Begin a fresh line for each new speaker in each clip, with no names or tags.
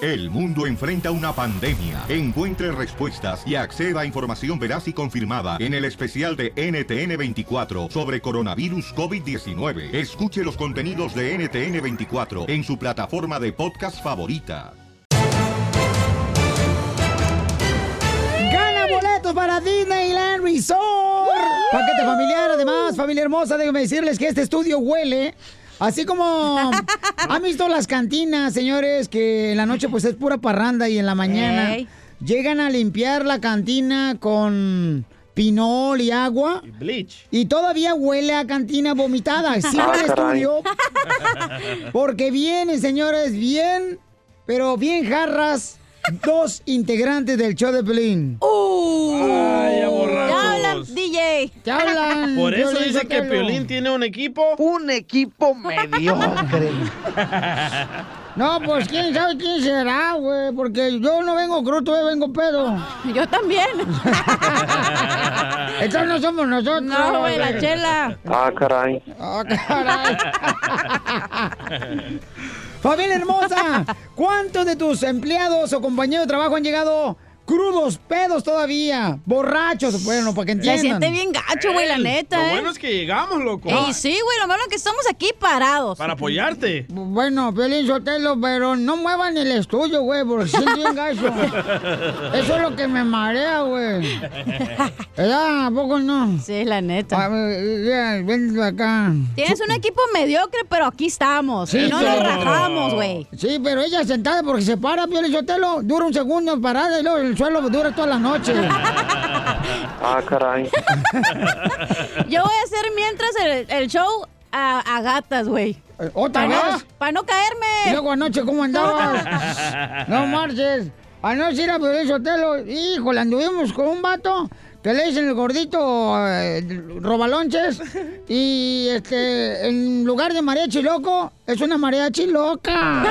El mundo enfrenta una pandemia. Encuentre respuestas y acceda a información veraz y confirmada en el especial de NTN24 sobre coronavirus COVID-19. Escuche los contenidos de NTN24 en su plataforma de podcast favorita.
Gana boletos para Disneyland Resort. Paquete familiar, además, familia hermosa, déjenme decirles que este estudio huele. Así como han visto las cantinas, señores, que en la noche pues es pura parranda y en la mañana
Ey.
llegan a limpiar la cantina con pinol y agua. Y bleach. Ah, Y todavía huele a cantina vomitada. Sí, va al
Caray.
estudio porque vienen, señores, bien, pero bien jarras, dos integrantes del show de Pelín.
Ay, ya borrachos. Ya hablan,
DJ! ¡Ya hablan!
Por eso
Piolín
dice que
Sotelo.
Piolín tiene un equipo.
Un equipo mediocre. No, pues quién sabe quién será, güey, porque yo no vengo cruto, yo vengo pedo. Yo también. Entonces no somos nosotros.
No, güey, la chela. Ah, caray.
Ah, caray. Familia hermosa, ¿cuántos de tus empleados o compañeros de trabajo han llegado crudos, pedos todavía, borrachos? Bueno, para que
Se
entiendan.
siente bien gacho, güey, la
Ey,
neta.
Lo
¿eh?
bueno es que llegamos, loco.
Ey, sí, güey, lo malo es que estamos aquí parados.
Ah. Para apoyarte.
Bueno, Piolín Sotelo, pero no muevan el estudio, güey, porque siento bien gacho. Eso es lo que me marea, güey. ¿Verdad? ¿A poco no? Sí, la neta. ven acá.
Tienes un equipo mediocre, pero aquí estamos.
Sí,
y no nos
pero-
rajamos, güey.
Sí, pero ella sentada porque se para, Piolín Sotelo, dura un segundo parada y luego el suelo dura toda la noche.
Ah, caray.
Yo voy a hacer mientras el, el show a, a gatas, güey.
¿Otra
Para no,
vez?
pa' no caerme.
Y luego anoche, ¿cómo andabas? No marches. Anoche era Piolín Sotelo. Híjole, anduvimos con un vato que le dicen el gordito eh, robalonches. Y este, en lugar de mariachi loco, es una mariachi loca.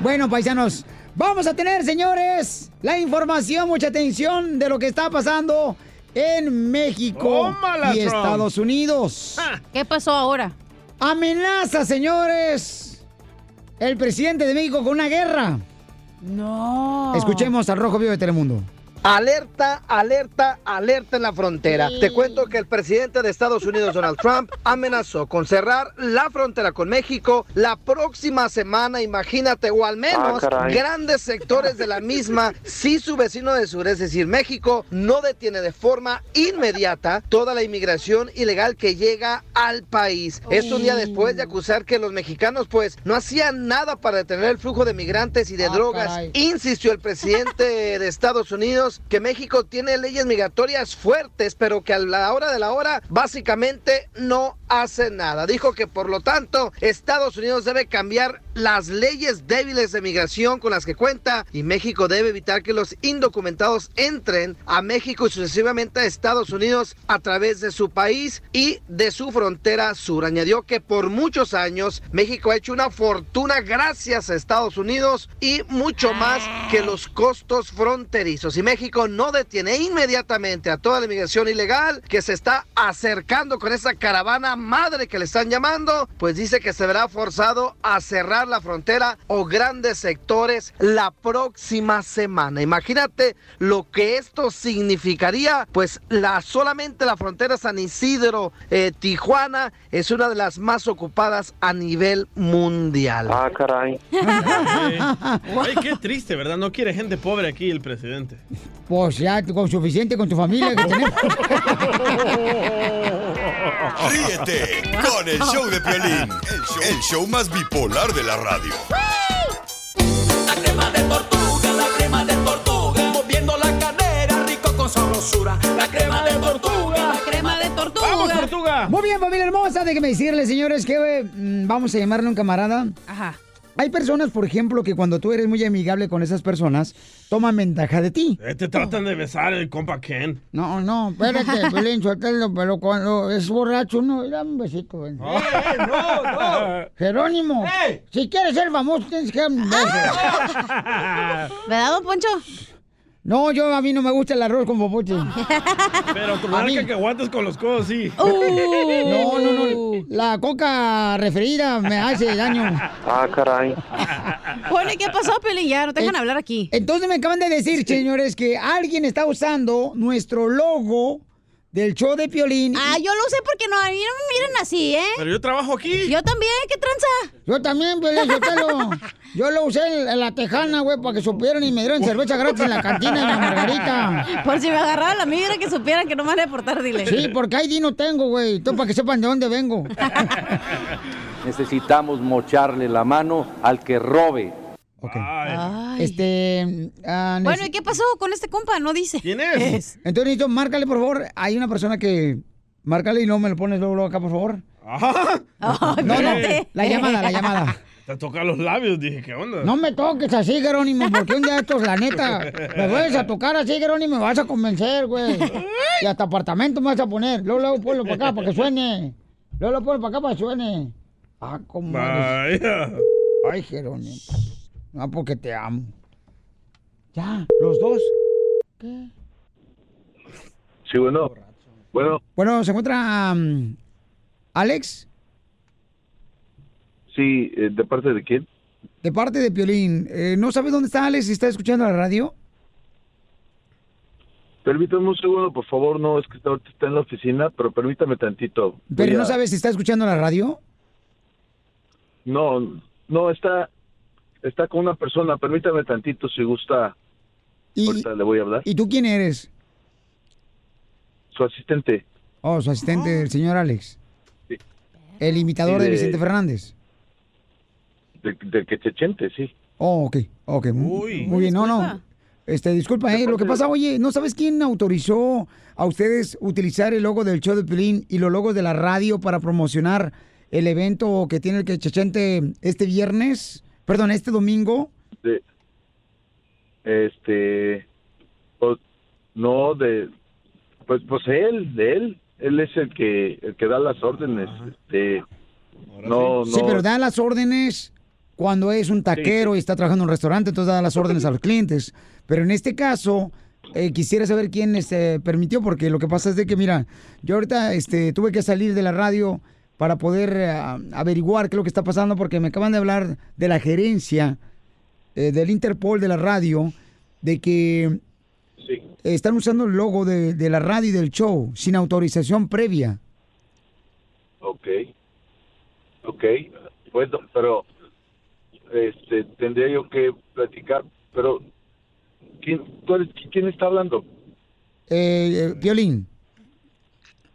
Bueno, paisanos, vamos a tener, señores, la información, mucha atención de lo que está pasando en México
Tómala,
y
Trump. Ah.
Estados Unidos.
¿Qué pasó ahora?
Amenaza, señores, el presidente de México con una guerra.
No.
Escuchemos al Rojo Vivo de Telemundo.
Alerta, alerta, alerta en la frontera. Te cuento que el presidente de Estados Unidos, Donald Trump, amenazó con cerrar la frontera con México la próxima semana, imagínate, o al menos
Ah, caray.
grandes sectores de la misma, si su vecino de sur, es decir, México, no detiene de forma inmediata toda la inmigración ilegal que llega al país. Esto un día después de acusar que los mexicanos, pues, no hacían nada para detener el flujo de migrantes y de
Ah,
drogas
caray.
insistió el presidente de Estados Unidos que México tiene leyes migratorias fuertes, pero que a la hora de la hora básicamente no hace nada. Dijo que por lo tanto Estados Unidos debe cambiar las leyes débiles de migración con las que cuenta y México debe evitar que los indocumentados entren a México y sucesivamente a Estados Unidos a través de su país y de su frontera sur. Añadió que por muchos años México ha hecho una fortuna gracias a Estados Unidos y mucho más que los costos fronterizos. Y México no detiene inmediatamente a toda la inmigración ilegal que se está acercando con esa caravana madre que le están llamando, pues dice que se verá forzado a cerrar la frontera o grandes sectores la próxima semana. Imagínate lo que esto significaría, pues la solamente la frontera San Isidro, eh, Tijuana, es una de las más ocupadas a nivel mundial. Ah, caray.
Ay, qué triste, ¿verdad? No quiere gente pobre aquí el presidente.
Pues ya con suficiente con tu familia que tenemos.
Ríete con el show de Piolín, el show, Ah, el show más bipolar de la radio.
La crema de tortuga, moviendo la cadera, rico con sabrosura. La crema de tortuga, la crema de tortuga.
Muy bien, familia hermosa, déjenme decirles, señores, que mm, vamos a llamarle a un camarada.
Ajá.
Hay personas, por ejemplo, que cuando tú eres muy amigable con esas personas, toman ventaja de ti.
Eh, Te tratan de besar el compa Ken.
No, no, espérate, Pelín, suéltalo, pero cuando es borracho, no, dame un besito, ven.
no, no.
Jerónimo,
Ah,
si quieres ser famoso, tienes que darme un beso.
¿Verdad, don Poncho?
No, yo a mí no me gusta el arroz con popote.
Pero tomar cacahuates con los codos, sí.
No, no, no. La coca referida me hace daño.
Ah, caray.
Bueno, ¿y qué pasó, Pelín? Ya no te dejan hablar aquí. Eh, Entonces me acaban de decir, señores, que alguien está usando nuestro logo del show de Piolín.
Ah, yo lo usé porque no, a mí no me miran así, ¿eh?
Pero yo trabajo aquí.
Yo también, ¿qué tranza?
Yo también, Piolín, yo, te lo, yo lo usé en, en la tejana, güey, para que supieran y me dieron cerveza gratis en la cantina en la Margarita.
Por si me agarraba la migra, que supieran que no me van a deportar, dile.
Sí, porque ahí no tengo, güey. Tú para que sepan de dónde vengo.
Necesitamos mocharle la mano al que robe.
Ay.
Este. ah,
Ah. Bueno,
neces-
¿y qué pasó con este compa? No dice.
¿Quién
Entonces, necesito, márcale, por favor. Hay una persona que. Márcale y no me lo pones luego, luego acá, por favor.
Ah,
no, no,
espérate.
la llamada, la llamada.
Te toca los labios, dije, ¿qué onda?
No me toques así, Jerónimo, porque un día estos, la neta, me vuelves a tocar así, Jerónimo, me vas a convencer, güey. Y hasta apartamento me vas a poner. Luego, luego, ponlo para acá para que suene. Luego, lo ponlo para acá para que suene. Ah, cómo eres.
Vaya.
Ay, Jerónimo. No, porque te amo. Ya, los dos. ¿Qué?
Sí, bueno. Bueno,
Bueno, ¿se encuentra mm, Alex?
sí, eh, ¿de parte de quién?
De parte de Piolín. Eh, ¿No sabes dónde está Alex? ¿Está escuchando la radio?
Permítame un segundo, por favor. No, es que está- ahorita está en la oficina, pero permítame tantito.
¿Pero
Voy
no
a-
sabes si está escuchando la radio?
No, no, está, está con una persona. Permítame tantito si gusta. Ahorita le voy a hablar.
¿Y tú quién eres?
Su asistente.
Oh, su asistente, el señor Alex. El imitador
Sí,
de
de-
Vicente Fernández.
Del del que te chente, sí.
Oh, ok, ok. Muy, bien, no, no. Este, disculpa, eh, lo que pasa, oye, ¿no sabes quién autorizó a ustedes utilizar el logo del show de Pilín y los logos de la radio para promocionar el evento que tiene el Quechechente este viernes? Perdón, este domingo.
De, este. o- no, de. Pues, pues él, de él. Él es el que, el que da las órdenes. Este, no,
sí,
no.
pero da las órdenes cuando es un taquero y está trabajando en un restaurante, entonces da las órdenes a los clientes. Pero en este caso, eh, quisiera saber quién este, permitió, porque lo que pasa es de que, mira, yo ahorita este, tuve que salir de la radio para poder eh, averiguar qué es lo que está pasando, porque me acaban de hablar de la gerencia eh, del Interpol de la radio, de que están usando el logo de, de la radio y del show sin autorización previa.
Ok. Ok. Bueno, pero este tendría yo que platicar, pero ¿quién, tú eres- quién está hablando?
Eh, eh, Piolín,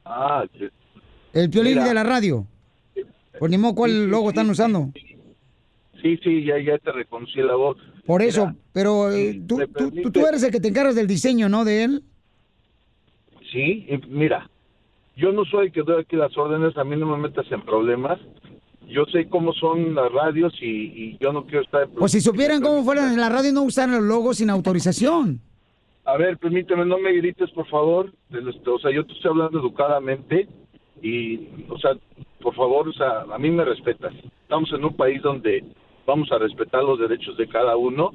Ah, que-
el Piolín
Mira.
de la radio. Pues ni modo cuál logo están usando.
sí, sí, ya ya te reconocí la voz.
Por eso, pero eh, tú, tú- tú, tú eres el que te encargas del diseño, ¿no? De él.
Sí, y mira, yo no soy el que doy aquí las órdenes, a mí no me metas en problemas. Yo sé cómo son las radios y, y yo no quiero estar... en
Pues si
problemas.
supieran cómo fueran en la radio, no usaran los logos sin autorización.
A ver, permíteme, no me grites, por favor. De los- O sea, yo te estoy hablando educadamente y, o sea, por favor, o sea, a mí me respetas. Estamos en un país donde vamos a respetar los derechos de cada uno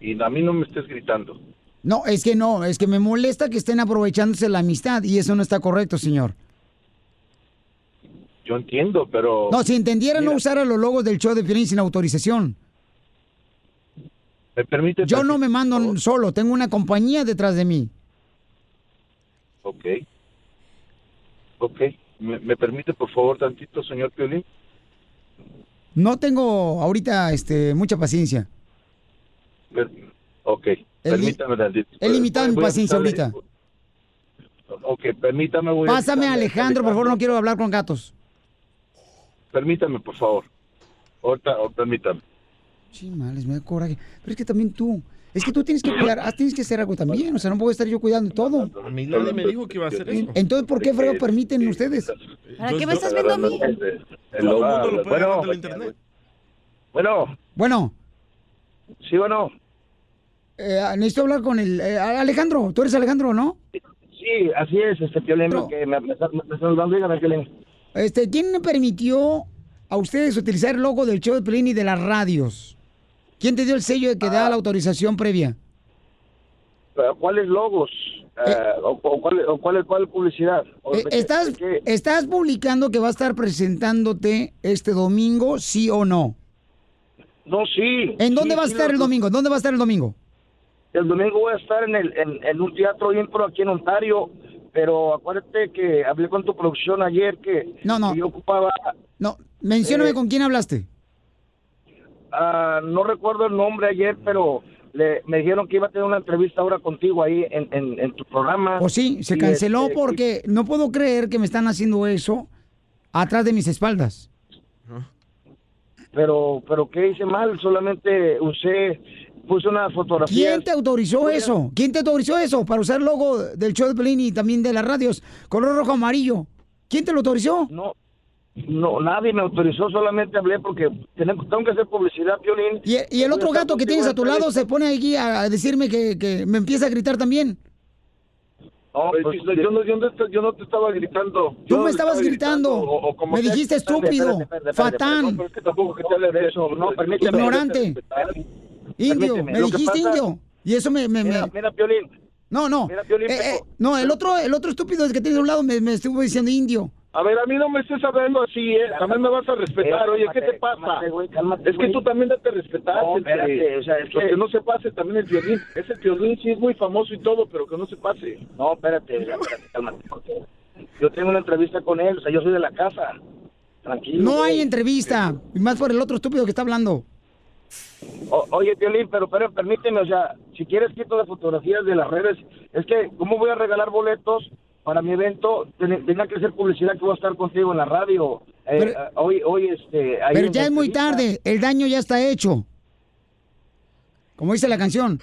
y a mí no me estés gritando.
No, es que no, es que me molesta que estén aprovechándose la amistad y eso no está correcto, señor.
Yo entiendo, pero...
No, si entendieran, no usaran los logos del show de Piolín sin autorización.
¿Me permite?
Yo no me mando solo, tengo una compañía detrás de mí.
Ok. Ok. ¿Me, me permite, por favor, tantito, señor Piolín?
No tengo ahorita este, mucha paciencia.
Per- ok. permítame tantito.
He limitado mi
Voy a
paciencia
empezar
ahorita.
de- Ok, permítame, voy a
Pásame a
empezar de-
Alejandro, por favor, no quiero hablar con gatos.
Permítame, por favor. Ahorita, oh, permítame.
Chimales, me da coraje. Pero es que también tú, es que tú tienes que cuidar, ah, tienes que hacer algo también. O sea, no puedo estar yo cuidando todo.
A mí nadie me dijo que iba a hacer eso.
Entonces, ¿por qué frego permiten ustedes?
¿Para qué me estás viendo a mí?
El hogar, bueno, pues, bueno.
Bueno.
Sí, bueno.
Eh, necesito hablar con el... eh, Alejandro, tú eres Alejandro, ¿no?
Sí, así es, este Piolín, que me, me, está- me está saludando, dígame, Piolín.
Este, ¿quién permitió a ustedes utilizar el logo del show de Pelín y
Ah.
de las radios? ¿Quién te dio el sello de que da la autorización previa?
eh, ¿cuáles logos? Eh, o, o cuál, o cuál, cuál publicidad? O
Eh,
de qué-
¿Estás,
de qué-
¿Estás publicando que va a estar presentándote este domingo, sí o no?
No, sí.
¿En dónde
Sí,
va a
sí,
estar
lo-
el domingo? ¿Dónde va a estar el domingo?
El domingo voy a estar en, el, en, en un teatro impro aquí en Ontario, pero acuérdate que hablé con tu producción ayer que
No, no.
que yo ocupaba,
No, mencióname
Eh,
con quién hablaste.
ah, no recuerdo el nombre ayer, pero le, me dijeron que iba a tener una entrevista ahora contigo ahí en, en, en tu programa.
O Oh, sí, se
Y,
canceló
ah, este,
porque no puedo creer que me están haciendo eso atrás de mis espaldas.
Pero, pero ¿qué hice mal? Solamente usé, puse una fotografía.
¿Quién te autorizó eso? ¿Quién te autorizó eso para usar el logo del show de Pelín y también de las radios color rojo amarillo? ¿Quién te lo autorizó?
No. No, nadie me autorizó, solamente hablé porque tenemos- tengo que hacer publicidad, Piolín.
Y, y el
Voy a
otro
estar
gato que
contigo
tienes
en
a tu lado
entrevista.
se pone aquí a, a decirme que, que me empieza a gritar también.
No, pues, yo, no, yo, no te, yo no te estaba gritando.
Tú
Yo no
me
te
estabas
estaba
gritando.
o- o como
Me
sea.
dijiste estúpido, fatán.
No, pero es que tampoco que te hable de eso. No, permíteme.
Ignorante. Indio,
Permíteme.
me
Lo que
dijiste
pasa-
indio. Y eso me... me- me-
Mira, Piolín.
No, no.
Mira, Piolín,
Eh, eh,
pero-
no, el otro, el otro estúpido que tienes a un lado me, me estuvo diciendo indio.
A ver, a mí no me estés hablando así, ¿eh? También me vas a respetar. Oye, ¿qué te pasa? es que tú también date a respetar. este,
No, espérate, o sea, es que-
que no se pase también el violín. Ese violín sí es muy famoso y todo, pero que no se pase. No, espérate, Yo tengo una entrevista con él, o sea, yo soy de la casa. Tranquilo.
No hay entrevista. Y más por el otro estúpido que está hablando.
O- oye, Piolín, pero, pero permíteme, o sea, si quieres quito las fotografías de las redes. Es que, ¿cómo voy a regalar boletos para mi evento? Ten- Tenía que ser publicidad que voy a estar contigo en la radio. Eh,
Pero-
eh, hoy, hoy, este... ahí
Pero
en
ya
la
es muy
entrevista.
tarde. El daño ya está hecho. Como dice la canción.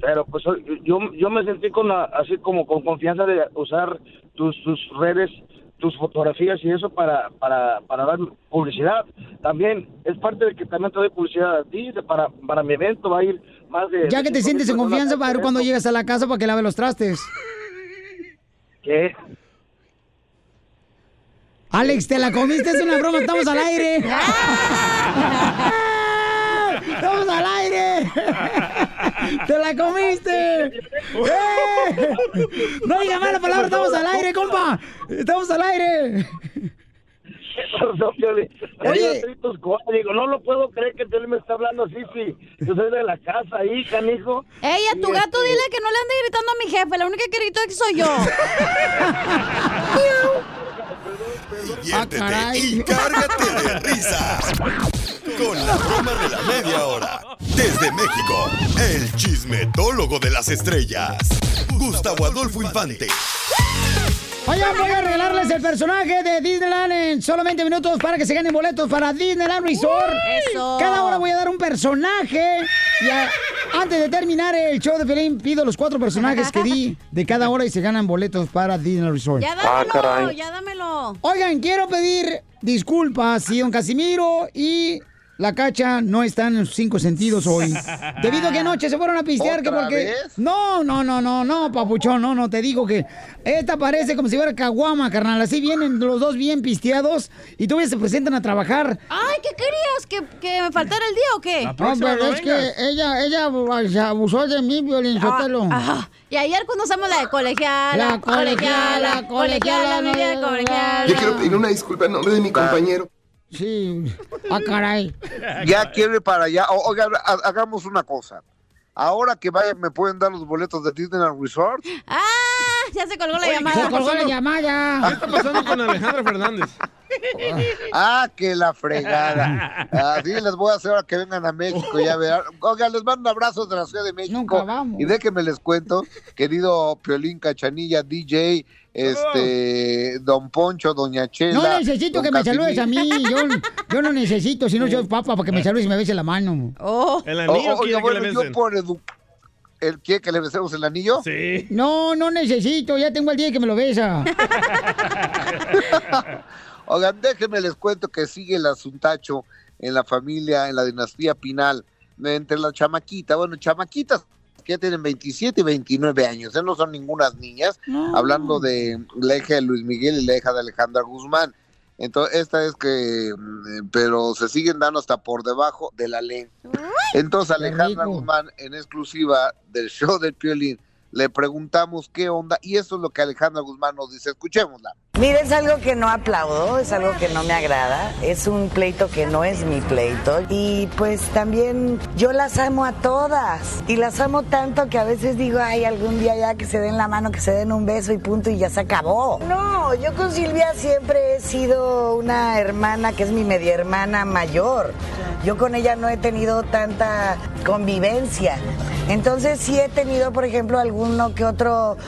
Pero pues soy- yo, yo me sentí con la- así como con confianza de usar tus, tus redes, tus fotografías y eso para, para, para dar publicidad. También es parte de que también te doy publicidad a ti, de- para, para mi evento va a ir más de...
Ya que te
5,000
sientes en
personas
confianza
a
para ver
este
cuando
evento.
llegas a la casa para que lave los trastes.
¿Qué?
Alex, te la comiste, es una broma, estamos al aire. ¡Estamos al aire! ¡Te la comiste! ¡Eh! No digas mala palabra, estamos al aire, compa. Estamos al aire.
No, Piolín.
Oye.
Ahí estoy tus cosas. Digo, no lo puedo creer que él me está hablando así, sí. Yo soy de la casa, hija, hijo.
Ey, a tu gato dile que no le ande gritando a mi jefe. La única que gritó es que soy yo.
Diviértete y cárgate de risas con la broma de la media hora. Desde México, el chismetólogo de las estrellas, Gustavo Adolfo Infante.
Oigan, voy a regalarles el personaje de Disneyland en solamente minutos para que se ganen boletos para Disneyland Resort.
Uy. Eso.
Cada hora voy a dar un personaje. Y a- antes de terminar el show de Pelín, pido los cuatro personajes que di de cada hora y se ganan boletos para Disneyland Resort.
ya dámelo, ya dámelo.
Oigan, quiero pedir disculpas si don Casimiro y la cacha no están en sus cinco sentidos hoy. Debido a que anoche se fueron a pistear, que
¿Otra
porque.
vez?
No, no, no, no, no, papuchón, no, no, te digo que. Esta parece como si fuera caguama, carnal. Así vienen los dos bien pisteados y todavía se presentan a trabajar.
Ay, ¿qué querías? ¿Que, que me faltara el día o qué?
No, pero Ah, es que ella, ella abu- se abusó de mí, Violín
Ah,
Sotelo.
ajá. Y ayer cuando usamos la de colegiala,
La colegiala, colegiala,
mi vida
no-
colegiala.
Yo quiero pedir una disculpa en nombre de mi compañero.
Sí. Ah, caray.
Ya quiero ir para allá. O- Oiga, ha- hagamos una cosa. Ahora que vayan, me pueden dar los boletos de Disneyland Resort.
Ah, ya se colgó la llamada.
Se colgó la
llamada.
¿Qué está pasando con Alejandro Fernández?
Ah, que la fregada. Así les voy a hacer ahora que vengan a México, ya verán. Oiga, les mando abrazos de la Ciudad de México.
Nunca vamos.
Y déjenme les cuento, querido Piolín Cachanilla, DJ, este, Don Poncho, Doña Chela.
No necesito
don
que me
Casimiro.
saludes a mí. Yo, yo no necesito, si no soy papa, para que me saludes y me bese la mano.
El
anillo quiere que le
Oh, yo
besen.
por edu- ¿El quiere que le besemos el anillo?
Sí.
No, no necesito, ya tengo el día que me lo besa.
Oigan, déjenme les cuento que sigue el asuntacho en la familia, en la dinastía Pinal, entre la chamaquita, bueno, chamaquitas que ya tienen 27 y 29 años, ¿eh? no son ningunas niñas, hablando de la hija de Luis Miguel y la hija de Alejandra Guzmán. Entonces, esta es que, mm, pero se siguen dando hasta por debajo de la ley. Entonces, Alejandra Guzmán, en exclusiva del show del Piolín, le preguntamos qué onda, y eso es lo que Alejandra Guzmán nos dice. Escuchémosla.
Mira, es algo que no aplaudo, es algo que no me agrada, es un pleito que no es mi pleito. Y pues también yo las amo a todas y las amo tanto que a veces digo, ay, algún día ya que se den la mano, que se den un beso y punto y ya se acabó. No, yo con Silvia siempre he sido una hermana que es mi media hermana mayor. Yo con ella no he tenido tanta convivencia. Entonces sí he tenido, por ejemplo, alguno que otro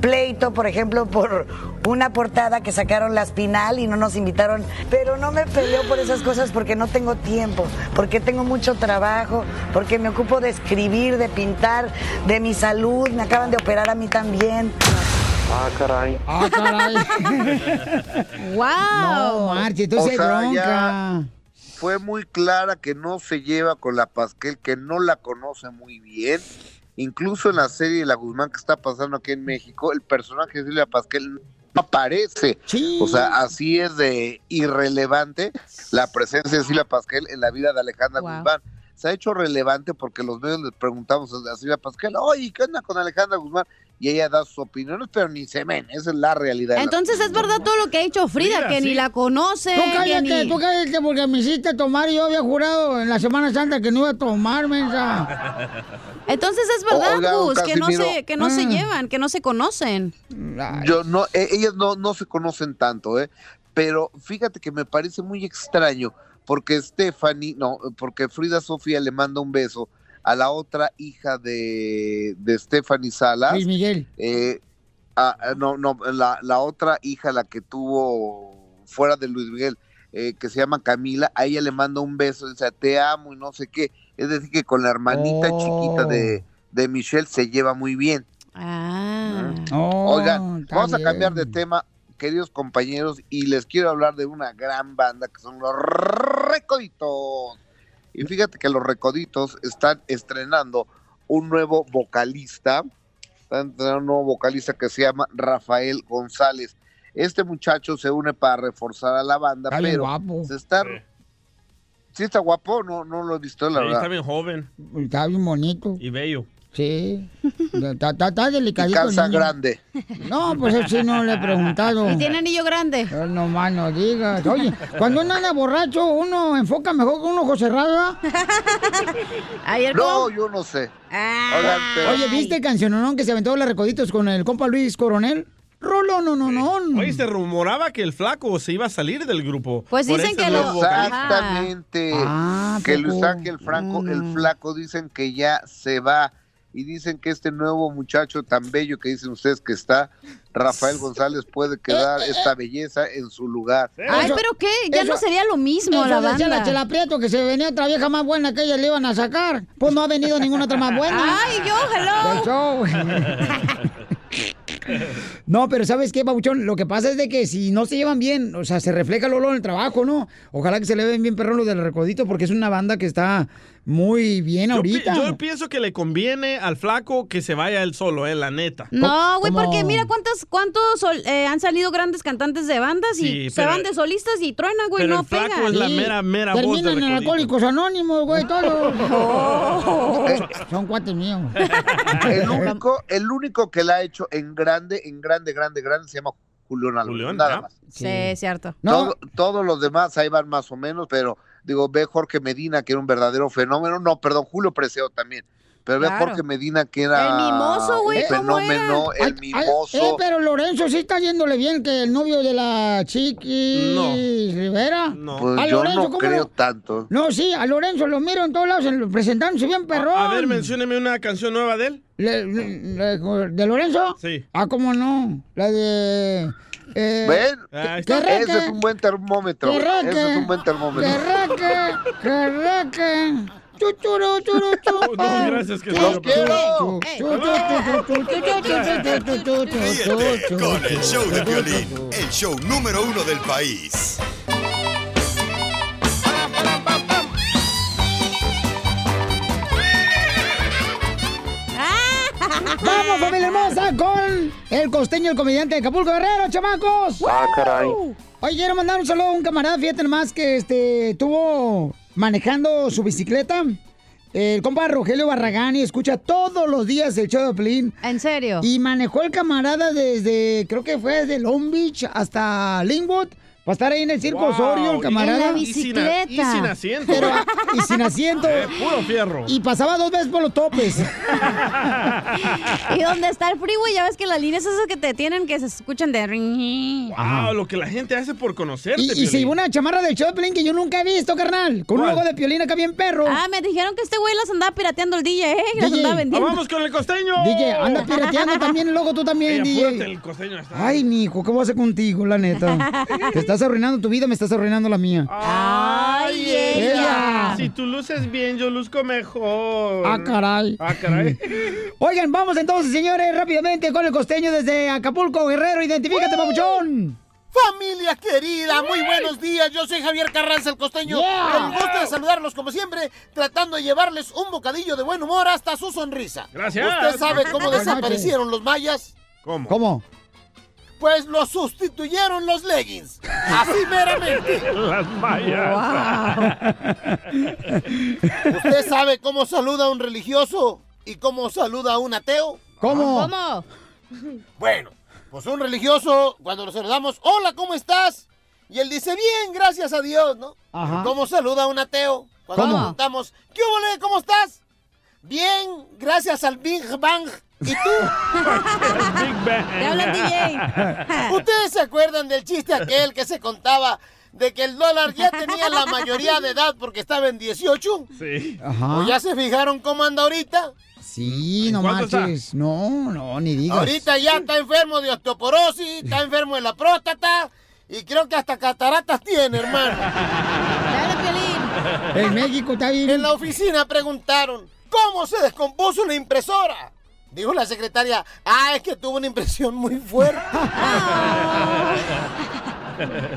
pleito, por ejemplo, por una portada que sacaron la Espinal y no nos invitaron, pero no me peleo por esas cosas porque no tengo tiempo, porque tengo mucho trabajo, porque me ocupo de escribir, de pintar, de mi salud, me acaban de operar a mí también.
Ah, caray.
Ah, caray.
¡Wow!
No, Marchi, tú sí hay bronca.
ya fue muy clara que no se lleva con la Pasquel, que no la conoce muy bien. Incluso en la serie de la Guzmán que está pasando aquí en México, el personaje de Silvia Pasquel no aparece. O sea, así es de irrelevante la presencia de Silvia Pasquel en la vida de Alejandra
Wow.
Guzmán. Se ha hecho relevante porque los medios les preguntamos a Silvia Pasquel, oye, ¿qué onda con Alejandra Guzmán? Y ella da sus opiniones, pero ni se ven, esa es la realidad.
Entonces es verdad todo lo que ha dicho Frida, que ni la conoce.
Tú
que
cállate,
ni-
tú cállate porque me hiciste tomar y yo había jurado en la Semana Santa que no iba a tomar, mensa.
Entonces es verdad,
Oiga, don
Gus, que no, se,
Casimiro.
que no se
Mm.
llevan, que no se conocen.
Ah.
Yo no, e- ellas no, no se conocen tanto, ¿eh? Pero fíjate que me parece muy extraño porque Stephanie, no, porque Frida Sofía le manda un beso a la otra hija de, de Stephanie Salas.
Luis Miguel.
Eh, ah, ah, no, no, la, la otra hija, la que tuvo fuera de Luis Miguel, eh, que se llama Camila, a ella le manda un beso, dice, te amo y no sé qué. Es decir, que con la hermanita
Oh.
chiquita de, de Michelle se lleva muy bien.
Ah.
Oigan, vamos a cambiar de tema, queridos compañeros, y les quiero hablar de una gran banda que son los Recoditos. Y fíjate que los Recoditos están estrenando un nuevo vocalista, están estrenando un nuevo vocalista que se llama Rafael González. Este muchacho se une para reforzar a la banda,
Está bien
pero
guapo.
se está... ¿Sí está guapo? No, no lo he visto, la
Ahí
verdad.
está bien joven
Está bien bonito.
y bello.
Sí. Está, está- está delicadito. el
calza
niño.
grande.
No, pues eso sí no le he preguntado.
Y tiene anillo grande.
Pero No más no digas. Oye, cuando uno anda borracho, uno enfoca mejor con un ojo cerrado. ¿ah?
Ayer
No, yo no sé. Oigan, pero-
Oye, ¿viste el canciononón que se aventó los recoditos con el compa Luis Coronel? Rolo, no, no, no.
Oye, se rumoraba que el flaco se iba a salir del grupo.
Pues
Por
dicen
ese
que
nuevo
lo-
vocalista.
Exactamente.
Ah,
que
poco.
Luis Ángel Franco,
Mm.
el flaco, dicen que ya se va. Y dicen que este nuevo muchacho tan bello que dicen ustedes que está, Rafael González, puede quedar esta belleza en su lugar.
Ay, pero qué, ya no
eso-
sería lo mismo
Eso
la
decía
banda.
la Chela Prieto, que se venía otra vieja más buena que ella le iban a sacar. Pues no ha venido ninguna otra más buena.
Ay, yo, hello.
Del show. No, pero ¿sabes qué, Pabuchón? Lo que pasa es de que si no se llevan bien, o sea, se refleja el olor en el trabajo, ¿no? Ojalá que se le ven bien perrón lo del recodito, porque es una banda que está muy bien
Yo pi-
ahorita.
Yo, pienso que le conviene al flaco que se vaya él solo, eh, la neta.
No, güey, porque
¿Cómo?
mira cuántas, cuántos sol- eh, han salido grandes cantantes de bandas y
Sí,
se
pero-
van de solistas y truenan, güey,
pero
no
el flaco
pegan.
es la
Sí.
mera, mera voz
Terminan
del
en
recodito.
Alcohólicos Anónimos, güey, todos.
Oh.
Son cuates míos.
El único, el único que la ha hecho en grande, en grande, grande, grande, se llama Julián Álvarez, nada más.
Sí, cierto.
Todo- todos los demás ahí van más o menos, pero digo, ve Jorge Medina, que era un verdadero fenómeno. No, perdón, Julio Preseo también. Pero ve
Claro.
Jorge Medina, que era
El mimoso, güey,
un
¿cómo era?
fenómeno, el
Ay, ay, eh,
mimoso.
pero Lorenzo sí está yéndole bien que el novio de la Chiqui
No.
Rivera. No,
Pues yo no creo tanto.
No, sí, a Lorenzo lo miro en todos lados, en- presentándose bien perrón.
A ver, mencióneme una canción nueva de él.
Le- le- le- ¿De Lorenzo?
Sí.
Ah, ¿cómo no? La de... eh,
¿Ven?
Ah,
que- que
Ese
reque,
es un buen termómetro.
que
Ese
reque,
es un buen
que
termómetro.
reque, que reque. Chu, churu, churu, chu.
Gracias, que
Chu,
quiero.
chu, chu, chu, chu, chu, chu, chu, chu, chu, chu, chu, chu, chu, chu.
Con el show de violín, el show número uno del país.
Vamos, familia hermosa, con el costeño, el comediante de Acapulco Guerrero, chamacos.
Ah, caray.
Oye, quiero mandar un saludo a un camarada, fíjate nomás, que este, estuvo manejando su bicicleta. El compa Rogelio Barragán y escucha todos los días el show de Plin.
¿En serio?
Y manejó el camarada desde, creo que fue desde Long Beach hasta Linwood. Para estar ahí en el Circo
Wow,
Osorio, el
y-
camarada.
en la Y sin a- y sin asiento.
Pero- ah, y sin asiento.
Eh, puro fierro.
Y pasaba dos veces por los topes.
Y donde está el freeway, ya ves que las líneas esas que te tienen que se escuchan de ring.
Wow, Ah, lo que la gente hace por conocerte.
Y, y se
Piolín.
llevó una chamarra del Choplin que yo nunca he visto, carnal. Con un
¿Cuál?
logo de piolín acá bien perro.
Ah, me dijeron que este güey las andaba pirateando el DJ, ¿eh? Las andaba vendiendo.
Ah, vamos con el costeño.
DJ, anda pirateando también el logo tú también,
Eh, apúrate,
DJ.
el costeño está.
Ay, mijo, ¿qué voy a hacer contigo, la neta? Te estás arruinando tu vida, me estás arruinando la mía.
Ay,
ella.
Si tú luces bien, yo luzco mejor.
Ah, caray.
Ah, caray.
Oigan, vamos entonces, señores, rápidamente con el costeño desde Acapulco, Guerrero. Identifícate, papuchón.
Familia querida, muy buenos días. Yo soy Javier Carranza el Costeño.
Yeah.
El gusto de saludarlos como siempre, tratando de llevarles un bocadillo de buen humor hasta su sonrisa.
Gracias.
¿Usted sabe cómo
Buenas noches.
desaparecieron los mayas?
¿Cómo?
¿Cómo?
Pues los sustituyeron los leggings. Así meramente.
Las mayas.
¿Usted sabe cómo saluda un religioso y cómo saluda a un ateo?
¿Cómo?
¿Cómo? Bueno, pues un religioso, cuando nos saludamos, hola, ¿cómo estás? Y él dice, bien, gracias a Dios, ¿no?
Ajá.
¿Cómo saluda a un ateo? Cuando
¿Cómo?
le preguntamos, ¿qué hubo, le? ¿Cómo estás? Bien, gracias al Big Bang. ¿Y tú? Big Bang.
Te hablan, DJ.
¿Ustedes se acuerdan del chiste aquel que se contaba de que el dólar ya tenía la mayoría de edad porque estaba en 18?
Sí.
Ajá.
¿O ya se fijaron cómo anda ahorita?
Sí, no
cuánto está?
marches. No, no, ni digas.
Ahorita ya está enfermo de osteoporosis, está enfermo de la próstata y creo que hasta cataratas tiene, hermano.
En México está bien.
En la oficina preguntaron, ¿cómo se descompuso la impresora? Dijo la secretaria, ah, es que tuvo una impresión muy fuerte.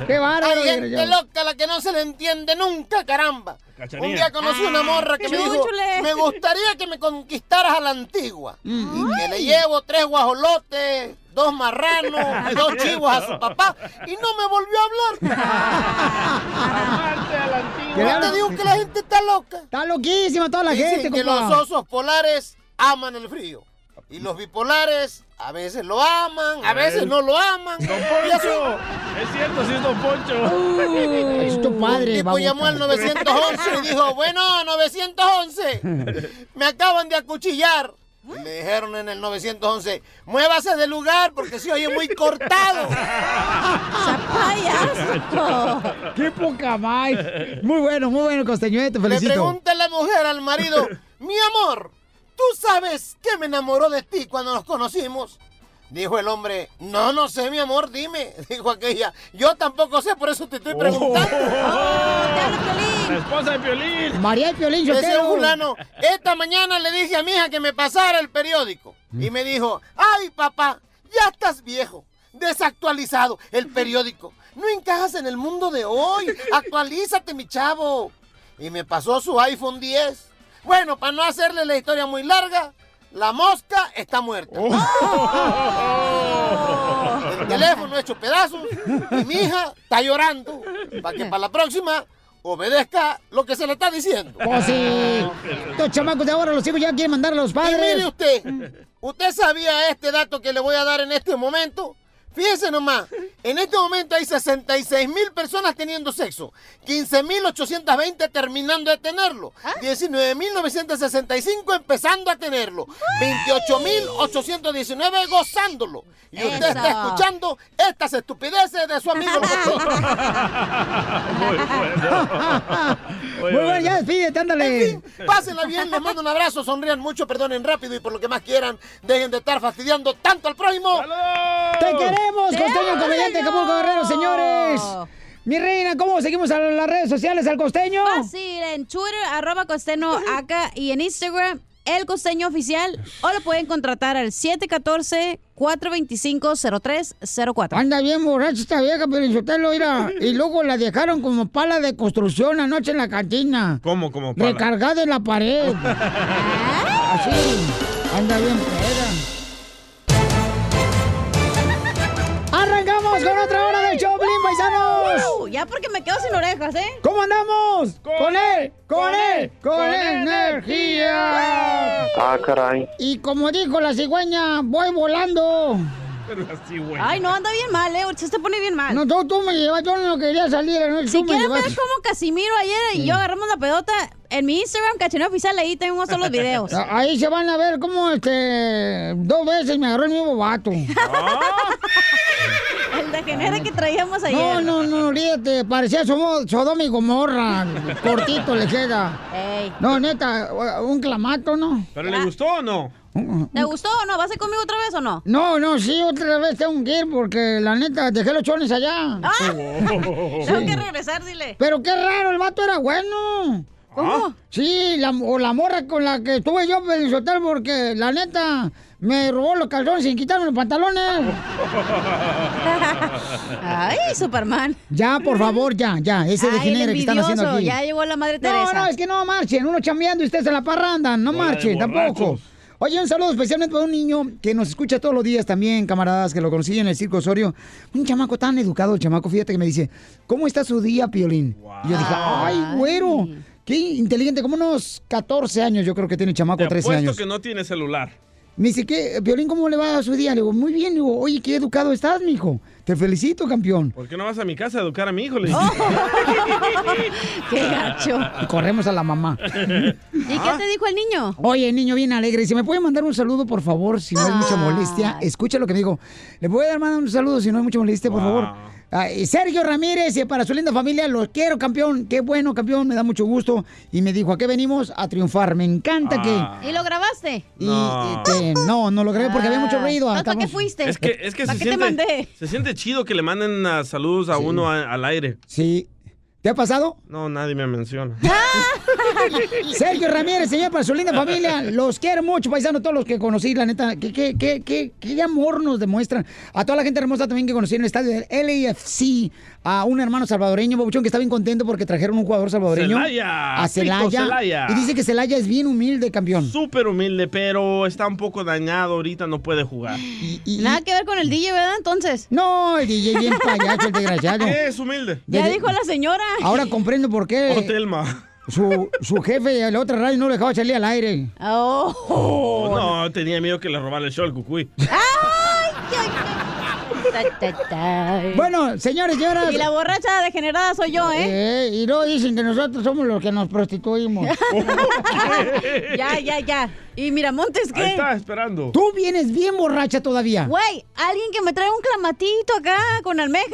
¡Qué bárbaro!
Hay
Guerrero.
gente loca a la que no se le entiende nunca, caramba.
Cachanilla.
Un día conocí
Ah,
Ah,
una morra que me dijo,
Chúchule.
me gustaría que me conquistaras a la antigua.
Mm.
Y que le llevo tres guajolotes, dos marranos, y dos chivos a su papá. Y no me volvió a hablar. Yo te digo que la gente está loca.
Está loquísima toda la
Dicen
gente,
que
compa.
los osos polares aman el frío. Y los bipolares a veces lo aman, a veces no lo aman.
Don
Y así-
Poncho. Es cierto, sí es Don Poncho.
es tu padre,
tipo llamó al 911 y dijo, bueno, 911, me acaban de acuchillar. Y Le dijeron en el 911, muévase de lugar porque se oye muy cortado.
¡Qué poca más! Muy bueno, muy bueno, costeño, eh, te
Le
felicito.
pregunta la mujer al marido, mi amor, ¿tú sabes que me enamoró de ti cuando nos conocimos? Dijo el hombre, no, no sé, mi amor, dime. Dijo aquella, yo tampoco sé, por eso te
Oh.
estoy preguntando.
La esposa de Piolín.
María del Piolín, yo
Decía
quiero.
un fulano, esta mañana le dije a mi hija que me pasara el periódico.
Mm.
Y me dijo, ay papá, ya estás viejo, desactualizado, el periódico. No encajas en el mundo de hoy, actualízate mi chavo. Y me pasó su iPhone 10. Bueno, para no hacerle la historia muy larga, la mosca está muerta.
Oh.
El teléfono hecho pedazos y mi hija está llorando para que para la próxima obedezca lo que se le está diciendo.
Pues sí. Estos chamacos de ahora, los hijos ya quieren mandar a los
Y mire
padres.
usted, usted sabía este dato que le voy a dar en este momento. Fíjese nomás, en este momento hay 66 mil personas teniendo sexo, 15.820 terminando de tenerlo, 19.965 empezando a tenerlo, 28.819 gozándolo. Y usted
Eso.
está escuchando estas estupideces de su amigo. el costeño.
Muy bueno.
Muy bueno, ya despídete, ándale.
Pásenla bien, les mando un abrazo, sonrían mucho, perdonen rápido y por lo que más quieran, dejen de estar fastidiando tanto al prójimo.
¡Te queremos,
Te
costeño, comediante de
amo.
Acapulco Guerrero, señores! Mi reina, ¿cómo seguimos a las redes sociales al costeño?
Fácil, Ah, en Twitter, arroba costeño acá y en Instagram, el costeño oficial. O lo pueden contratar al 714-425-0304.
Anda bien borracha esta vieja, pero usted lo irá. Y luego la dejaron como pala de construcción anoche en la cantina.
¿Cómo, cómo, pala?
Recargada en la pared. Así. Anda bien peda. ¡Arrancamos con otra hora de show, Blin, paisanos! andamos?
Uh, Ya porque me quedo sin orejas, ¿eh?
¿Cómo andamos? Con, él, con él, con, energía.
Ah, caray.
Y como dijo la cigüeña, voy volando.
Pero así, güey.
Ay, no, anda bien mal, ¿eh? Usted se pone bien mal.
No, tú, tú me llevas, yo no quería salir anoche.
Si
tú me
quieren ver
llevaste.
como Casimiro ayer y yo agarramos la pelota, en mi Instagram, Cachaneo Oficial, ahí tengo todos los videos.
A- Ah, Ahí se van a ver cómo este dos veces me agarró el mismo vato.
El degenere que traíamos ayer.
No, no, no, ríete, parecía Somo- Sodoma y Gomorra, cortito le queda.
Ey.
No, neta, un clamato, ¿no?
¿Pero le gustó o no?
¿Te gustó o no? ¿Vas a ir conmigo otra vez o no?
No, no, sí, otra vez tengo que ir porque la neta, dejé los chones allá.
Ah. Tengo que regresar, dile.
Pero qué raro, el vato era bueno.
¿Cómo?
Sí, la, o la morra con la que estuve yo en el hotel porque la neta me robó los calzones sin quitarme los pantalones.
Ay, Superman.
Eh, Ya, por favor, ya, ya. Ese
Ay, el
degenere que están haciendo
envidioso,
aquí.
ya llegó la madre
No,
Teresa.
no, es que no marchen. Uno chambeando y ustedes en la parranda.
Eh,
No
Bola de
marchen, tampoco.
borrachos.
Oye, un saludo especialmente para un niño que nos escucha todos los días también, camaradas, que lo conocí en el Circo Osorio. Un chamaco tan educado, el chamaco, fíjate que me dice, ¿cómo está su día, Piolín? Y yo dije, ay, güero, qué inteligente, como unos 14 años yo creo que tiene el chamaco,
Te
13
apuesto
años.
que no tiene celular.
Me dice, ¿qué, Piolín, cómo le va a su día? Le digo, muy bien, le digo, oye, qué educado estás, mijo. Te felicito, campeón.
¿Por qué no vas a mi casa a educar a mi hijo? Le
Oh.
dije.
Qué gacho.
Y corremos a la mamá.
¿Y
Ah.
qué te dijo el niño?
Oye, niño bien alegre, si me puede mandar un saludo, por favor, si no hay mucha
Ah.
molestia, escucha lo que me digo. Le voy a dar mandar un saludo si no hay mucha molestia, por favor. Ah, y Sergio Ramírez, eh, para su linda familia, los quiero, campeón. Qué bueno, campeón, me da mucho gusto. Y me dijo, ¿a qué venimos? A triunfar. Me encanta
Ah.
que...
¿Y lo grabaste?
Y, este, no, no lo grabé porque había mucho ruido.
Ah, ¿Para
Estamos-
qué fuiste?
Es que, es que
¿Para
se,
qué
siente,
te mandé?
se siente chido que le manden ah, saludos a uno a- al aire.
Sí. ¿Te ha pasado?
No, nadie me menciona.
¡Ah!
Sergio Ramírez, señor, para su linda familia. Los quiero mucho, paisano, todos los que conocí, la neta. Qué, qué, qué, qué, qué amor nos demuestran. A toda la gente hermosa también que conocí en el estadio del LAFC. A un hermano salvadoreño, Bobuchón, que está bien contento porque trajeron un jugador salvadoreño.
Celaya,
A Celaya.
Tito Celaya.
Y dice que Celaya es bien humilde, campeón.
Súper humilde, pero está un poco dañado ahorita, no puede jugar.
Nada que ver con el DJ, ¿verdad? Entonces.
No, el DJ bien payacho, el desgraciado.
Es humilde.
Ya
Desde-
dijo la señora.
Ahora comprendo por qué.
Oh, Telma.
Su, su jefe de la otra radio no lo dejaba salir al aire.
Oh, no, tenía miedo que le robara el show al cucuy.
Bueno, señores, señoras.
Y la borracha degenerada soy yo, ¿eh?
y luego dicen que nosotros somos los que nos prostituimos.
ya, ya, ya. Y Miramontes, ¿qué?
Ahí está, esperando.
Tú vienes bien borracha todavía.
Güey, alguien que me trae un clamatito acá con almejas.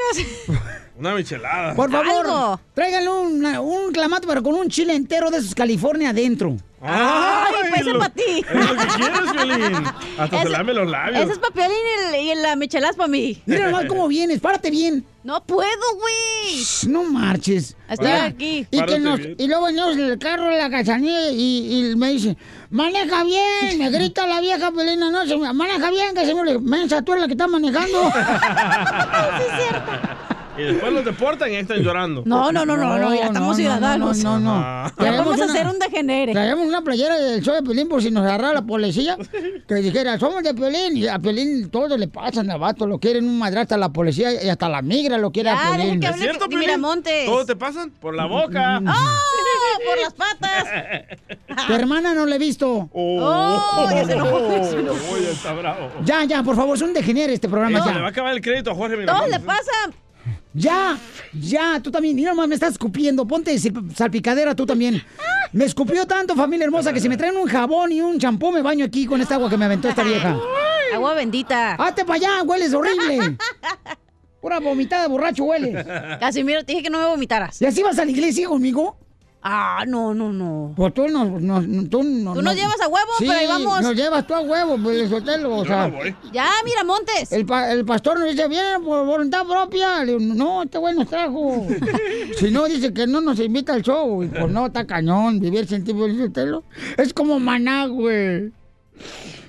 Una michelada.
Por favor,
Algo.
tráiganle una- un clamato, pero con un chile entero de esos California adentro.
Ay,
Ay, pues, ese
lo-
pa' ti.
Es lo que quieres, Violín. Hasta
Ah, Ese-
se lame los labios.
Ese es papel y, el- y la michelada es para mí.
Mira nomás cómo vienes, párate bien.
No puedo, güey.
Shh, No marches.
Estoy
Ya.
aquí.
Y,
Párate
que nos-
bien.
y luego venimos en el carro de la cachanilla y, y me dice, maneja bien, me grita la vieja pelina, no, se me- maneja bien, que se me mensa, tú eres la que está manejando.
Y después los deportan y ahí están llorando.
No, no, no, no, no, ya estamos ciudadanos.
No, no,
Ah.
no. Traemos
Vamos a
una-
hacer un degenere.
Traemos una playera del show de Pelín por si nos agarrara la policía. Que dijera, somos de Pelín. Y a Pelín todo le pasa, navato. Lo quieren un madrastra a la policía y hasta la migra lo quiere
Ya,
a
deja
Pelín.
que hable ¿Es cierto, Di Piolín? Miramontes.
¿Todo te pasan? Por la boca.
¡Oh! Por las patas.
Tu hermana no la he visto.
Oh, ya se enojó.
Oh, ya está bravo.
Ya, ya, por favor, es un degenere este programa.
Eso,
ya.
le va a acabar el crédito a Jorge
Todo le
Miramontes.
pasa.
Ya, ya, tú también. Mira, nomás me estás escupiendo. Ponte sal- salpicadera tú también. Me escupió tanto, familia hermosa, que si me traen un jabón y un champú me baño aquí con esta agua que me aventó esta vieja.
Agua bendita.
¡Hazte para allá! ¡Hueles horrible! Pura vomitada, de borracho hueles.
Casimiro, te dije que no me vomitaras.
¿Y así vas a la iglesia conmigo?
Ah, no, no, no.
Pues tú no, no, no- tú no,
Tú nos llevas a huevo,
sí,
pero ahí vamos.
nos llevas tú a huevo, pues, Sotelo, o sea.
Ya, Miramontes.
El, pa- el pastor nos dice, vienen por voluntad propia. Le digo, no, este güey nos trajo. si no, dice que no nos invita al show. Y pues no, está cañón. Vivir sin ti, Piolín Sotelo, es como maná, güey.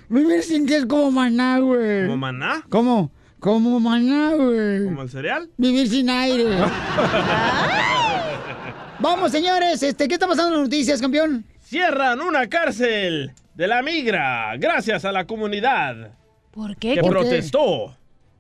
Vivir sin ti es como maná, güey.
¿Como maná?
¿Cómo? Como maná, güey.
¿Como el cereal?
Vivir sin aire. Vamos, señores. Este, ¿Qué está pasando en las noticias, campeón?
Cierran una cárcel de la migra gracias a la comunidad
¿Por
que protestó.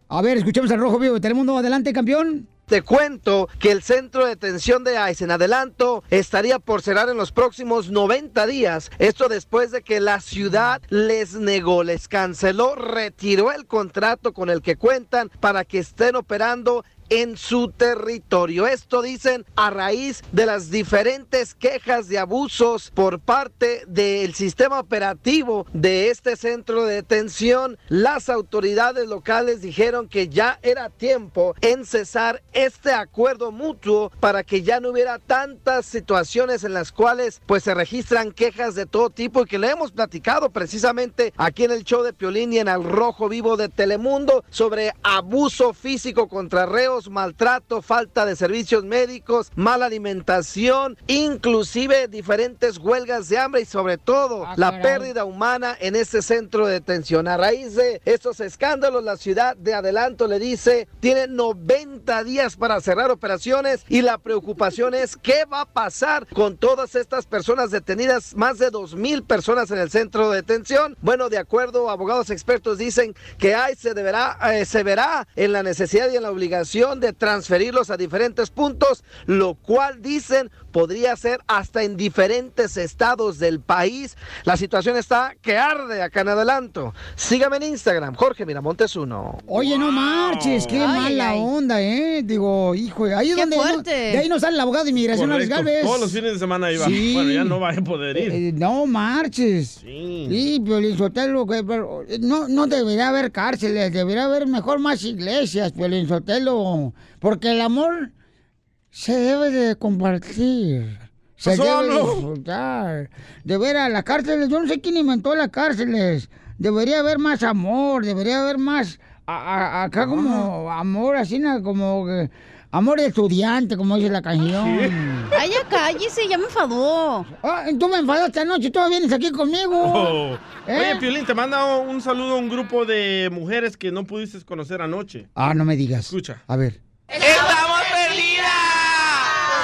A ver, escuchemos al Rojo Vivo de Telemundo. Adelante, campeón.
te cuento que el centro de detención de ICE en adelanto estaría por cerrar en los próximos 90 días. Esto después de que la ciudad les negó, les canceló, retiró el contrato con el que cuentan para que estén operando en su territorio. Esto dicen a raíz de las diferentes quejas de abusos por parte del sistema operativo de este centro de detención. Las autoridades locales dijeron que ya era tiempo en cesar este acuerdo mutuo para que ya no hubiera tantas situaciones en las cuales pues se registran quejas de todo tipo y que le hemos platicado precisamente aquí en el show de Piolín y en Al Rojo Vivo de Telemundo sobre abuso físico contra reos maltrato, falta de servicios médicos, mala alimentación, inclusive diferentes huelgas de hambre y sobre todo la
caray.
pérdida humana en este centro de detención. A raíz de estos escándalos, la ciudad de Adelanto le dice, tiene 90 días para cerrar operaciones y la preocupación es qué va a pasar con todas estas personas detenidas, más de 2.000 personas en el centro de detención. Bueno, de acuerdo, abogados expertos dicen que ahí se deberá, eh, se verá en la necesidad y en la obligación de transferirlos a diferentes puntos, lo cual dicen podría ser hasta en diferentes estados del país. La situación está que arde acá en adelanto. Sígame en Instagram, Jorge Miramontes 1.
Oye, no marches, qué
Ay,
mala
ay, ay.
onda, ¿eh? Digo, hijo, ahí es
Qué
donde.
fuerte.
de ahí no sale el abogado de inmigración, Alex
Correcto.
Galvez.
Todos los fines de semana iba.
Sí.
Bueno, ya no va a poder ir.
Eh, no marches.
Sí.
Sí, Piolín Sotelo, que- pero, eh, no, no debería haber cárceles, debería haber mejor más iglesias, Piolín Sotelo. Porque el amor se debe de compartir. Se
Pasó,
debe de
¿no?
disfrutar. De veras, las cárceles, yo no sé quién inventó las cárceles. Debería haber más amor, debería haber más... a- a- acá como amor, así na- como... que- amor de estudiante, como dice la canción.
Ay, ya cállese, ya me enfadó.
Ah, tú me enfadaste anoche, todavía vienes aquí conmigo.
Oh.
¿Eh?
Oye, Piolín, te manda un saludo a un grupo de mujeres que no pudiste conocer anoche.
Ah, no me digas.
Escucha.
A ver.
¡Estamos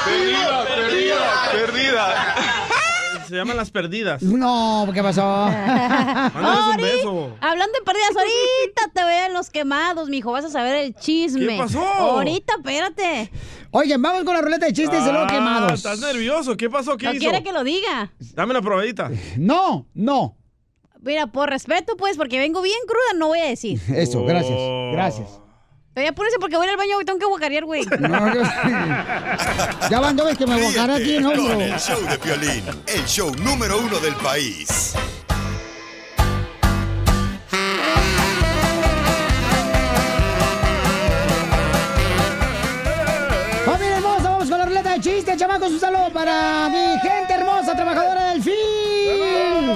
perdidas!
Perdida, perdida. Se llaman las perdidas.
No, ¿qué pasó?
Mándales un
Ori,
beso.
Hablando de perdidas, ahorita te vean los quemados, mijo. Vas a saber el chisme.
¿Qué pasó?
Ahorita, espérate.
Oigan, vamos con la ruleta de chistes de los
Ah,
quemados.
Estás nervioso. ¿Qué pasó? ¿Qué
No
hizo?
quiere que lo diga.
Dame una probadita.
No, no.
Mira, por respeto, pues, porque vengo bien cruda, no voy a decir.
Eso, gracias,
Oh.
gracias.
Pero ya apúrese porque voy a ir al baño y tengo que guacarear, güey.
No, yo- ya van dos veces que me bocará aquí,
Ríete
¿no?
Con
Bro?
el show de Piolín, el show número uno del país.
Familia hermosa, vamos con la ruleta de chistes, chamacos. Un saludo para mi gente hermosa, trabajadora del film.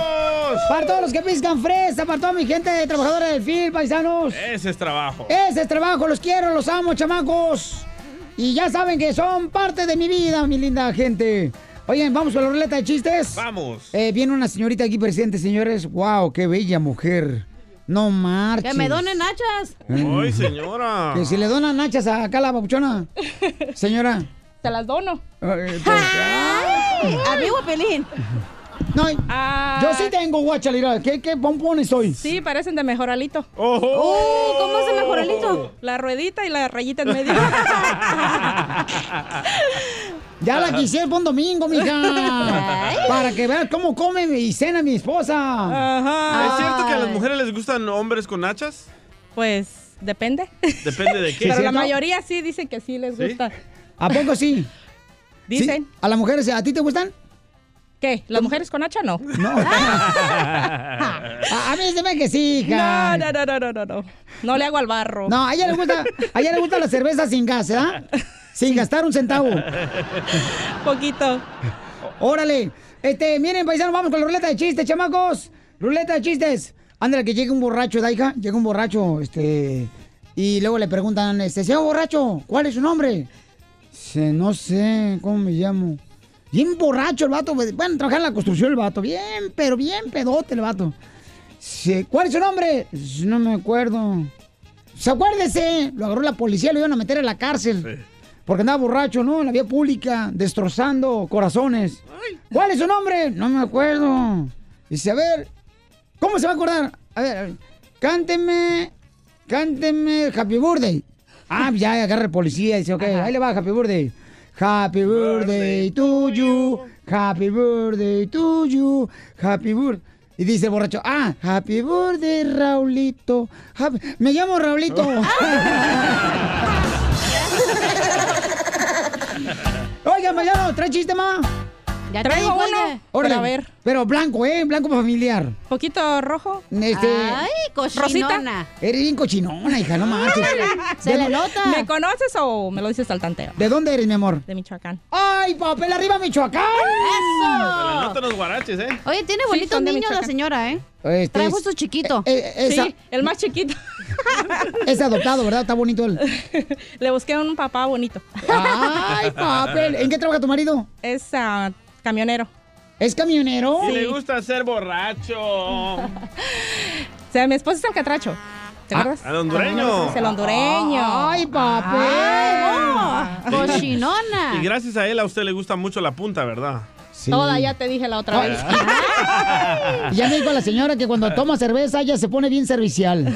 Para todos los que piscan fresa, para toda mi gente de trabajadora del film, paisanos.
Ese es trabajo.
Ese es trabajo, los quiero, los amo, chamacos. Y ya saben que son parte de mi vida, mi linda gente. Oigan, vamos con la ruleta de chistes.
Vamos.
Eh, viene una señorita aquí presente, señores. ¡Wow! ¡Qué bella mujer! No marches.
Que me donen hachas.
Ay, señora.
Que si le donan nachas a acá la babuchona. Señora.
Te las dono.
eh, pero-
A mí, guapelín.
No, yo sí tengo guachalira. ¿Qué, qué pompones soy?
Ah, Sí, Uh, parecen de mejoralito.
¡Oh!
Oh, ¿cómo es el mejoralito?
La ruedita y la rayita en medio.
Ya la quisiera para un domingo, mija. para que veas cómo come y cena mi esposa. Ah.
¿Es cierto que a las mujeres les gustan hombres con hachas?
Pues depende.
Depende de qué.
Pero la mayoría sí dicen que sí les
¿Sí?
gusta.
¿A poco sí?
Dicen.
¿A las mujeres, a ti te gustan?
¿Qué? ¿Las mujeres con hacha no?
No. Ah, A, a mí se me que sí, hija.
No, no, no, no, no, no, no. No le hago al barro.
No, a ella le gusta, a ella le gusta la cerveza sin gas, ¿verdad? Sin gastar un centavo.
Poquito.
Órale. Este, miren, paisanos, vamos con la ruleta de chistes, chamacos. Ruleta de chistes. Ándale, que llegue un borracho, Daika. Llega un borracho, este. Y luego le preguntan, este, señor borracho, ¿cuál es su nombre? Dice, no sé, ¿cómo me llamo? Bien borracho el vato. pues, Bueno, trabajar en la construcción el vato. Bien, pero bien pedote el vato. Dice, ¿cuál es su nombre? Dice, No me acuerdo. Dice, acuérdese. Lo agarró la policía, lo iban a meter a la cárcel. Porque andaba borracho, ¿no? En la vía pública, destrozando corazones. ¿Cuál es su nombre? No me acuerdo. Dice, a ver, ¿cómo se va a acordar? A ver, a ver, cánteme, cánteme Happy Birthday. Ah, ya agarra el policía y dice, ok, ahí le va, happy birthday. Happy birthday to you, happy birthday to you, happy birthday. Y dice el borracho, ah, happy birthday, Raulito. happy- Me llamo Raulito. Oigan, Mariano, ¿trae chiste, ma?
Ya Traigo traigo, uno, oiga.
Órale,
pero a ver.
Pero blanco, ¿eh? Blanco familiar.
Poquito rojo.
Este,
Ay, cochinona.
Rosita, Eres bien cochinona, hija, no
Ah,
marches.
Se
¿De-
le nota. ¿Me conoces o me lo dices al tanteo?
¿De dónde eres, mi amor?
De Michoacán.
¡Ay, papel arriba, Michoacán!
Se le notan los guaraches, ¿eh?
Oye, tiene
Sí,
bonitos
son de
niños la
Michoacán.
señora, ¿eh?
Este
Trae
es-
gusto chiquito.
eh, eh, esa-
Sí, el más chiquito.
Es adoptado, ¿verdad? Está bonito él.
Le busqué un papá bonito.
¡Ay, papel! ¿En qué trabaja tu marido?
Es ah, camionero.
¿Es camionero?
Y le gusta ser borracho.
O sea, mi esposo es el catracho. ¿Te acuerdas?
Ah,
Ah,
al hondureño.
Es el hondureño.
¡Ay, papel!
Sí. Y gracias a él a usted le gusta mucho la punta, ¿verdad?
Toda, ya te dije la otra vez.
Y ya me dijo la señora que cuando toma cerveza ella se pone bien servicial.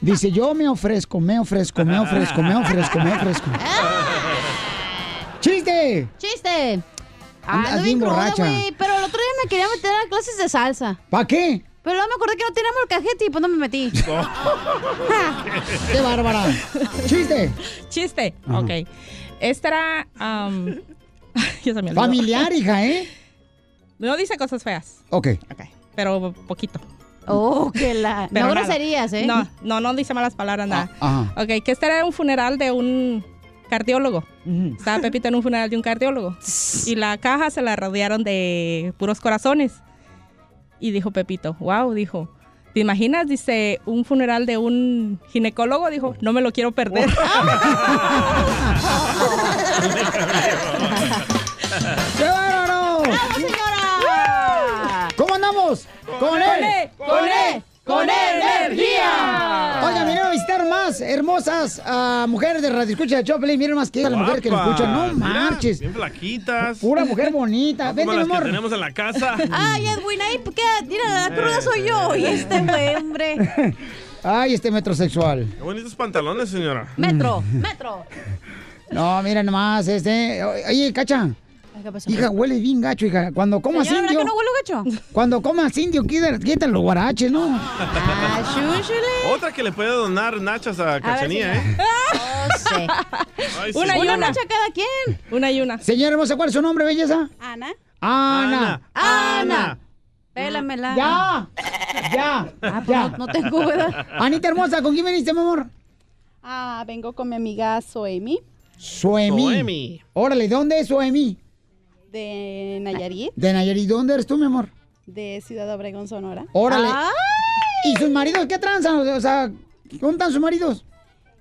Dice, yo me ofrezco, me ofrezco, me ofrezco, me ofrezco, me ofrezco. ¡Chiste!
Chiste.
Andas
Ando bien
bien
cruda,
borracha.
güey. Pero el otro día me quería meter a clases de salsa.
¿Para qué?
Pero luego me acordé que no teníamos el cajete y pues no me metí.
¡Qué bárbara! ¡Chiste!
Chiste. Ok. Esta era. am, ya se me olvidó.
Familiar, hija, ¿eh?
No dice cosas feas,
Ok.
pero poquito.
Oh, que la-
Pero
no
nada.
groserías, ¿eh? Ah.
No, no, no dice malas palabras, nada.
Ajá.
Ok, que este era un funeral de un cardiólogo. Estaba Pepito en un funeral de un cardiólogo. Y la caja se la rodearon de puros corazones. Y dijo Pepito, wow, dijo. ¿Te imaginas? Dice, un funeral de un ginecólogo. Dijo, no me lo quiero perder.
¡Qué bárbaro! ¡Bravo,
señora!
¿Cómo andamos? ¡Con
E,
E, él!
¡Con él! ¡Con él!
energía! Oigan, vinieron a visitar más hermosas ah, mujeres de Radio Escucha de Choplin. Miren más que la mujer que lo
Guapas.
escucha. No
Mira,
marches.
Bien flaquitas.
Pura mujer bonita.
No
Vente,
como
mi
las que
amor.
tenemos en la casa.
Ay, Edwin, ahí, ¿qué? Mira, la cruda soy yo. Y este güey, hombre.
Ay, este metrosexual.
Qué bonitos pantalones, señora.
Metro, metro.
No, mira nomás, este. Oye, cacha.
Ay, ¿Qué pasó?
Hija, huele bien gacho, hija. Cuando comas
Señora, ¿verdad
indio.
que no huelo gacho? Ah.
Cuando comas indio, quita- quítale los guaraches, ¿no? Ah,
Otra que le puede donar nachas a Cachanía, ¿eh?
Oh,
Ay, sí.
Una y
Una
una.
noche
cada quien.
Una y una.
Señora hermosa, ¿cuál es su nombre, belleza?
Ana.
Ana.
Ana. Pélamela.
Ya. Ya. ya.
no- no tengo, ¿verdad?
Anita hermosa, ¿con quién veniste, mi amor?
Ah, vengo con mi amiga Soemi
Suemi.
Suemi.
Órale, ¿dónde es Suemi?
de Nayarit,
De Nayarit, ¿dónde eres tú, mi amor?
de Ciudad Obregón, Sonora.
Órale.
Ah,
¿Y sus maridos qué tranzan? O sea, ¿dónde están sus maridos?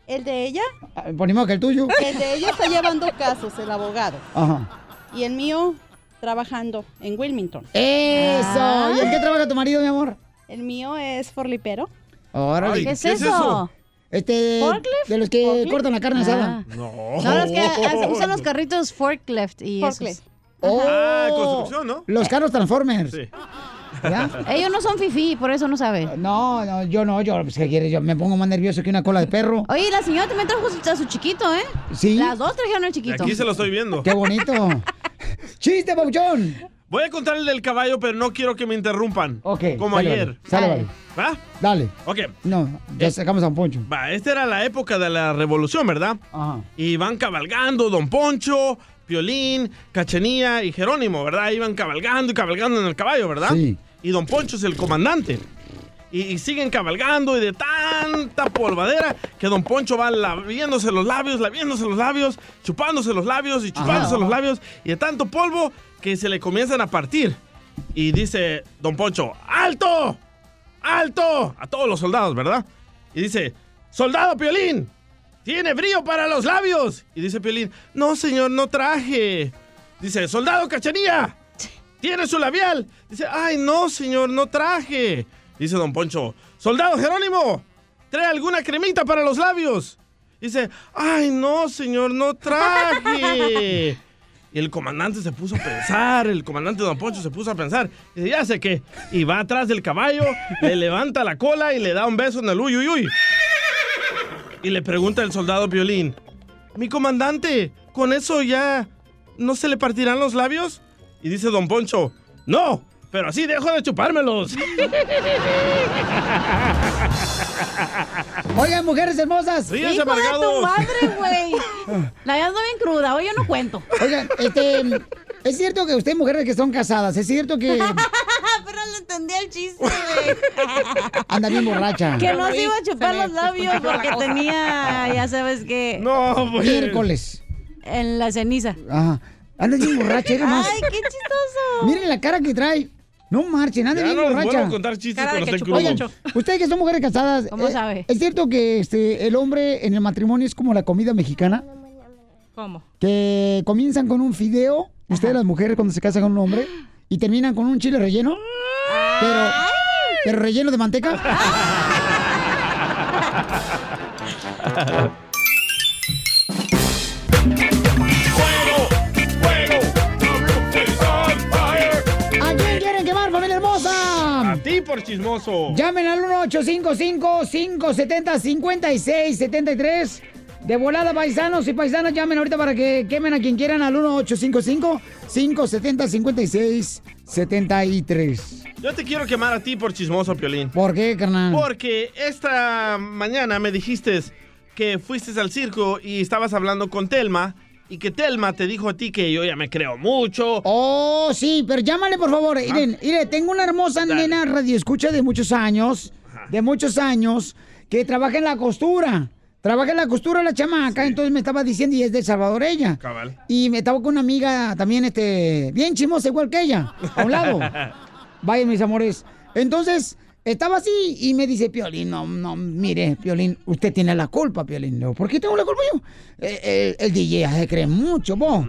el de ella,
Ah, Ponemos que el tuyo.
el de ella está llevando casos, el abogado.
Ajá.
Y el mío trabajando en Wilmington.
Eso.
Ah.
¿Y en qué trabaja tu marido, mi amor?
El mío es forlipero.
Órale.
Ay, ¿qué es ¿qué es eso? eso?
Este,
¿Forklift?
de los que
¿Forklift?
cortan la carne
Ah.
asada.
No.
No, los que
Oh.
hacen- usan los carritos forklift y esos.
Oh.
Ah, construcción, ¿no?
Los carros Transformers.
Sí.
¿Ya?
Ellos no son fifí, por eso no saben.
No, no, yo no, yo, pues, ¿qué quieres? Yo me pongo más nervioso que una cola de perro.
Oye, la señora también trajo su- a su chiquito, ¿eh?
Sí.
Las dos trajeron al chiquito.
Aquí se lo estoy viendo.
Qué bonito. ¡Chiste, Pauchón!
Voy a contar el del caballo, pero no quiero que me interrumpan.
Ok.
Como
sale,
ayer.
vale, Sale, vale.
¿Va?
Dale.
Ok. Eh.
No, ya sacamos a un poncho.
Va, esta era la época de la revolución, ¿verdad? Y van cabalgando Don Poncho, Piolín, Cachenía y Jerónimo, ¿verdad? Iban cabalgando y cabalgando en el caballo, ¿verdad?
Sí.
Y Don Poncho es el comandante. Y, y siguen cabalgando y de tanta polvadera que Don Poncho va laviéndose los labios, laviéndose los labios, chupándose los labios y chupándose los labios. Y de tanto polvo que se le comienzan a partir. Y dice Don Poncho, ¡alto! ¡Alto! A todos los soldados, ¿verdad? Y dice, ¡Soldado Piolín! ¡Tiene brillo para los labios! Y dice Piolín, no señor, no traje. Dice, ¡Soldado Cachanía! ¿Tiene su labial? Dice, ¡ay no señor, no traje! Dice Don Poncho, ¡Soldado Jerónimo! ¿Trae alguna cremita para los labios? Dice, ¡ay no señor, no traje! Y el comandante se puso a pensar, el comandante Don Poncho se puso a pensar. Y dice, ya sé qué. Y va atrás del caballo, le levanta la cola y le da un beso en el uy, uy, uy. Y le pregunta el soldado Violín, mi comandante, ¿con eso ya no se le partirán los labios? Y dice don Poncho, no, pero así dejo de chupármelos.
Oigan, mujeres hermosas.
Ríanse,
Hijo de tu
amargados.
madre, güey. La ya ando bien cruda, hoy yo no cuento.
Oigan, este. Es cierto que ustedes, mujeres que son casadas, es cierto que
Pero no entendí el chiste, güey.
anda bien borracha.
Que no se iba a chupar los labios porque tenía, ya sabes qué.
No, pues.
güey. Miércoles.
En la ceniza.
Ajá. Anda bien borracha, era más.
Ay, qué chistoso.
Miren la cara que trae. No marchen, anda
Ya
bien
no les vuelvo
borracha.
a contar chistes Cara de cuando que estén chupó
Oigan,
mucho.
ustedes que son mujeres casadas,
¿Cómo
eh,
sabe?
¿es cierto que este, el hombre en el matrimonio es como la comida mexicana?
¿Cómo?
Que comienzan con un fideo, ustedes las mujeres cuando se casan con un hombre, y terminan con un chile relleno, pero, pero relleno de manteca. ¿A quién quieren quemar, familia hermosa?
A ti por chismoso.
Llamen al 1-855-570-5673. De volada, paisanos y paisanas, llamen ahorita para que quemen a quien quieran al 1-855-570-5673.
Yo te quiero quemar a ti por chismoso, Piolín.
¿Por qué, carnal?
Porque esta mañana me dijiste que fuiste al circo y estabas hablando con Telma y que Telma te dijo a ti que yo ya me creo mucho.
Oh, sí, pero llámale, por favor. Miren, miren, tengo una hermosa nena radioescucha de muchos años, de muchos años, que trabaja en la costura. Trabaja en la costura la chamaca, entonces me estaba diciendo, y es de El Salvador ella.
Cabal.
Y me estaba con una amiga también, este, bien chimosa, igual que ella, a un lado. Vaya, mis amores. Entonces, estaba así y me dice, Piolín, no, no, mire, Piolín, usted tiene la culpa, Piolín. No, ¿Por qué tengo la culpa yo? Eh, eh, el DJ se cree mucho, vos.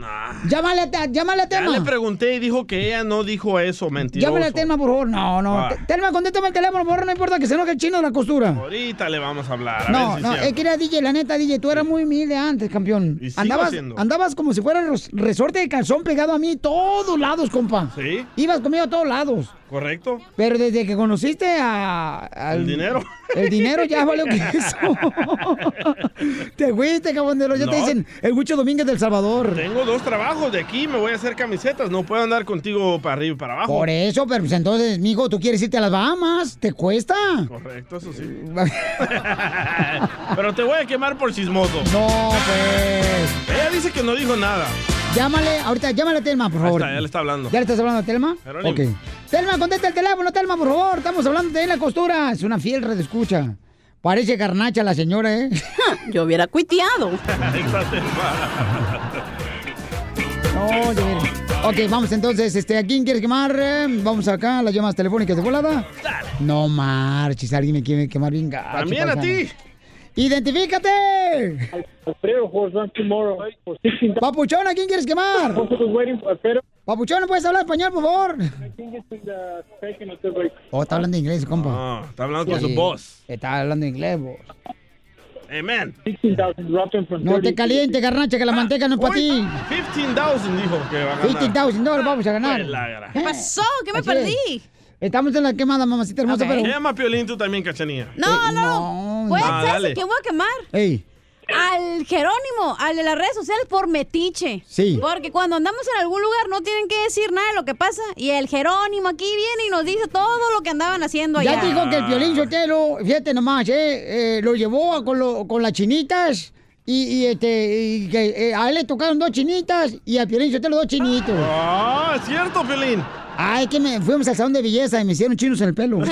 Llámale, a Te- llámale a
Ya
Telma.
le pregunté y dijo que ella no dijo eso, mentiroso.
Llámale a Telma, por favor. No, no.
Ah.
Te- Telma, contéstame el teléfono, por favor, no importa que se enoje el chino de la costura.
Ahorita le vamos a hablar. a
No,
ver si
no,
es cierto.
es que era DJ, la neta, DJ, tú eras muy humilde antes, campeón.
Y sigo
Andabas,
siendo.
andabas como si fuera ros- resorte de calzón pegado a mí, todos lados, compa.
Sí.
Ibas conmigo a todos lados.
¿Correcto?
Pero desde que conociste a, al-
El dinero.
El dinero ya valió que eso. te fuiste, cabondero. Ya te
No.
dicen el Huicho Domínguez del Salvador.
Tengo dos trabajos de aquí, me voy a hacer camisetas, no puedo andar contigo para arriba y para abajo.
Por eso, pero pues, entonces, mijo, tú quieres irte a las Bahamas. ¿Te cuesta?
Correcto, eso sí. Pero te voy a quemar por chismoso.
No, pues.
Ella dice que no dijo nada.
Llámale, ahorita, llámale a Telma, por
Ahí
favor.
está, ya le está hablando.
¿Ya le estás hablando a Telma?
Jerónimo.
Ok. Telma, contesta el teléfono, Telma, por favor. Estamos hablando de la costura. Es una fiel red escucha. Parece garnacha la señora, ¿eh? Yo hubiera cuiteado.
Esta Telma.
No, de veras. Oh, Ok, vamos entonces, este, ¿a quién quieres quemar? Eh, Vamos acá, las llamadas telefónicas de volada. No marches, alguien me quiere quemar bien gacho,
También a
paisano. Ah, ¡Identifícate! Papuchón, ¿a quién quieres quemar? Papuchón, ¿no puedes hablar español, por favor? Oh, está hablando inglés, compa.
Ah, está hablando con su voz.
Está hablando inglés, vos.
Amen.
No te caliente, garnacha, que
Ah,
la manteca no es para ti.
15,000 dijo que va a ganar.
15,000 dólares vamos a ganar. ¿Eh?
Pues, la gran-
¿Qué pasó? ¿Qué me
Así es.
perdí?
Estamos en la quemada, mamacita hermosa,
Se
pero...
llama Piolín tú también, Cachanilla.
No,
Eh, no.
Pues,
Ah,
¿sabes
dale.
a quién voy a quemar?
Ey.
Al Jerónimo, al de las redes sociales por metiche.
Sí.
Porque cuando andamos en algún lugar no tienen que decir nada de lo que pasa. Y el Jerónimo aquí viene y nos dice todo lo que andaban haciendo allá.
Ya dijo que el violín sotelo, fíjate nomás, eh, eh, lo llevó a- con, lo- con las chinitas y, y, este, y que eh, a él le tocaron dos chinitas y al violín sotelo dos chinitos.
Ah, es cierto, violín.
Ay, que me fuimos al salón de belleza y me hicieron chinos en el pelo.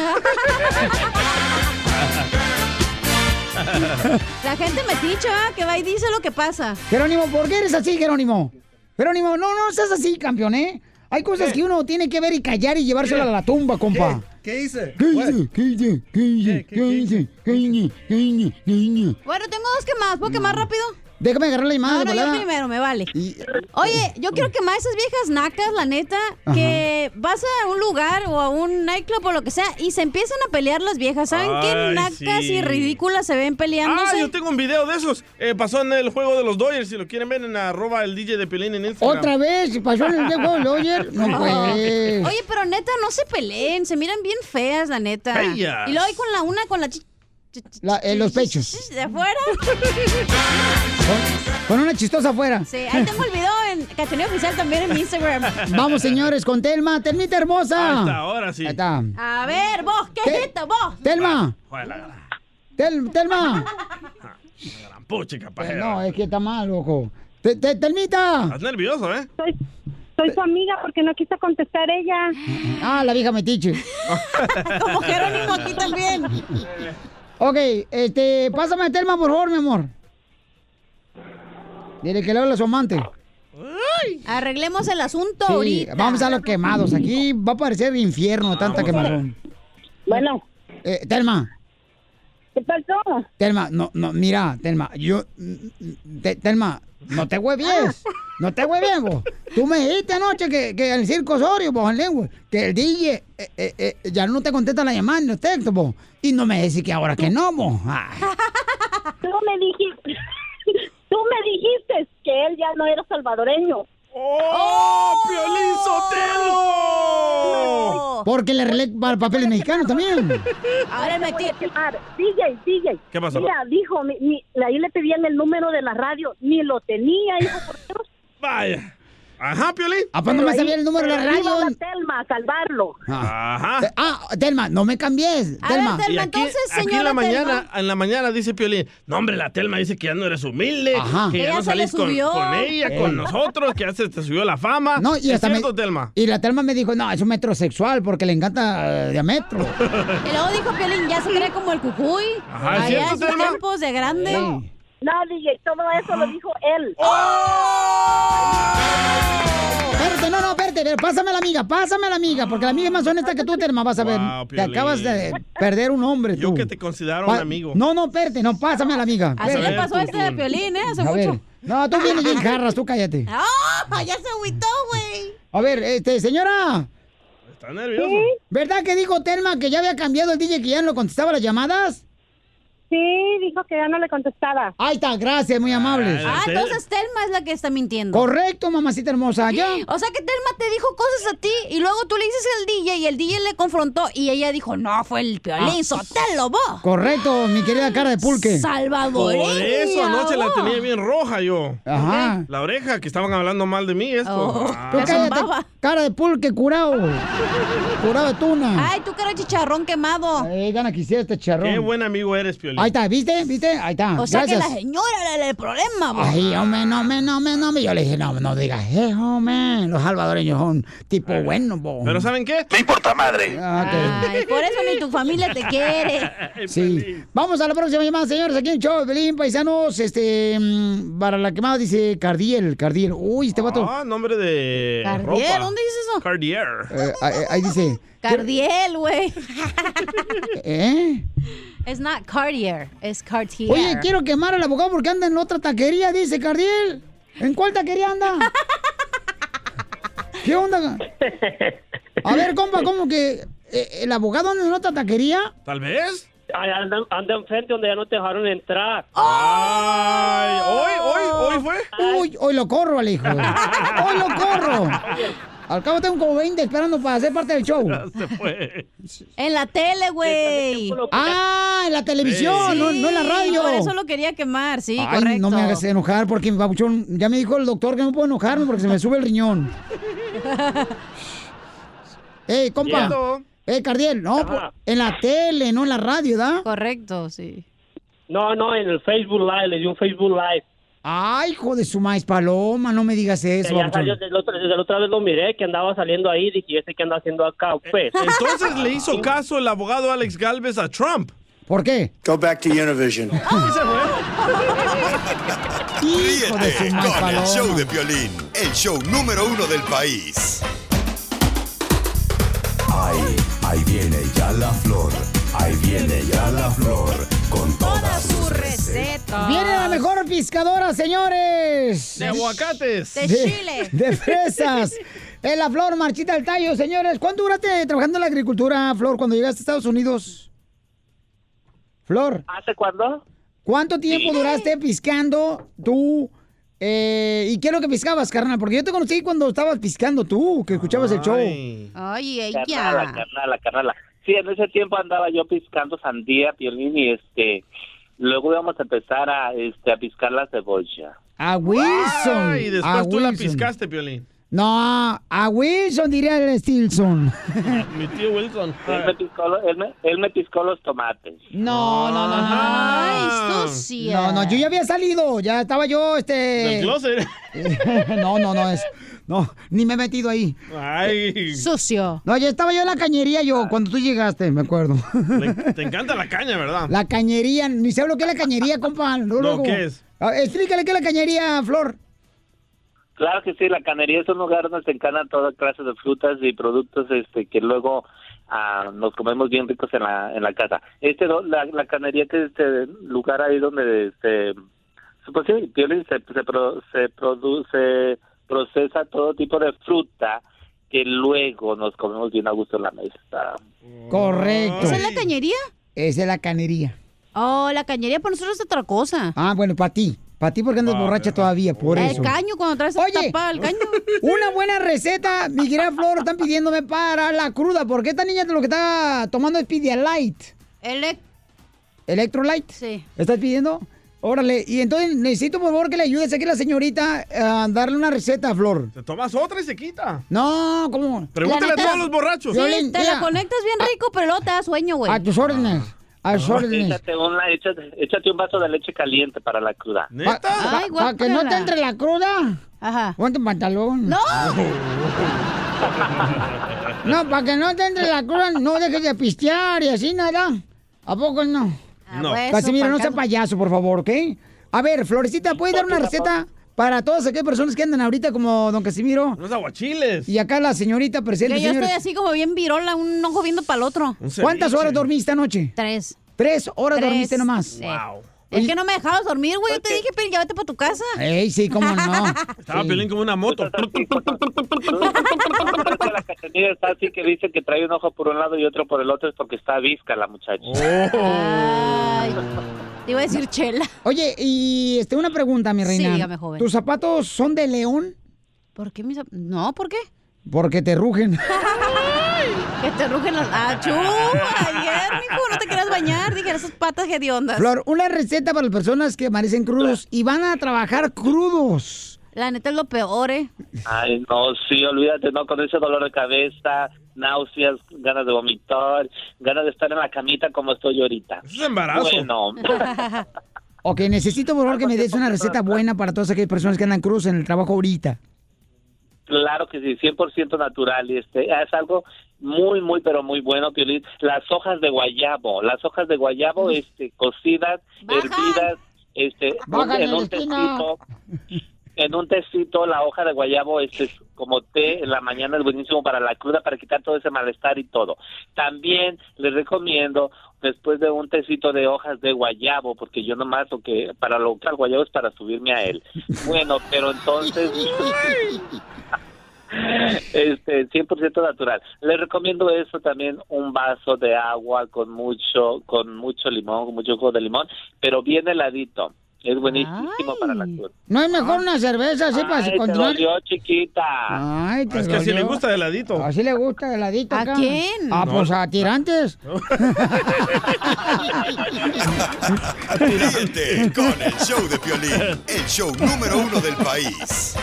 La gente metiche, ¿ah? que va y dice lo que pasa.
Jerónimo, ¿por qué eres así, Jerónimo? Jerónimo, no, no seas así, campeón, ¿eh? Hay cosas que uno tiene que ver y callar y llevársela a la tumba, compa.
¿Qué hice?
¿Qué hice? ¿Qué hice? ¿Qué hice? ¿Qué hice? ¿Qué hice? ¿Qué hice? ¿Qué hice?
Bueno, tengo dos quemadas. ¿Puedo quemar rápido?
Déjame agarrar la
No,
imagen
no,
de
yo
volada. eh,
primero, me vale. Oye, yo quiero quemar a esas viejas nacas, la neta, que vas a un lugar o a un nightclub o lo que sea y se empiezan a pelear las viejas. ¿Saben qué
Ay,
nacas
sí.
y ridículas se ven
Ah,
peleándose?
yo tengo un video de esos. Eh, pasó en el juego de los Dodgers. Si lo quieren ver en arroba el DJ de Piolín en Instagram.
¿Otra vez? ¿Pasó en el juego de Dodgers? No, pues.
Oye, pero neta, no se peleen, se miran bien feas, la neta.
Feas.
Y luego hay con la una, con la chi-
La- en los pechos.
¿De afuera?
Con una chistosa afuera.
Sí, ahí tengo el video en Cachaneo Oficial también en mi Instagram.
Vamos, señores, con Telma. Telmita
Ahí
hermosa.
está,
Ah, ahora sí.
Ahí está.
A ver, vos, ¿qué es esto, vos?
Telma.
Joder,
Tel- Telma.
puche, capaz.
No, es que está mal, loco. Te- te- Telmita.
Estás nervioso, ¿eh?
Soy, soy su amiga porque no quiso contestar ella.
Ah, la vieja metiche.
Como
Jerónimo aquí también. Ok, este, pásame a Telma, por favor, mi amor. Dile que le habla a su amante.
Arreglemos el asunto
Sí,
ahorita.
vamos a los quemados. Aquí va a parecer infierno tanta quemazón.
Bueno.
Telma.
¿Qué pasó?
Telma, no, no, mira, Telma, yo, mm, te- Telma, no te huevies,
Ah.
no te huevies, vos. Tú me dijiste anoche que, que en el circo Osorio, vos, en lengua, que el DJ eh, eh, eh, ya no te contesta la llamada ni los textos, vos. Y no me decís que ahora que no, vos. Ay.
Tú me dijiste, tú me dijiste que él ya no era salvadoreño.
¡Oh, Piolín Sotelo!
Porque le arreglé para papeles mexicanos también.
Ahora me voy a quemar. DJ, DJ.
¿Qué pasó?
Mira, dijo, mi- mi- ahí le pedían el número de la radio, ni lo tenía, hijo.
Vaya. Ajá, Piolín.
Aparte Ah, pues no me sabía el número de la radio.
Iba a Telma a salvarlo.
Ajá.
Te- Ah, Telma, no me cambies. Telma.
Y aquí- aquí en la mañana, en la mañana dice Piolín, no hombre, la Telma dice que ya no eres humilde,
Ajá.
que
Que
ya
ya
no
se le
salís con,
subió.
con ella,
Sí.
con nosotros, que ya se te subió la fama.
No, y
¿Es
hasta me-
cierto, Telma?
Y la Telma me dijo, no, es un metrosexual porque le encanta eh, de a metro.
Y luego dijo Piolín, ya se cree como el cucuy.
Ajá, ¿es
Allá
cierto,
en sus
Telma?
tiempos de grande.
No.
DJ, todo eso lo dijo él.
¡Oh!
Espérate, no, no, espérate, pero pásame a la amiga, pásame a la amiga, porque la amiga es más honesta que tú, Telma, vas a ver.
Wow,
te
Piolín.
acabas de perder un hombre, tú. Yo que
te considero un amigo.
No, no, espérate, no, pásame a la amiga.
Así le
espérate.
pasó a este de Piolín, ¿eh? Hace
A ver.
mucho.
No, tú vienes bien jarras, tú cállate.
¡Ah! Ya se agüitó, güey.
A ver, este, señora.
Está nervioso.
¿Verdad que dijo Telma que ya había cambiado el DJ que ya no contestaba las llamadas?
Sí, dijo que ya no le contestaba.
Ahí está, gracias, muy amable.
Ah, entonces Telma es la que está mintiendo.
Correcto, mamacita hermosa, ya.
O sea que Telma te dijo cosas a ti y luego tú le dices al DJ y el DJ le confrontó y ella dijo, no, fue el Piolín,
Ah.
Sotelo, vos.
Correcto, mi querida cara de pulque.
Por
Salvadoreña.
eso anoche la
vos.
tenía bien roja yo.
Ajá.
La oreja, que estaban hablando mal de mí, esto.
Oh.
Ah.
Tú cállate, cara de pulque curado. Curado de tuna.
Ay, tú cara de chicharrón quemado.
Eh, gana quisiera este charrón.
Qué buen amigo eres, Piolín.
Ahí está, ¿viste? ¿Viste? Ahí está.
O sea
Ah, Gracias.
que la señora era la del problema, vos.
Ay, hombre, no, hombre, no, hombre, no, hombre. Yo le dije, no, no digas, eh, hombre. Los salvadoreños son tipo bueno, bo.
Pero ¿saben qué? ¡Me importa madre!
Ah,
Ay, por eso ni tu familia te quiere.
Sí. Vamos a la próxima llamada, señores. Aquí en Show, de Pelín, paisanos. Este, mm, para la quemada dice Cardiel, Cardiel. Uy, este vato.
Ah, nombre de.
Cardiel,
ropa.
¿dónde
dice eso?
Cardier.
Eh, ahí, ahí dice.
Cardiel, güey.
¿Eh?
Es not Cartier, es Cartier.
Oye, quiero quemar al abogado porque anda en otra taquería, dice Cardiel. ¿En cuál taquería anda? ¿Qué onda? A ver, compa, ¿cómo que eh, el abogado anda en otra taquería?
¿Tal vez?
Ay, anda, anda enfrente donde ya no te dejaron entrar.
¡Ah! ¡Ay! ¿Hoy, hoy, hoy fue?
Uy, hoy lo corro al hijo. Hoy lo corro. Al cabo tengo como 20 esperando para ser parte del show.
En la tele, güey.
Ah, en la televisión, no- no en la radio.
Por eso lo quería quemar, sí,
Ay,
correcto.
no me hagas enojar porque mi papuchón, ya me dijo el doctor que no puedo enojarme porque se me sube el riñón. Ey, compa.
Cierto.
Ey, Cardiel,
Ah.
no,
Ajá.
po- en la tele, no en la radio, ¿da?
Correcto, sí.
No, no, en el Facebook Live, le di un Facebook Live.
Ah,
Ay, hijo de su maíz paloma, no me digas eso,
Ya
papuchón.
salió, desde, la otra, desde la otra vez lo miré, que andaba saliendo ahí, dije, yo sé que anda haciendo acá, pues.
Eh, Entonces le hizo caso el abogado Alex Galvez a Trump.
¿Por qué?
Go back to Univision.
Ah.
Hijo de su
Ríete
maíz
con el
paloma.
show de Piolín, el show número uno del país.
Ahí, ahí viene ya la flor, ahí viene ya la flor, con todas sus recetas.
Viene la mejor pescadora, señores.
De aguacates.
De
chile.
De fresas. Es la flor marchita el tallo, señores. ¿Cuánto duraste trabajando en la agricultura, Flor, cuando llegaste a Estados Unidos? Flor.
¿Hace cuándo?
¿Cuánto tiempo duraste piscando tú? Eh, ¿Y qué es lo que piscabas, carnal? Porque yo te conocí cuando estabas piscando tú, que escuchabas el show.
Ay,
Carnala,
ella.
carnala, carnala.
Sí, en ese tiempo andaba yo piscando sandía, piolín, y este, luego íbamos a empezar a, este, a piscar la cebolla.
A Wilson.
Y después
a
tú la
Wilson.
piscaste, Piolín.
No, a Wilson diría el Stilson.
Mi tío Wilson.
Él me piscó, lo- él me- él me piscó los tomates.
No, no, no, no.
Ay,
no, no, yo ya había salido, ya estaba yo, este.
Del closet.
no, no, no es. No, ni me he metido ahí.
Ay.
Sucio. No, ya estaba yo en la cañería yo cuando tú llegaste, me acuerdo.
Te encanta la caña, ¿verdad?
La cañería, ni sé lo que es la cañería, compa. No, luego.
¿qué es?
Ah, Explícale qué es la cañería, Flor.
Claro que sí, la canería es un lugar donde se encanan toda clase de frutas y productos este que luego ah, nos comemos bien ricos en la, en la casa. Este do- la, la canería que es este lugar ahí donde este pues sí, Piolín, se se, pro- se produce procesa todo tipo de fruta que luego nos comemos bien a gusto en la mesa.
Oh.
Correcto.
¿Esa es la cañería?
Esa es la cañería.
Oh, la cañería para nosotros es otra cosa.
Ah, bueno, para ti. Para ti porque andas borracha todavía, por
el
eso.
caño, cuando traes tapada el caño.
Una buena receta, mi querida Flor, están pidiéndome para la cruda, porque esta niña lo que está tomando es Pidialite.
Elec-
¿Electrolyte?
Sí.
¿Estás pidiendo? Órale, y entonces necesito por favor que le ayudes aquí a la señorita eh, a darle una receta a Flor.
Te tomas otra y se quita.
No, ¿cómo?
Pregúntale a todos los borrachos.
Sí,
Violín,
te
mira, Ah.
la conectas bien rico, pero luego te da sueño, güey.
A tus órdenes. A sus órdenes.
Échate, una- échate, échate un vaso de leche caliente para la cruda.
Para que no te entre la cruda. Ajá. Ponte un pantalón. No. No, para que no te entre la cruda, no dejes de pistear y así nada. ¿A poco no?
Ah,
No.
pues,
Casi Casimiro, no sea payaso, por favor, ¿ok? A ver, Florecita, ¿puedes dar una receta para todas aquellas personas que andan ahorita como don Casimiro?
Los aguachiles.
Y acá la señorita presente.
Que yo
señores.
estoy así como bien virola, un ojo viendo para el otro.
¿Cuántas horas dormiste anoche?
Tres.
Tres horas
Tres,
dormiste nomás.
sí. Es que no me dejabas dormir, güey. Yo te dije, pero ya vete para tu casa.
Ey, sí, cómo no.
Estaba Piolín como una moto.
La cachanilla está así que dice que trae un ojo por un lado y otro por el otro es porque está visca la muchacha.
Oh.
Oh.
Te iba a decir chela.
Oye, y este, una pregunta, mi
Sí,
reina.
dígame, joven.
¿Tus zapatos son de león?
¿Por qué mis... zap- No, ¿por qué?
Porque te rugen.
Que te rugen los... ¡Ah, chupa! Ayer, mijo, no te quieras bañar. Dije, esas patas hediondas.
Flor, una receta para las personas que amanecen crudos y van a trabajar crudos.
La neta es lo peor, ¿eh?
Ay, no, sí, olvídate, no, con ese dolor de cabeza, náuseas, ganas de vomitar, ganas de estar en la camita como estoy yo ahorita. Es
embarazo.
Bueno,
Ok, necesito por favor que me des una receta buena para todas aquellas personas que andan crudos en el trabajo ahorita.
claro que sí, 100% natural. y Este, es algo muy, muy, pero muy bueno, Piolín. Las hojas de guayabo, las hojas de guayabo este, cocidas, hervidas, este,
Bajan
en
en la
un
esquina.
tecito. en un tecito la hoja de guayabo este es como té en la mañana es buenísimo para la cruda para quitar todo ese malestar y todo también les recomiendo después de un tecito de hojas de guayabo porque yo nomás lo que para lo que el guayabo es para subirme a él bueno pero entonces este 100% natural les recomiendo eso también un vaso de agua con mucho con mucho limón con mucho jugo de limón pero bien heladito es buenísimo para la cruda
¿No es mejor una cerveza así
Ay,
para
te
continuar?
dolió, chiquita.
Ay, te
Es que así
dolió.
le gusta de ladito.
Así le gusta de ladito.
¿A
acá.
quién?
Ah,
No.
pues a tirantes.
Ríete con el show de Piolín, el show número uno del país.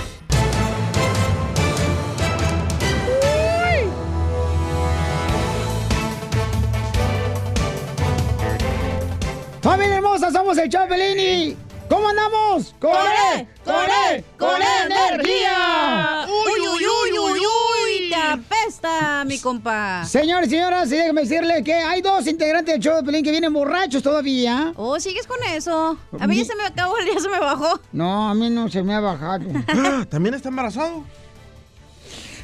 ¡Familia hermosa! ¡Somos el Chapelini! ¿Cómo andamos? ¡Con él! ¡Con él! ¡Con E energía!
¡Uy, uy, uy, uy, uy! ¡Te apesta, mi compa!
Señores, señoras, y déjenme decirles que hay dos integrantes del show de Pelín que vienen borrachos todavía.
Oh, ¿sigues con eso?
Mm.
A mí ya se me acabó, ya se me bajó.
No, a mí no se me ha bajado.
¿También está embarazado?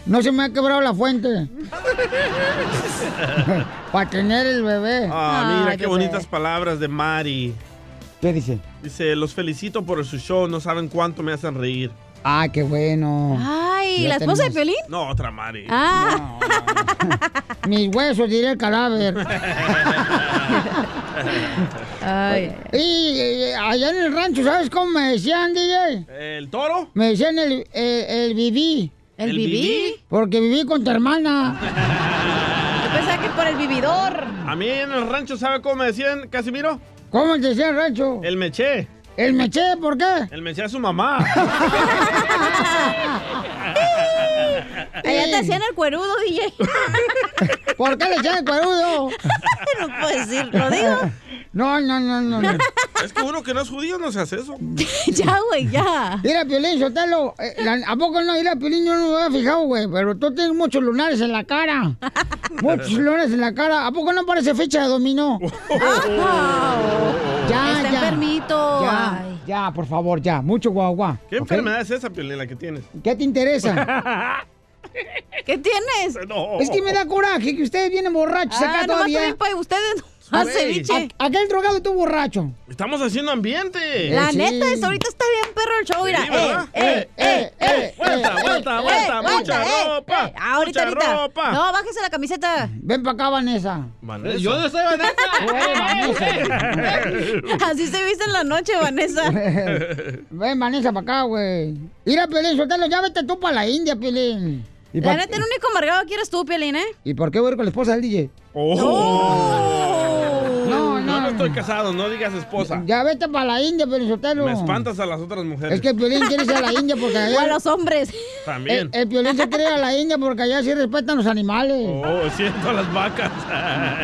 No se me ha quebrado la fuente para tener el bebé.
Ah, mira qué bonitas palabras de Mari.
¿Qué dice?
Dice, los felicito por su show, no saben cuánto me hacen reír.
Ah, qué bueno.
Ay,
Ya
¿la esposa de
tenemos-
Pelín?
No, otra Mari.
Ah,
Mis huesos, diré el cadáver. Y, eh, allá en el rancho, ¿sabes cómo me decían, DJ?
¿El toro?
Me decían el, eh, el, el viví.
¿El ¿El viví? viví?
Porque viví con tu hermana.
yo pensaba que por el vividor.
A mí en el rancho, ¿sabe cómo me decían, Casimiro?
¿Cómo te decía el rancho?
El meché.
¿El meché? ¿Por qué?
El meché a su mamá.
Allá te hacían el cuerudo, DJ.
¿Por qué le echan el cuerudo?
no puedo decir, Pues lo digo.
No, no, no, no. no.
es que uno que no es judío no se hace eso.
ya, güey, ya. Mira, Piolín, Sotelo, eh, la- ¿a poco no? Mira, Piolín, yo no me había fijado, güey, pero tú tienes muchos lunares en la cara. Muchos lunares en la cara. ¿A poco no parece fecha de dominó? ya,
Está
ya.
enfermito.
Ya,
Ay.
ya, por favor, ya. Mucho guagua.
¿Qué enfermedad es esa, Piolín, la que tienes?
¿Qué te interesa?
¿Qué tienes?
Es que me da coraje que ustedes vienen borrachos
Ah,
acá
nomás
todavía.
también para ustedes.
Ah, ceviche.
A- Aquel drogado estuvo borracho. Eh,
Estamos haciendo ambiente.
La neta es, ahorita está bien perro el show, Oh, mira.
Sí, ¿verdad?
eh, eh, eh, eh,
Vuelta,
eh,
vuelta,
eh,
vuelta,
eh,
mucha
eh,
ropa,
eh, ahorita,
mucha
ahorita.
ropa.
No, bájese la camiseta.
Ven para acá, Vanessa.
Vanessa.
Yo no soy Vanessa. Tú eres Vanessa.
Así se viste en la noche, Vanessa.
Ven, Vanessa, para acá, güey. Mira, Piolín, suéltalo, ya vete tú para la India, Piolín. ¿Y,
La
pa-
neta, el único amargado aquí eres tú, Pielín, ¿eh?
¿Y por qué voy a ir con la esposa del DJ?
Oh. No, no, estoy casado, no digas esposa.
Ya vete para la India, Piolín, suéltalo.
Me espantas a las otras mujeres.
Es que Piolín quiere ir a la India porque allá...
O a los hombres.
También.
El, el Piolín se quiere ir a la India porque allá sí respetan los animales.
Oh, siento a las vacas.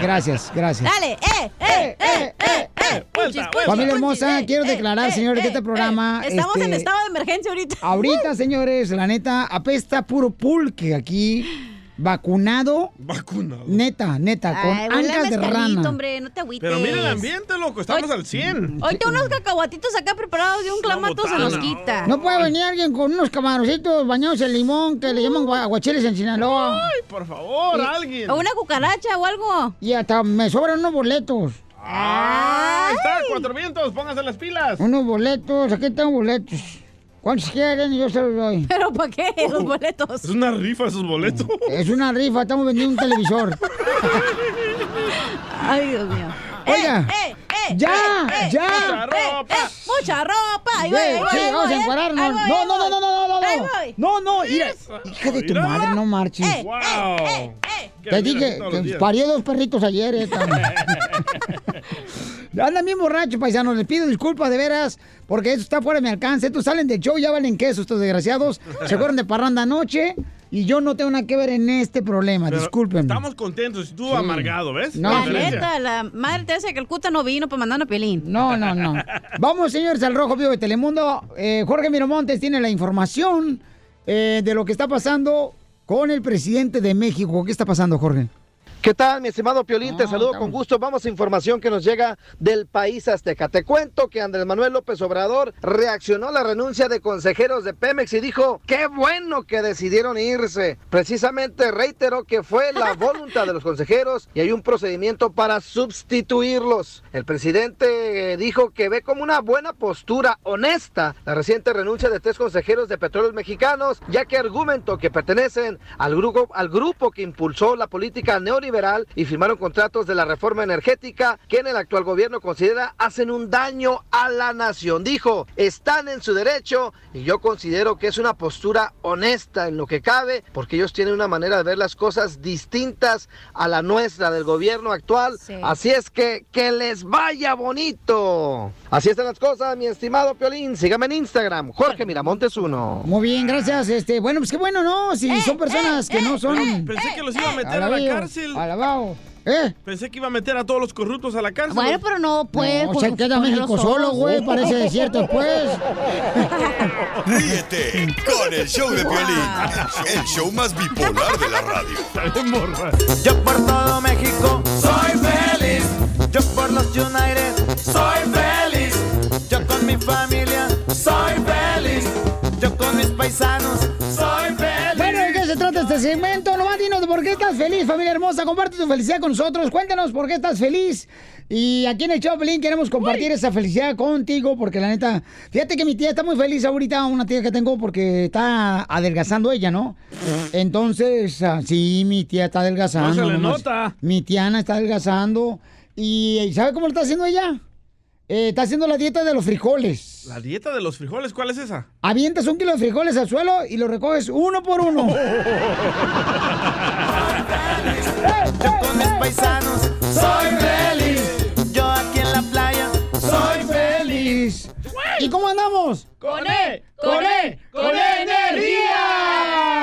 Gracias, gracias.
Dale, eh, eh, eh, eh, eh. Punchis, punchis,
Familia
punchis,
hermosa,
eh,
quiero
eh,
declarar,
eh,
señores, que
eh,
este programa...
eh. Estamos en
este,
estado Uh. de emergencia ahorita.
Ahorita, señores, la neta, apesta puro pulque aquí. Vacunado.
Vacunado.
Neta, neta, con
Ay, huele a
ancas de
mezcalito,
rana.
hombre, no te agüites.
Pero mira el ambiente, loco, estamos al 100.
Hoy tengo unos cacahuatitos acá preparados de un clamato se los quita.
No puede venir alguien con unos camaroncitos bañados en limón que le llaman gua- aguachiles en Sinaloa.
Ay, por favor, alguien.
O una cucaracha o algo.
Y hasta me sobran unos boletos.
Ah, está, cuatro vientos, pónganse las pilas.
Unos boletos, aquí tengo boletos. ¿Cuántos quieren? Yo se los doy. Oh.
¿Pero para qué? Los boletos.
Es una rifa esos boletos.
Es una rifa, estamos vendiendo un televisor.
Ay, Dios mío.
Oiga,
Eh, eh,
ya,
eh, eh,
ya.
eh, eh, eh, mucha ropa. Ahí voy,
Ve,
ahí voy,
sí,
ahí
vamos
voy,
a
eh.
encuadrarnos.
Ahí voy, ahí
No, no, no,
voy.
no, no, no,
Ahí
no.
voy.
No, no, mira. Hija de tu madre, no marches.
Eh, eh, eh, eh.
Te dije, te parió dos perritos ayer, eh, cabrón. Andan bien borrachos, paisanos. Les pido disculpas de veras, porque esto está fuera de mi alcance. Estos salen del show, ya valen queso, estos desgraciados. Se fueron de parranda anoche y yo no tengo nada que ver en este problema.
Pero
Disculpen.
Estamos contentos, y tú
Sí.
amargado, ¿ves?
No,
La
La
diferencia.
neta, la madre Teresa de Calcuta no vino para mandar a Piolín.
No, no,
Eh,
no. Vamos, señores, al Rojo Vivo de Telemundo. Eh, Jorge Miramontes tiene la información eh, de lo que está pasando con el presidente de México. ¿Qué está pasando, Jorge?
¿Qué tal, mi estimado Piolín? Te saludo con gusto. Vamos a información que nos llega del país azteca. Te cuento que Andrés Manuel López Obrador reaccionó a la renuncia de consejeros de Pemex y dijo, qué bueno que decidieron irse. Precisamente reiteró que fue la voluntad de los consejeros y hay un procedimiento para sustituirlos. El presidente eh, dijo que ve como una buena postura honesta la reciente renuncia de tres consejeros de petróleos mexicanos, ya que argumentó que pertenecen al grupo, al grupo que impulsó la política neoliberal y firmaron contratos de la reforma energética que en el actual gobierno considera hacen un daño a la nación. Dijo, están en su derecho y yo considero que es una postura honesta en lo que cabe, porque ellos tienen una manera de ver las cosas distintas a la nuestra del gobierno actual. Así es que que les vaya bonito. Así están las cosas, mi estimado Piolín. Sígame en Instagram, Jorge Miramontes 1.
Muy bien, gracias. Este, bueno, pues qué bueno, ¿no?
Eh,
Si son personas que no son.
Pensé que los iba a meter a la
alabío,
cárcel.
alabao. ¿Eh?
Pensé que iba a meter a todos los corruptos a la cárcel.
Bueno, pero no pues, puede.
No,
por-
se queda
por
México
los
solo,
ojos.
güey. Parece desierto pues. después.
Ríete con el show de Piolín, el show más bipolar de la radio.
Yo por todo México soy feliz. Yo por los United soy feliz. Yo con mi familia soy feliz. Yo con mis paisanos soy feliz.
Bueno, ¿de qué se trata este segmento? Nomás dinos por qué estás feliz, familia hermosa. Comparte tu felicidad con nosotros. Cuéntanos por qué estás feliz. Y aquí en el Choplin queremos compartir esa felicidad contigo, porque la neta, fíjate que mi tía está muy feliz ahorita, una tía que tengo, porque está adelgazando ella, ¿no? Entonces, ah, sí, mi tía está adelgazando.
No se le
nomás.
nota.
Mi tía Ana está adelgazando. ¿Y eh, sabe cómo lo está haciendo ella? Eh, está haciendo la dieta de los frijoles.
La dieta de los frijoles, ¿cuál es esa?
Avientas un kilo de frijoles al suelo y lo recoges uno por uno.
Yo con mis paisanos, soy feliz. Yo aquí en la playa, soy feliz.
¿Y cómo andamos?
Con E,
con E, con E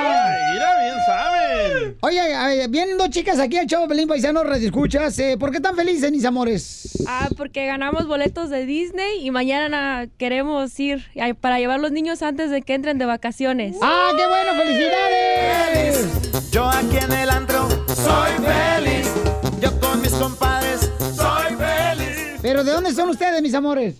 energía.
Mira, bien saben.
Oye, eh, vienen dos chicas aquí al Chavo Pelín Paisano, Radio Escuchas. eh, ¿Por qué tan felices, mis amores?
Ah, porque ganamos boletos de Disney y mañana queremos ir a- para llevar los niños antes de que entren de vacaciones.
¡Ah, qué bueno! ¡Felicidades!
Yo aquí en el antro, soy feliz. Yo con mis compadres, soy feliz.
¿Pero de dónde son ustedes, mis amores?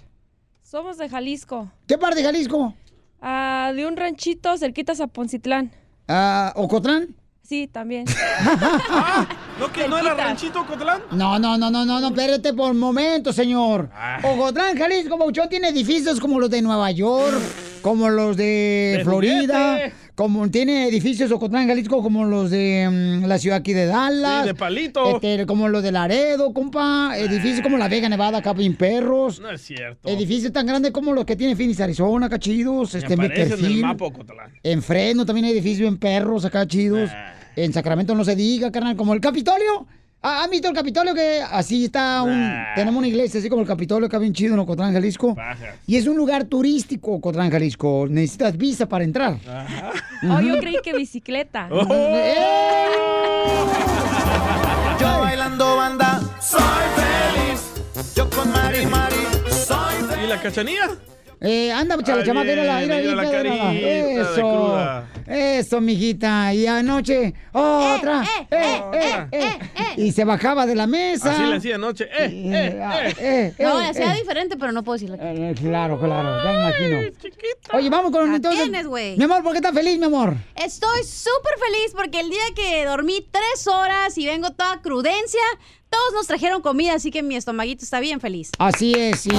Somos de Jalisco,
¿Qué parte de Jalisco?
Ah, de un ranchito cerquita a Poncitlán.
Ah, ¿Ocotlán?
Sí, también.
Ah,
¿No que no era ranchito, Cotlán?
No, no, no, no, no, no, espérate por un momento, señor.
Ah.
Ocotlán, Jalisco, Bauchón tiene edificios como los de Nueva York, como los de,
De
Florida,
juguete.
como tiene edificios Ocotlán, Jalisco, como los de mm, la ciudad aquí de Dallas.
Sí, de Palito.
este, como los de Laredo, compa. Edificios como la Vega Nevada, Capin Perros.
No es cierto.
Edificios tan grandes como los que tiene Phoenix, Arizona, acá chidos. Este,
Aparece en el
Bakersfield.
mapa, Cotlán.
En Fresno también hay edificios en perros acá chidos.
Ah.
En Sacramento no se diga, carnal, como el Capitolio. ¿Ha- ¿Han visto el Capitolio que así está un...
Ah.
Tenemos una iglesia así como el Capitolio acá bien chido en Ocotlán, Jalisco.
Bajas.
Y es un lugar turístico, Ocotlán, Jalisco. Necesitas visa para entrar.
Ah.
Oh, yo creí que bicicleta.
Oh.
Yo bailando banda, soy feliz. Yo con Mari Mari, soy feliz.
¿Y la cachanilla?
Eh, anda, chala,
Ay,
chamaca, mírala,
bien,
mírala,
mira la
mírala.
carita de
Eso,
cruda.
eso, mijita. Y anoche, otra, eh, eh, eh. Y se bajaba de la mesa.
Así le hacía anoche. Eh, eh, eh.
No,
eh,
la sea
eh.
diferente, pero no puedo decirlo.
Eh, Claro, claro, ya me imagino. Oye, vamos con entonces.
tienes, güey.
Mi amor, ¿por qué estás feliz, mi amor?
Estoy súper feliz porque el día que dormí tres horas y vengo toda crudencia, todos nos trajeron comida, así que mi estomaguito está bien feliz.
Así es, sí.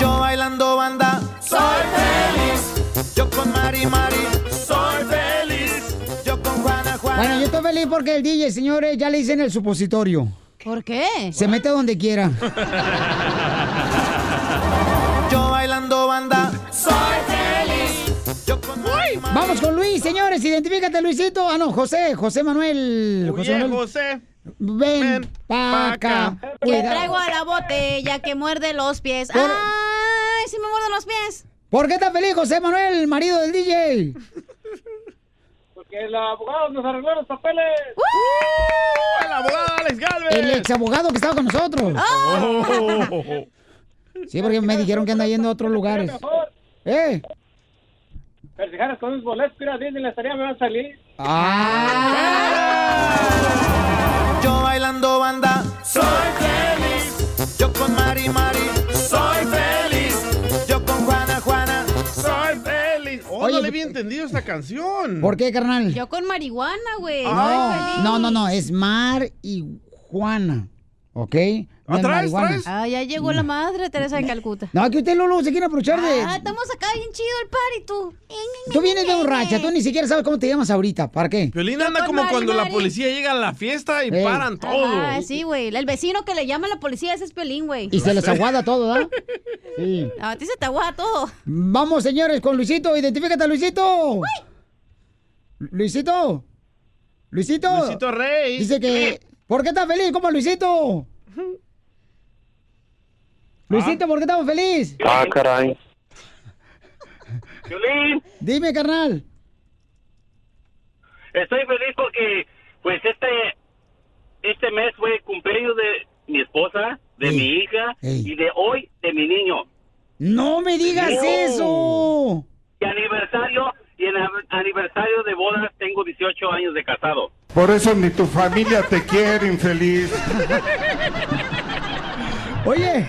Yo bailando banda, soy feliz. Yo con Mari Mari, soy feliz. Yo con Juana Juana.
Bueno, yo estoy feliz porque el DJ, señores, ya le hice en el supositorio.
¿Por qué?
Se mete donde quiera.
Yo bailando banda, soy feliz. Yo con Mari Mari.
Vamos con Luis, señores. Identifícate, Luisito. Ah, no, José, José Manuel.
Oye,
José.
Ven, pa' acá.
Que
Cuidado.
traigo a la botella que muerde los pies. ¡Ay, sí me muerden los pies!
¿Por qué estás feliz, José Manuel, el marido del DJ?
Porque el abogado nos arregló los papeles.
El abogado Alex Galvez.
El ex abogado que estaba con nosotros. Oh. Sí, porque me dijeron que anda yendo a otros lugares. ¿Eh?
Pero si jalas con un boletos, mira, Disney, la estaría me va a salir.
Yo bailando banda, soy feliz. Yo con Mari Mari, soy feliz. Yo con Juana Juana,
Soy feliz. Oh,
eh. Oye,
no le había entendido esta canción.
¿Por qué, carnal?
Yo con marihuana, güey.
No, Ah. no, no, no, es Mar y Juana. ¿Ok? No es marihuana.
Ah, ya llegó la madre Teresa de Calcuta.
No, que usted Lolo se quiere aprovechar de.
Ah, estamos acá bien chido el party, tú.
Tú vienes de borracha, tú ni siquiera sabes cómo te llamas ahorita. ¿Para qué?
Violina anda
con
como
Mari
cuando la
Mari.
policía llega a la fiesta y
Ey.
paran todo.
Ah, sí, güey. El vecino que le llama a la policía ese es Piolín, güey.
Y se les aguada todo, ¿verdad? Sí.
A ti se te aguada todo.
Vamos, señores, con Luisito. Identifícate, Luisito. Luisito. Luisito.
Luisito Rey.
Dice que. ¿Por qué estás feliz? ¿Cómo, Luisito? Luisito, ¿por qué estamos feliz?
Ah, caray.
Dime, carnal.
Estoy feliz porque, pues, este, este mes fue cumpleaños de mi esposa, de mi hija y de hoy de mi niño.
No me digas
No.
eso.
Y aniversario, y en a- aniversario de bodas tengo 18 años de casado.
Por eso ni tu familia te quiere, infeliz.
Oye,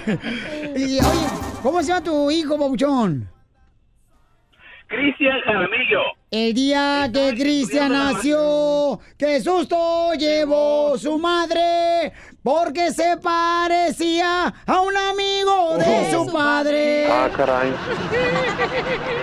y, oye, ¿cómo se llama tu hijo, babuchón?
Cristian Jaramillo.
El día que Cristian nació, qué susto llevó su madre, porque se parecía a un amigo de
Oh.
su padre.
Ah,
caray.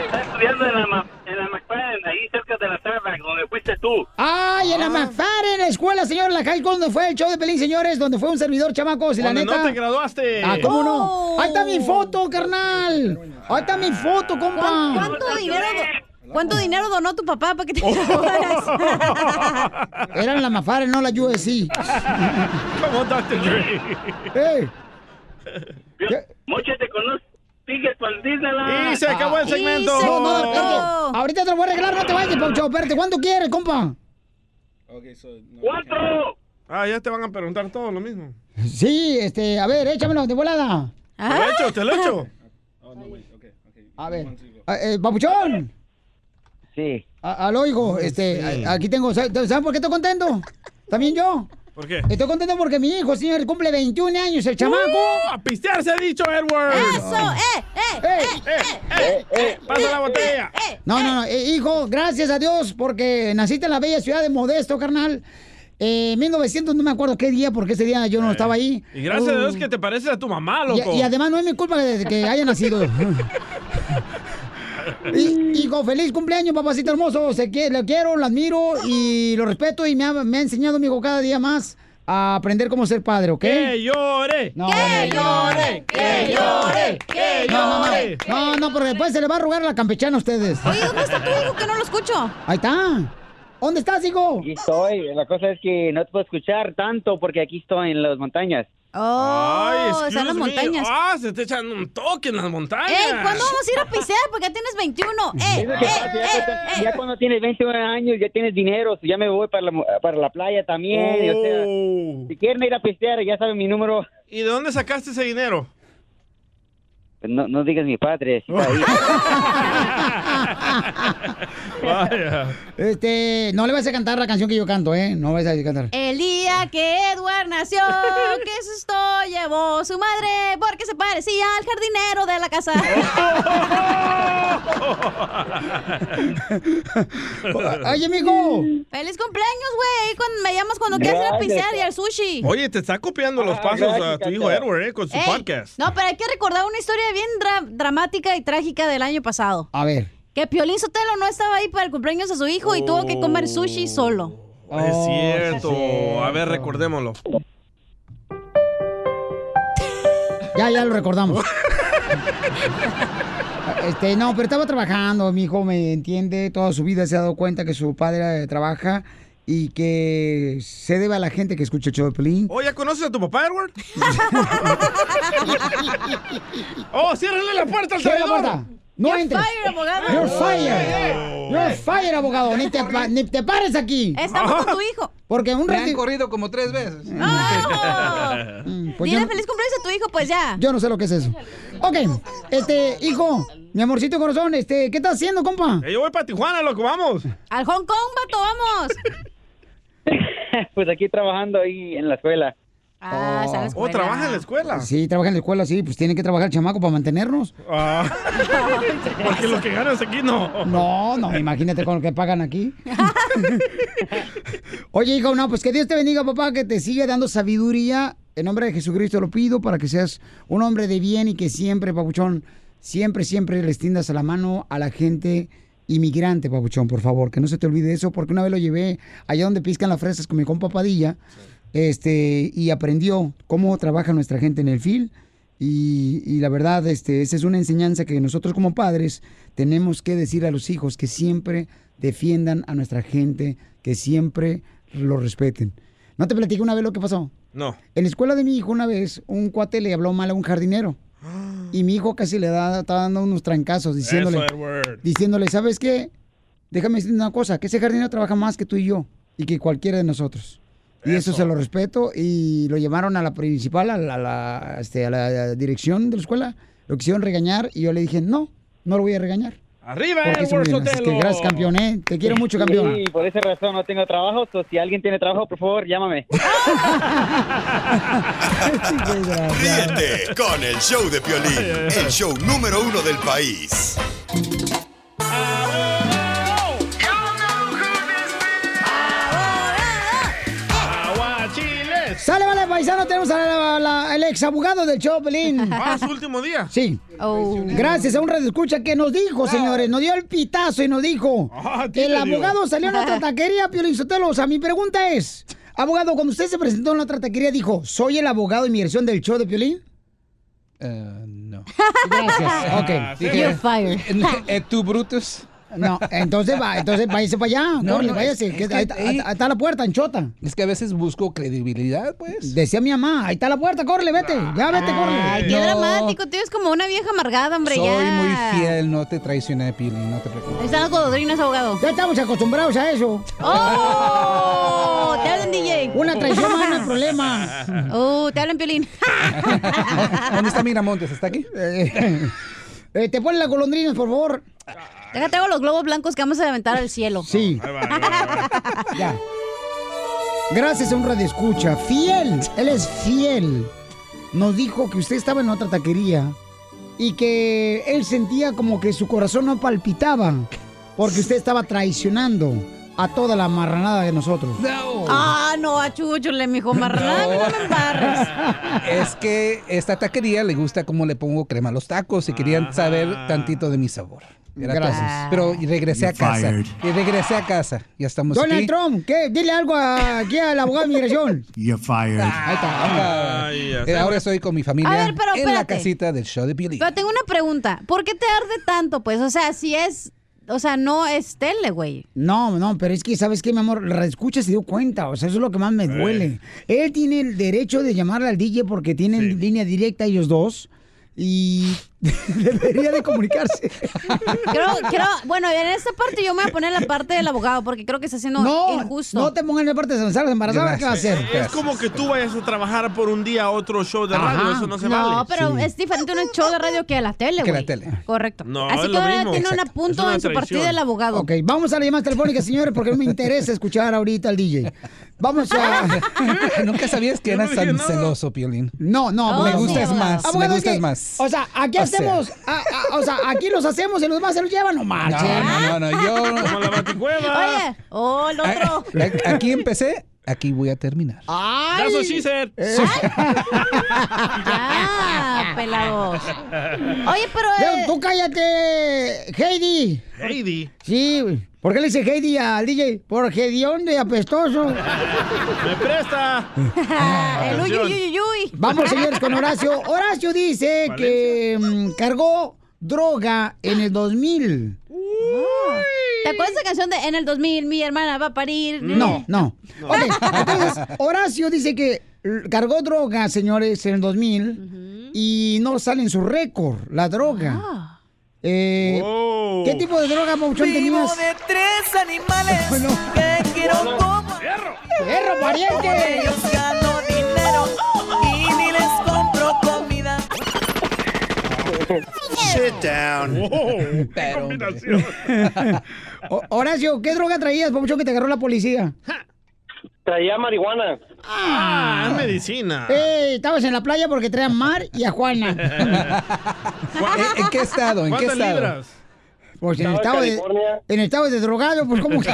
Está estudiando en la, Ma- en la McFadden, ahí cerca de la tarde, donde fuiste tú.
Ay,
Ah.
en la McFadden escuela, señor, la high school, donde fue el show de Pelín, señores, donde fue un servidor, chamacos, y la
Donde
neta.
no te graduaste.
Ah, ¿cómo
Oh.
Oh.
no? Ahí está mi foto, carnal. Ahí está mi foto, compa.
¿Cuánto dinero? ¿Cuánto dinero donó tu papá para que te graduaras?
Eran la Mafare, no la USC.
¿Cómo, Dr. Dre?
¡Ey!
Muchos te conocen. Sigues para Disneyland.
Y se acabó
Ah.
el segmento.
No, no, espérate. Ahorita te lo voy a arreglar, no te vayas, Paucho. Espérate, ¿cuánto quieres, compa?
¡Cuatro! Ah, ya te van a preguntar todo lo mismo.
Sí, este, a ver, échamelo de volada.
Te lo he hecho, te lo he hecho.
A ver, a- eh, papuchón.
Sí.
A- Aló, hijo, este, a- aquí tengo, ¿sabes sabes por qué estoy contento? También yo.
¿Por qué?
Estoy contento porque mi hijo, señor, cumple 21 años, el chamaco.
¡Uh! ¡A pistear se ha dicho, Edward!
¡Eso!
¡Eh, eh, eh,
eh, eh! ¡Pasa la botella!
No, no, no. eh, hijo, gracias a Dios porque naciste en la bella ciudad de Modesto, carnal. Eh, 1900, no me acuerdo qué día, porque ese día yo no estaba ahí.
Eh, Y gracias a
Uh,
Dios que te pareces a tu mamá,
y-
loco.
Y, además no es mi culpa que, que haya nacido. Y- hijo, feliz cumpleaños, papacito hermoso. Se, quie- lo quiero, lo admiro y lo respeto y me ha, me ha enseñado mi hijo cada día más a aprender cómo ser padre, ¿ok?
¡Que llore!
No,
¡Que llore! ¡Que llore! ¡Que
No, no, no.
llore!
No, no, porque después se le va a arrugar la campechana a ustedes.
Oye, ¿dónde está tu hijo que no lo escucho?
Ahí está. ¿Dónde estás, hijo?
Aquí estoy. La cosa es que no te puedo escuchar tanto porque aquí estoy en las montañas.
Oh.
Oh,
Ay,
están las
excuse me.
montañas.
¡Ah, se te echan un toque en las montañas!
¡Ey! ¿Cuándo vamos a ir a pisear? Porque ya tienes 21. ¡Eh,
Eso que pasa,
eh, eh!
Ya cuando tienes 21 años, ya tienes dinero, so ya me voy para la, mo- para la playa también. y, o sea,
Oh.
si quieren ir a pistear, ya saben mi número.
¿Y de dónde sacaste ese dinero?
Pues No, no digas mi padre. si está ahí.
Este, no le vas a cantar la canción que yo canto, ¿eh? No vas a cantar.
El día que Edward nació, que susto llevó su madre porque se parecía al jardinero de la casa.
Oh.
Oye, mijo.
¡Feliz cumpleaños, güey! Cuando me llamas cuando quieras ir a
Gracias.
pisear y al sushi.
Oye, te está copiando los pasos
gracias,
a tu hijo
Cacha.
Edward, ¿eh? Con su
Ey,
podcast.
No, pero hay que recordar una historia bien dra- dramática y trágica del año pasado.
A ver.
Que Piolín Sotelo no estaba ahí para el cumpleaños de su hijo y tuvo que comer sushi
Oh.
solo.
Oh,
es cierto. A ver, recordémoslo.
Ya, ya lo recordamos. Este, no, pero estaba trabajando, mi hijo me entiende, toda su vida se ha dado cuenta que su padre eh, trabaja y que se debe a la gente que escucha el show de Pelín.
Oye, Oh, ¿ya conoces a tu papá, Edward? ¡Oh, ciérrale la puerta al
Cierra la
traidor!
puerta. No
You're
entres.
fired, abogado.
You're
Oh.
fired. You're fired, abogado. Ni te, pa- ni te pares aquí.
Estamos con tu hijo.
Porque un
Me han
ratito-
corrido como tres veces.
¡Ah!
Mm, pues
Dile
yo-
feliz cumpleaños a tu hijo, pues ya.
Yo no sé lo que es eso. Ok, este, hijo, mi amorcito corazón, este, ¿qué estás haciendo, compa?
Eh, Yo voy para Tijuana, loco, vamos.
Al Hong Kong, vato, vamos.
pues aquí trabajando ahí en la escuela.
Ah, ¿sabes?
Oh, trabaja en la escuela.
Sí, trabaja en la escuela, sí, pues tiene que trabajar el chamaco para mantenernos.
Porque lo que ganas aquí no.
No, no, imagínate con lo que pagan aquí. Oye, hijo, no, pues que Dios te bendiga, papá, que te siga dando sabiduría. En nombre de Jesucristo lo pido para que seas un hombre de bien y que siempre, papuchón, siempre, siempre les tiendas la mano a la gente inmigrante, papuchón, por favor, que no se te olvide eso, porque una vez lo llevé allá donde piscan las fresas con mi compa Padilla, este, y aprendió cómo trabaja nuestra gente en el fil. Y, y la verdad, este, esa es una enseñanza que nosotros como padres tenemos que decir a los hijos que siempre defiendan a nuestra gente, que siempre lo respeten. ¿No te platiqué una vez lo que pasó?
No.
En la escuela de mi hijo una vez, un cuate le habló mal a un jardinero. Y mi hijo casi le da, estaba dando unos trancazos diciéndole,
Eso, Edward.
diciéndole, ¿sabes qué? Déjame decirte una cosa, que ese jardinero trabaja más que tú y yo y que cualquiera de nosotros. Y eso, se lo respeto y lo llevaron a la principal, a la, la- este, a la dirección de la escuela. Lo quisieron regañar y yo le dije, no, no lo voy a regañar.
Arriba,
Porque es muy
Edward
bien. Así que
Sotelo.
gracias, campeón, ¿eh? Te quiero mucho, campeón.
Y por esa razón no tengo trabajo. so si alguien tiene trabajo, por favor, llámame.
Ríete con el show de Piolín, el show número uno del país.
Aguachiles.
Sale, vale, paisano, tenemos al ex abogado del show, Pelín.
Ah, su último día.
Sí. Gracias a un radio escucha que nos dijo, señores, nos dio el pitazo y nos dijo.
Ah, a ti
el
te dio.
abogado salió en otra taquería, Piolín Sotelo. O sea, mi pregunta es, abogado, cuando usted se presentó en la otra taquería, dijo, ¿soy el abogado de mi versión del show de Piolín?
Eh, no.
Gracias. Ok.
Dije,
You're fired.
eh, eh, ¿Tú, Brutus?
No, entonces va, entonces váyase para allá. No,
No, no,
váyase.
es-
que
es que
ahí,
ahí-
ahí está la puerta, enchota.
Es que a veces busco credibilidad, pues. Ah.
Decía mi mamá, ahí está la puerta, córrele, vete. Ya vete, córrele.
Ay, qué dramático. Tú eres como una vieja amargada, hombre,
Soy
ya.
muy fiel, no te traicioné, Pili, no te preocupes.
Ahí Están los cododrinos ahogados.
Ya estamos acostumbrados a eso.
¡Oh! Te hablan, DJ.
Una traición no es problema.
Oh, te hablan, Piolín.
¿Dónde está Miramontes? ¿Está aquí?
Eh, te ponen las golondrinas, por favor.
Deja, tengo los globos blancos que vamos a aventar al cielo.
Sí. Ya. Gracias a un radio escucha. Fiel. Él es fiel. Nos dijo que usted estaba en otra taquería y que él sentía como que su corazón no palpitaba porque usted estaba traicionando a toda la marranada de nosotros.
Ah, no, achúchule, mijo marrano, no, me embarres.
Es que esta taquería le gusta cómo le pongo crema a los tacos y querían saber tantito de mi sabor. Era todo.
Gracias.
Pero regresé a
You're
casa.
fired.
Y regresé a casa. Ya estamos
Donald
aquí.
Trump, ¿qué? Dile algo a- aquí al abogado de migración.
You're fired.
Ay, ya
Eh,
sé.
ahora estoy con mi familia
A ver, pero
en la
espérate.
casita del show de Pili.
Pero tengo una pregunta. ¿Por qué te arde tanto, pues? O sea, si es... O sea, no es tele, güey.
No, no, pero es que, ¿sabes qué, mi amor? La escucha se dio cuenta, o sea, eso es lo que más me duele. Él tiene el derecho de llamarle al DJ porque tienen línea directa ellos dos y debería de comunicarse.
Creo, creo, bueno, en esta parte yo me voy a poner la parte del abogado porque creo que está siendo
No,
injusto.
no te pongan en la parte de González embarazada, ¿qué va a hacer? pues.
Es como que tú vayas a trabajar por un día a otro show de
Ajá.
radio, eso no se vale.
No, pero es diferente un show de radio que a la tele,
Que la
güey.
tele.
Correcto.
No,
Así
es
que
lo
ahora
mismo.
tiene un
Exacto. Es
apunto
una
en su
traición.
partida del abogado.
Ok, vamos a las llamadas telefónicas, señores, porque no me interesa escuchar ahorita al DJ. Vamos a...
Nunca sabías que eras tan celoso, Piolín.
Ah. No, no,
Me
abogado.
gustas más, me
Abogado, es
gustas
que,
más.
O sea, aquí
O sea.
hacemos, Ah, a- a- o sea, aquí los hacemos y los demás se los llevan, no marchen.
No, no, no, no, yo...
Oye, oh, el otro.
A- Aquí empecé, aquí voy a terminar.
Ay.
That's what she said.
Eh.
Ah, pelados. Oye, pues, pero. eh,
Leo, tú cállate, Heidi.
Heidi.
Sí, güey. ¿por qué le dice Heidi al DJ? Por Gedeón de apestoso.
pues,
¡Me presta!
El uy, uy, uy, uy, uy.
Vamos, señores, con Horacio. Horacio dice que mm, cargó droga en el 2000.
Ah. ¿Te acuerdas de esa canción de En el 2000 mi hermana va a parir?
No, no. Ok, entonces, Horacio dice que l- cargó droga, señores, en el 2000 y no sale en su récord la droga. Eh, ¿Qué tipo de droga, Mauchón,
Vivo
tenías?
de tres animales que quiero como ¡Perro!
¡Perro, pariente!
Con ellos gano dinero y ni les compro comida.
Sit down. Horacio, ¿qué droga traías, Papuchón, que te agarró la policía?
Traía marihuana.
Ah, es medicina.
Ey, Eh, estabas en la playa porque traían mar y a Juana.
¿En, en qué estado? ¿En qué
¿Cuántas
estado?
libras? Pues en el estado
Estaba en
de, en el estado de drogado, pues como que.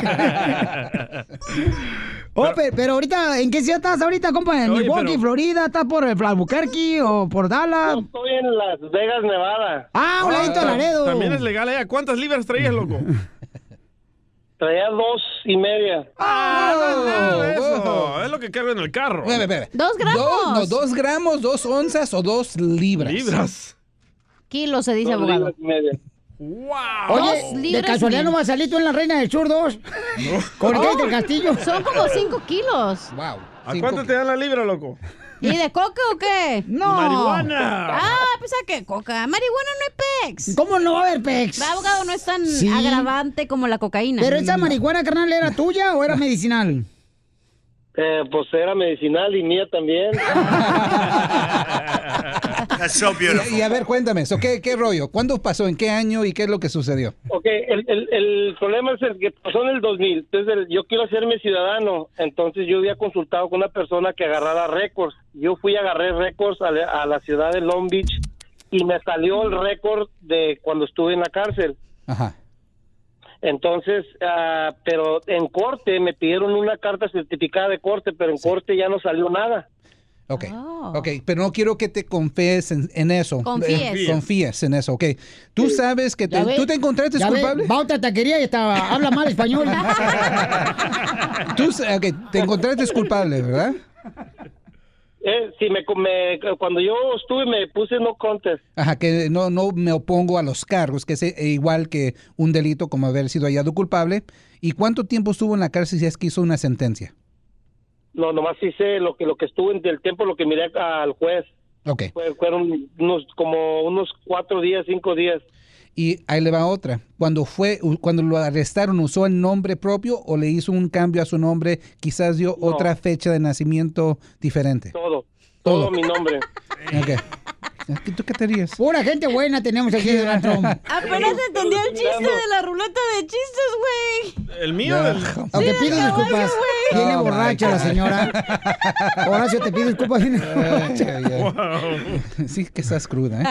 Oh, pe- pero ahorita, ¿en qué ciudad estás ahorita, compa? ¿En
Oye,
Milwaukee,
pero-
Florida? ¿Estás por eh, por Albuquerque o por Dallas?
Estoy en Las Vegas, Nevada.
Ah, un ladito de Laredo.
También es legal allá. ¿Cuántas libras traías, loco?
Traía dos y media.
Ah, no es nada eso.
wow.
Es lo que cargo en el carro.
Bebe, bebe.
Dos gramos.
Dos, no, dos gramos, dos onzas o dos libras.
Libras.
Kilos se dice
Dos
abogado. Dos
Oye, de
libras
casualidad
mil.
no va a salir tú en la Reina del Sur 2. Con
Oh,
Kate del Castillo.
Son como 5 kilos.
Wow.
¿A cuánto te dan la libra, loco?
¿Y de coca o qué?
No.
Marihuana.
Ah, pensaba que coca. Marihuana no hay pex.
¿Cómo no va a haber pex?
Va, abogado, no es tan
Sí.
agravante como la cocaína.
¿Pero esa marihuana, carnal, era tuya o era medicinal?
Eh, pues era medicinal y mía también.
Y, y a ver, cuéntame, eso, ¿qué, ¿qué rollo? ¿Cuándo pasó? ¿En qué año y qué es lo que sucedió?
Ok, el, el, el problema es el que pasó en el 2000. Entonces, el- yo quiero hacerme ciudadano. Entonces, yo había consultado con una persona que agarrara récords. Yo fui a agarré récords a, la- a la ciudad de Long Beach y me salió el récord de cuando estuve en la cárcel.
Ajá.
Entonces, ah, pero en corte me pidieron una carta certificada de corte, pero en corte ya no salió nada.
Ok.
Oh.
Ok, pero no quiero que te confíes en, en eso.
Confíes.
Eh, confíes en eso, ok. Tú sabes que te,
¿Ya ve?
tú te encontraste
¿Ya ve?
culpable.
Va a otra taquería y estaba, habla mal español.
Tú, sa- ok, te encontraste culpable, ¿verdad?
eh, si me, me- cuando yo estuve me puse no contest.
Ajá, que no, no me opongo a los cargos, que es eh, igual que un delito como haber sido hallado culpable. ¿Y cuánto tiempo estuvo en la cárcel si es que hizo una sentencia?
No, nomás hice lo que lo que estuve del tiempo, lo que miré al juez.
Ok.
Fue- fueron unos como unos cuatro días, cinco días.
Y ahí le va otra. Cuando fue, u- cuando lo arrestaron, ¿usó el nombre propio o le hizo un cambio a su nombre? Quizás dio
No.
otra fecha de nacimiento diferente.
Todo,
Todo.
todo, mi nombre.
Ok. ¿Tú qué te ríes?
Pura gente buena tenemos aquí de Donald Trump.
Apenas entendió el chiste de la ruleta de chistes, güey.
El mío.
Ya.
el-
Aunque pido disculpas. Viene
Oh,
borracha
my
la
God.
señora. Horacio, te pido disculpas. Viene borracha.
Sí, que estás cruda,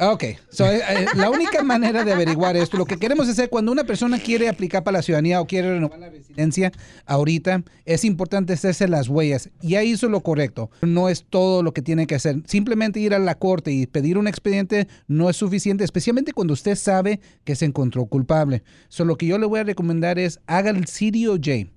¿eh? Ok, so, eh, eh, la única manera de averiguar esto, lo que queremos hacer cuando una persona quiere aplicar para la ciudadanía o quiere renovar la residencia ahorita, es importante hacerse las huellas. Ya hizo lo correcto, no es todo lo que tiene que hacer. Simplemente ir a la corte y pedir un expediente no es suficiente, especialmente cuando usted sabe que se encontró culpable. So, lo que yo le voy a recomendar es haga el CDOJ.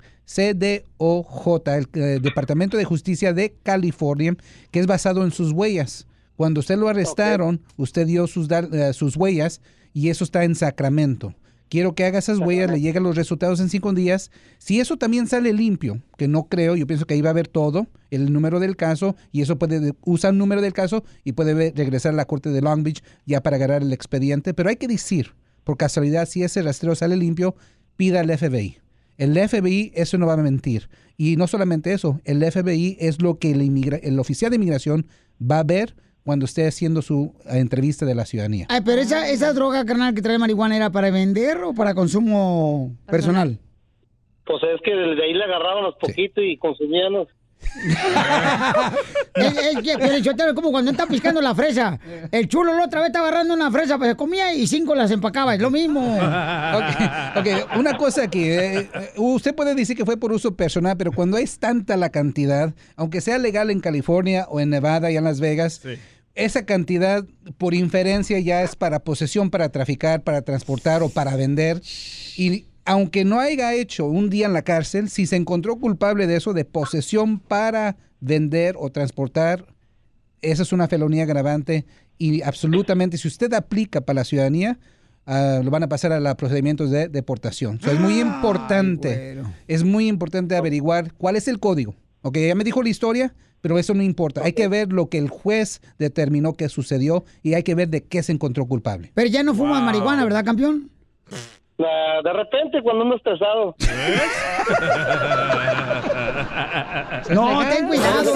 CDOJ, el eh, Departamento de Justicia de California, que es basado en sus huellas. Cuando usted lo arrestaron, usted dio sus, da- eh, sus huellas y eso está en Sacramento. Quiero que haga esas huellas, le lleguen los resultados en cinco días. Si eso también sale limpio, que no creo, yo pienso que ahí va a haber todo, el número del caso, y eso puede, de- usa el número del caso y puede ver- regresar a la corte de Long Beach ya para agarrar el expediente. Pero hay que decir, por casualidad, si ese rastreo sale limpio, pida al FBI. El FBI, eso no va a mentir. Y no solamente eso, el FBI es lo que el, inmigra- el oficial de inmigración va a ver cuando esté haciendo su eh, entrevista de la ciudadanía.
Ay, pero esa, esa droga, carnal, que trae marihuana, ¿era para vender o para consumo personal?
Pues es que desde ahí le agarrábamos poquito y consumíamos.
Es, es que, Eh, pero yo te como cuando está piscando la fresa. El chulo la otra vez estaba agarrando una fresa, pues se comía y cinco las empacaba. Es lo mismo.
Ok, ok, una cosa que usted puede decir que fue por uso personal, pero cuando es tanta la cantidad, aunque sea legal en California o en Nevada y en Las Vegas, esa cantidad por inferencia ya es para posesión, para traficar, para transportar o para vender. Y aunque no haya hecho un día en la cárcel, si se encontró culpable de eso, de posesión para vender o transportar, esa es una felonía agravante y absolutamente, si usted aplica para la ciudadanía, ah, lo van a pasar a los procedimientos de deportación. So, es muy importante, es muy importante averiguar cuál es el código. Ok, ya me dijo la historia, pero eso no importa. Hay que ver lo que el juez determinó que sucedió y hay que ver de qué se encontró culpable.
Pero ya no fumas marihuana, ¿verdad, campeón?
Ah, de repente cuando uno está estresado.
No, ten cuidado.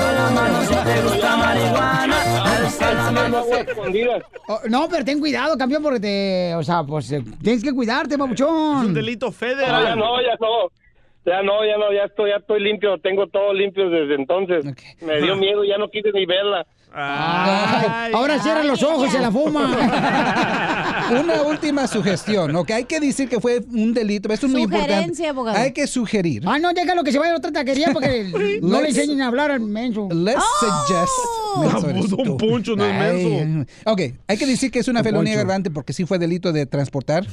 Oh, No, pero ten cuidado, campeón, porque te. O sea, pues eh, tienes que cuidarte, papuchón.
un
delito
No, Ah, ya no, ya no. Ya no, ya no, ya estoy, ya estoy limpio, tengo todo limpio desde entonces. Me
Ah.
dio miedo, ya no quise ni verla.
Ay, ahora cierra los ojos y se la fuma.
Una última sugestión, ¿ok? Hay que decir que fue un delito, eso es muy importante.
Sugerencia, abogado.
Hay que sugerir.
Ah, no, déjalo que se vaya a otra taquería porque no le
Let's-
enseñen a hablar al menso. ¡Oh!
Let's suggest. Menso eres tú. Ay, Ok, hay que decir que es una
Un
felonía
poncho.
agravante porque sí fue delito de transportar.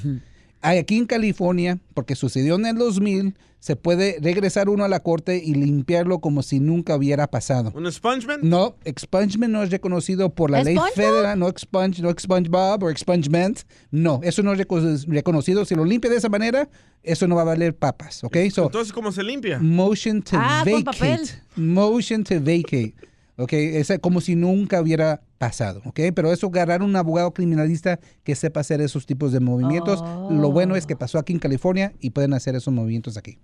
Hay Aquí en California, porque sucedió en el 2000, se puede regresar uno a la corte y limpiarlo como si nunca hubiera pasado.
¿Un expungement?
No, expungement no es reconocido por la ley
¿Expungement?
federal, no expunge, no SpongeBob o expungement, no, eso no es reco- reconocido. Si lo limpia de esa manera, eso no va a valer papas, ¿ok? So,
Entonces, ¿cómo se limpia?
Motion to
Ah, con
vacate.
papel.
Motion to vacate. Ok, es como si nunca hubiera pasado, ok, pero eso agarrar un abogado criminalista que sepa hacer esos tipos de movimientos,
Oh.
lo bueno es que pasó aquí en California y pueden hacer esos movimientos aquí.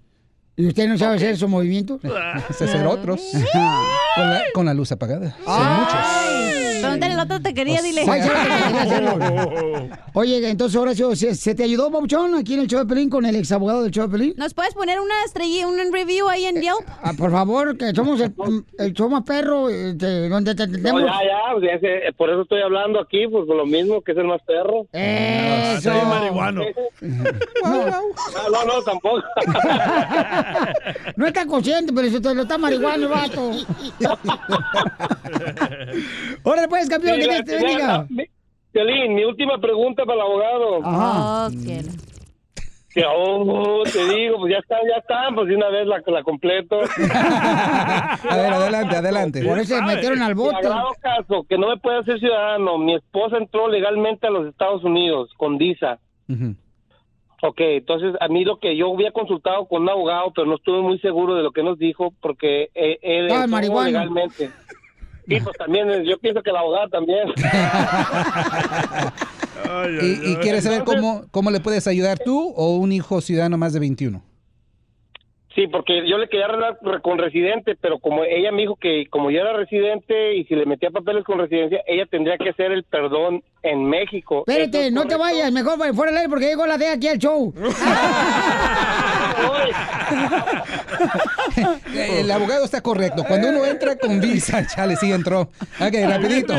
¿Y usted no sabe hacer esos movimientos?
Es hacer otros con, la, con la luz apagada.
Ah.
Son muchos.
Pregúntale a la otra taquería,
O
dile.
sea, ya te quería hacerlo. Oye, entonces Horacio, ¿se, se te ayudó, Papuchón, aquí en el show de Pelín con el ex abogado del show de Pelín?
¿Nos puedes poner una estrella, un review ahí en Yelp?
Ah, por favor, que somos el, el show más perro, este, donde te
No,
tenemos...
ya, ya, pues, ya sé, eh, por eso estoy hablando aquí, pues por lo mismo que es el más perro.
Eso.
Soy Ah, marihuano.
No, Ah, no, no, tampoco.
No está consciente, pero se te lo está marihuana el vato. Órale pues, campeón, que Dios te bendiga.
Violín, mi última pregunta para el abogado.
Ajá.
Que, oh, te digo, pues ya está, ya está, pues de una vez la, la completo.
A ver, adelante, adelante.
Por eso se metieron al bote. caso, que no me puede hacer ciudadano. Mi esposa entró legalmente a los Estados Unidos con visa. Ok, entonces a mí lo que yo había consultado con un abogado, pero no estuve muy seguro de lo que nos dijo porque eh, él
Estaba
estuvo
marihuano.
legalmente. Sí, pues también, eh, yo pienso que el abogado también.
Y, y quieres saber cómo, cómo le puedes ayudar tú o un hijo ciudadano más de 21.
Sí, porque yo le quería arreglar re- con residente, pero como ella me dijo que como yo era residente y si le metía papeles con residencia, ella tendría que hacer el perdón en México.
Espérate, no te vayas, mejor vaya fuera del aire porque llegó la D aquí al show.
Eh, El abogado está correcto. Cuando uno entra con visa, chale, sí entró. Ok, rapidito.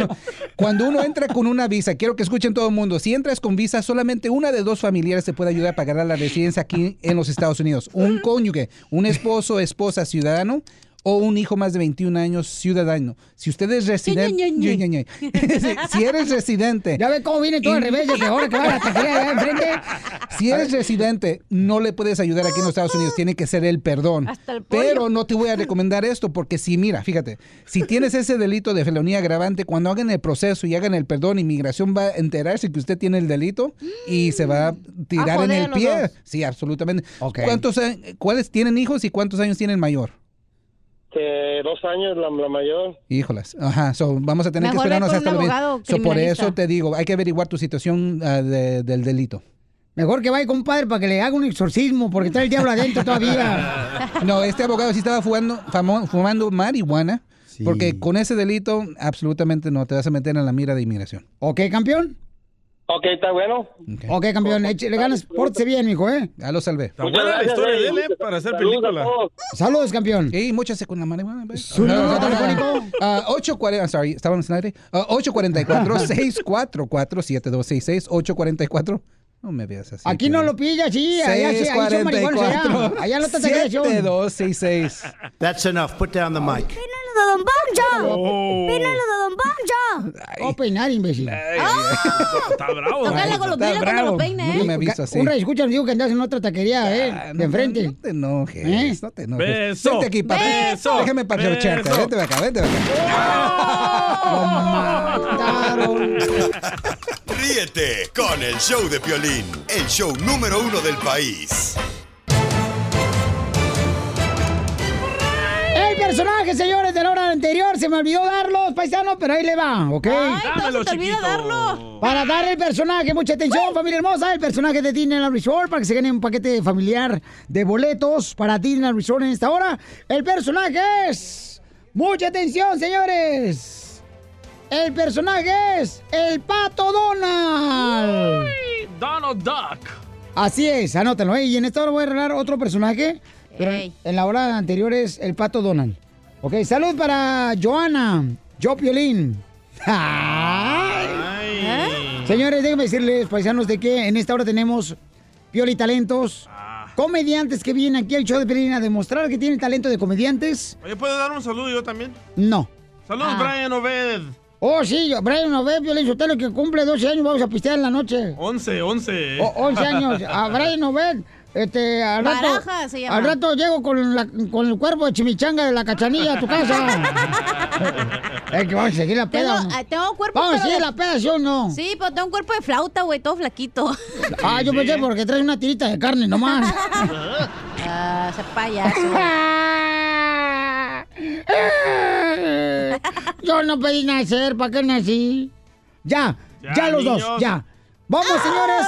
Cuando uno entra con una visa, quiero que escuchen todo el mundo. Si entras con visa, solamente una de dos familiares te puede ayudar a pagar la residencia aquí en los Estados Unidos. Un cónyuge, un esposo, esposa, ciudadano o un hijo más de 21 años ciudadano. Si usted es residente...
Ñe, Ñe,
Si- si eres residente...
Ya ve cómo viene todo al revés desde ahora que va a la taquería allá enfrente.
Si eres residente, no le puedes ayudar aquí en los Estados Unidos, tiene que ser el perdón. Pero no te voy a recomendar esto porque si, mira, fíjate, si tienes ese delito de felonía agravante, cuando hagan el proceso y hagan el perdón, inmigración va a enterarse que usted tiene el delito y se va a tirar en
joder a
el
los
pie.
dos.
Sí, absolutamente. ¿Cuántos, a- ¿Cuáles tienen hijos y cuántos años tienen mayor?
Eh, dos años la, la mayor.
Híjolas, ajá, so, vamos a tener
Mejor
que
ve
esperarnos
con
hasta
un
los veinte.
abogado
So, por
criminalista.
eso te digo, hay que averiguar tu situación ah, de- del delito.
Mejor que vaya con un padre para que le haga un exorcismo porque está el diablo adentro todavía.
No, este abogado sí estaba fumando, famo- fumando marihuana. Porque con ese delito absolutamente no te vas a meter en la mira de inmigración.
Ok, campeón.
Ok, está bueno.
Ok, campeón, eche- le ganas, pórtese bien, mijo, ¿eh?
Ya lo salvé.
Está buena la historia de él, ¿eh?
Para hacer
Saludos
película.
Saludos, campeón.
Y muchas con la marihuana. ¿ves?
Su número telefónico.
Ah, 840, sorry, estábamos en el aire. Ah, 844-644-7266. 844. No me veas así.
Aquí no lo pilla, sí, allá, sí, ahí son marihuanos allá. Allá no está segregación.
7266.
That's enough. Put down the mic.
de Don Poncho! ¡Pínalo de Don Poncho! ¡Oh, peinar, imbécil!
Está bravo.
Tócale con los
Está
pelos cuando
bravo.
lo peine, ¿eh?
Nunca me aviso así. Ah,
Un escucha, digo que andas en otra taquería, ¿eh? de enfrente.
No te enojes,
¿Eh?
no te enojes.
Beso,
Vente aquí, papi.
beso,
Déjame parcharte.
beso.
Vente para acá, vente para acá. Lo mataron.
Ríete con el show de Piolín, el show número uno del país.
El personaje, señores, de la hora anterior se me olvidó darlos, paisanos, pero ahí le va, ¿ok?
Ay, todo se te olvida Dámelo,
darlo. Para dar el personaje, mucha atención, familia hermosa, el personaje de Disneyland Resort para que se gane un paquete familiar de boletos para Disneyland Resort en esta hora. El personaje es. Mucha atención, señores. El personaje es el pato Donald.
Donald Duck.
Así es, anótalo. ¿eh? Y en esta hora voy a arreglar otro personaje, pero en, en la hora anterior es el pato Donald. Ok, salud para Joana, yo Piolín. ¡Ay! Señores, déjenme decirles, paisanos, de que en esta hora tenemos Pioli Talentos, comediantes que vienen aquí al show de Piolín a demostrar que tienen talento de comediantes.
Oye, ¿puedo dar un saludo yo también?
No.
Saludos, Brian Obed.
Ah. Oh, sí, Brian Nové, Piolín Sotelo, que cumple 12 años, vamos a pistear en la noche.
11, 11.
O- 11 años. A Brian Nobel, este, al rato,
Baraja se llama.
al rato llego con, la- con el cuerpo de chimichanga de la cachanilla a tu casa. es que vamos a seguir la peda.
Tengo,
¿no?
ah, tengo cuerpo
Vamos a
pero
seguir
de-
la peda, ¿sí o no?
Sí, pero tengo un cuerpo de flauta, güey, todo flaquito.
Ah, yo pensé porque traes una tirita de carne nomás.
Ah, ese payaso.
yo no pedí nacer, ¿para qué nací? Ya, ya,
Ya,
los
niños.
dos, ya. Vamos, señores.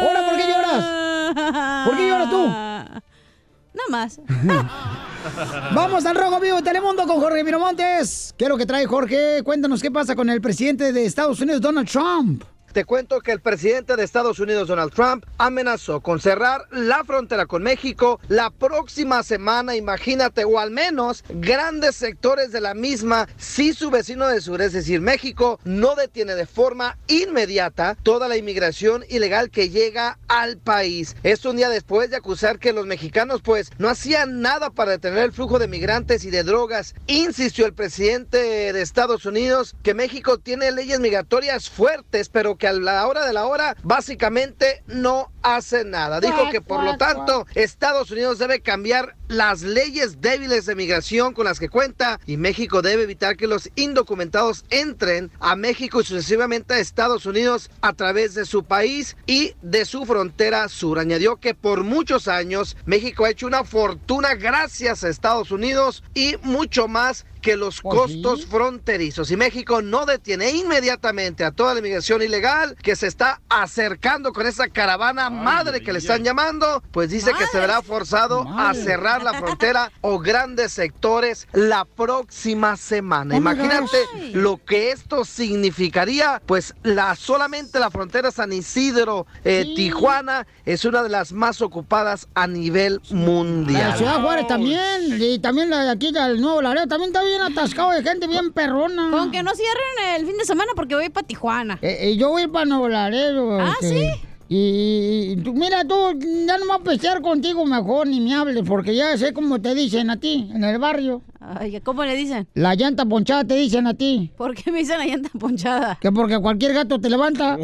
Ahora, ¿por qué lloras? ¿Por qué lloras tú?
Nada más.
Vamos al Rojo Vivo de Telemundo con Jorge Miramontes. ¿Qué es lo que trae Jorge? Cuéntanos qué pasa con el presidente de Estados Unidos, Donald Trump.
Te cuento que el presidente de Estados Unidos, Donald Trump, amenazó con cerrar la frontera con México la próxima semana, imagínate, o al menos grandes sectores de la misma, si su vecino del sur, es decir, México, no detiene de forma inmediata toda la inmigración ilegal que llega al país. Esto un día después de acusar que los mexicanos, pues, no hacían nada para detener el flujo de migrantes y de drogas. Insistió el presidente de Estados Unidos que México tiene leyes migratorias fuertes, pero que a la hora de la hora básicamente no hace nada. Dijo que por lo tanto Estados Unidos debe cambiar las leyes débiles de migración con las que cuenta y México debe evitar que los indocumentados entren a México y sucesivamente a Estados Unidos a través de su país y de su frontera sur. Añadió que por muchos años México ha hecho una fortuna gracias a Estados Unidos y mucho más que los costos fronterizos. Y México no detiene inmediatamente a toda la inmigración ilegal que se está acercando con esa caravana madre que le están llamando, pues dice que se verá forzado a
Madre.
cerrar la frontera o grandes sectores la próxima semana.
Oh my
Imagínate
gosh.
lo que esto significaría, pues la solamente la frontera San Isidro, eh,
Sí.
Tijuana, es una de las más ocupadas a nivel mundial.
La Ciudad Juárez también, y también la de aquí del Nuevo Laredo, también está bien atascado de gente bien perrona. Con
que no cierren el fin de semana porque voy para Tijuana.
Y eh, yo voy para Nuevo Laredo.
Ah,
este,
¿sí?
Y, y tú- mira, tú ya no me voy a pestear contigo mejor ni me hables, porque ya sé cómo te dicen a ti en el barrio.
Ay, ¿cómo le dicen?
La llanta ponchada te dicen a ti.
¿Por qué me dicen la llanta ponchada?
Que porque cualquier gato te levanta.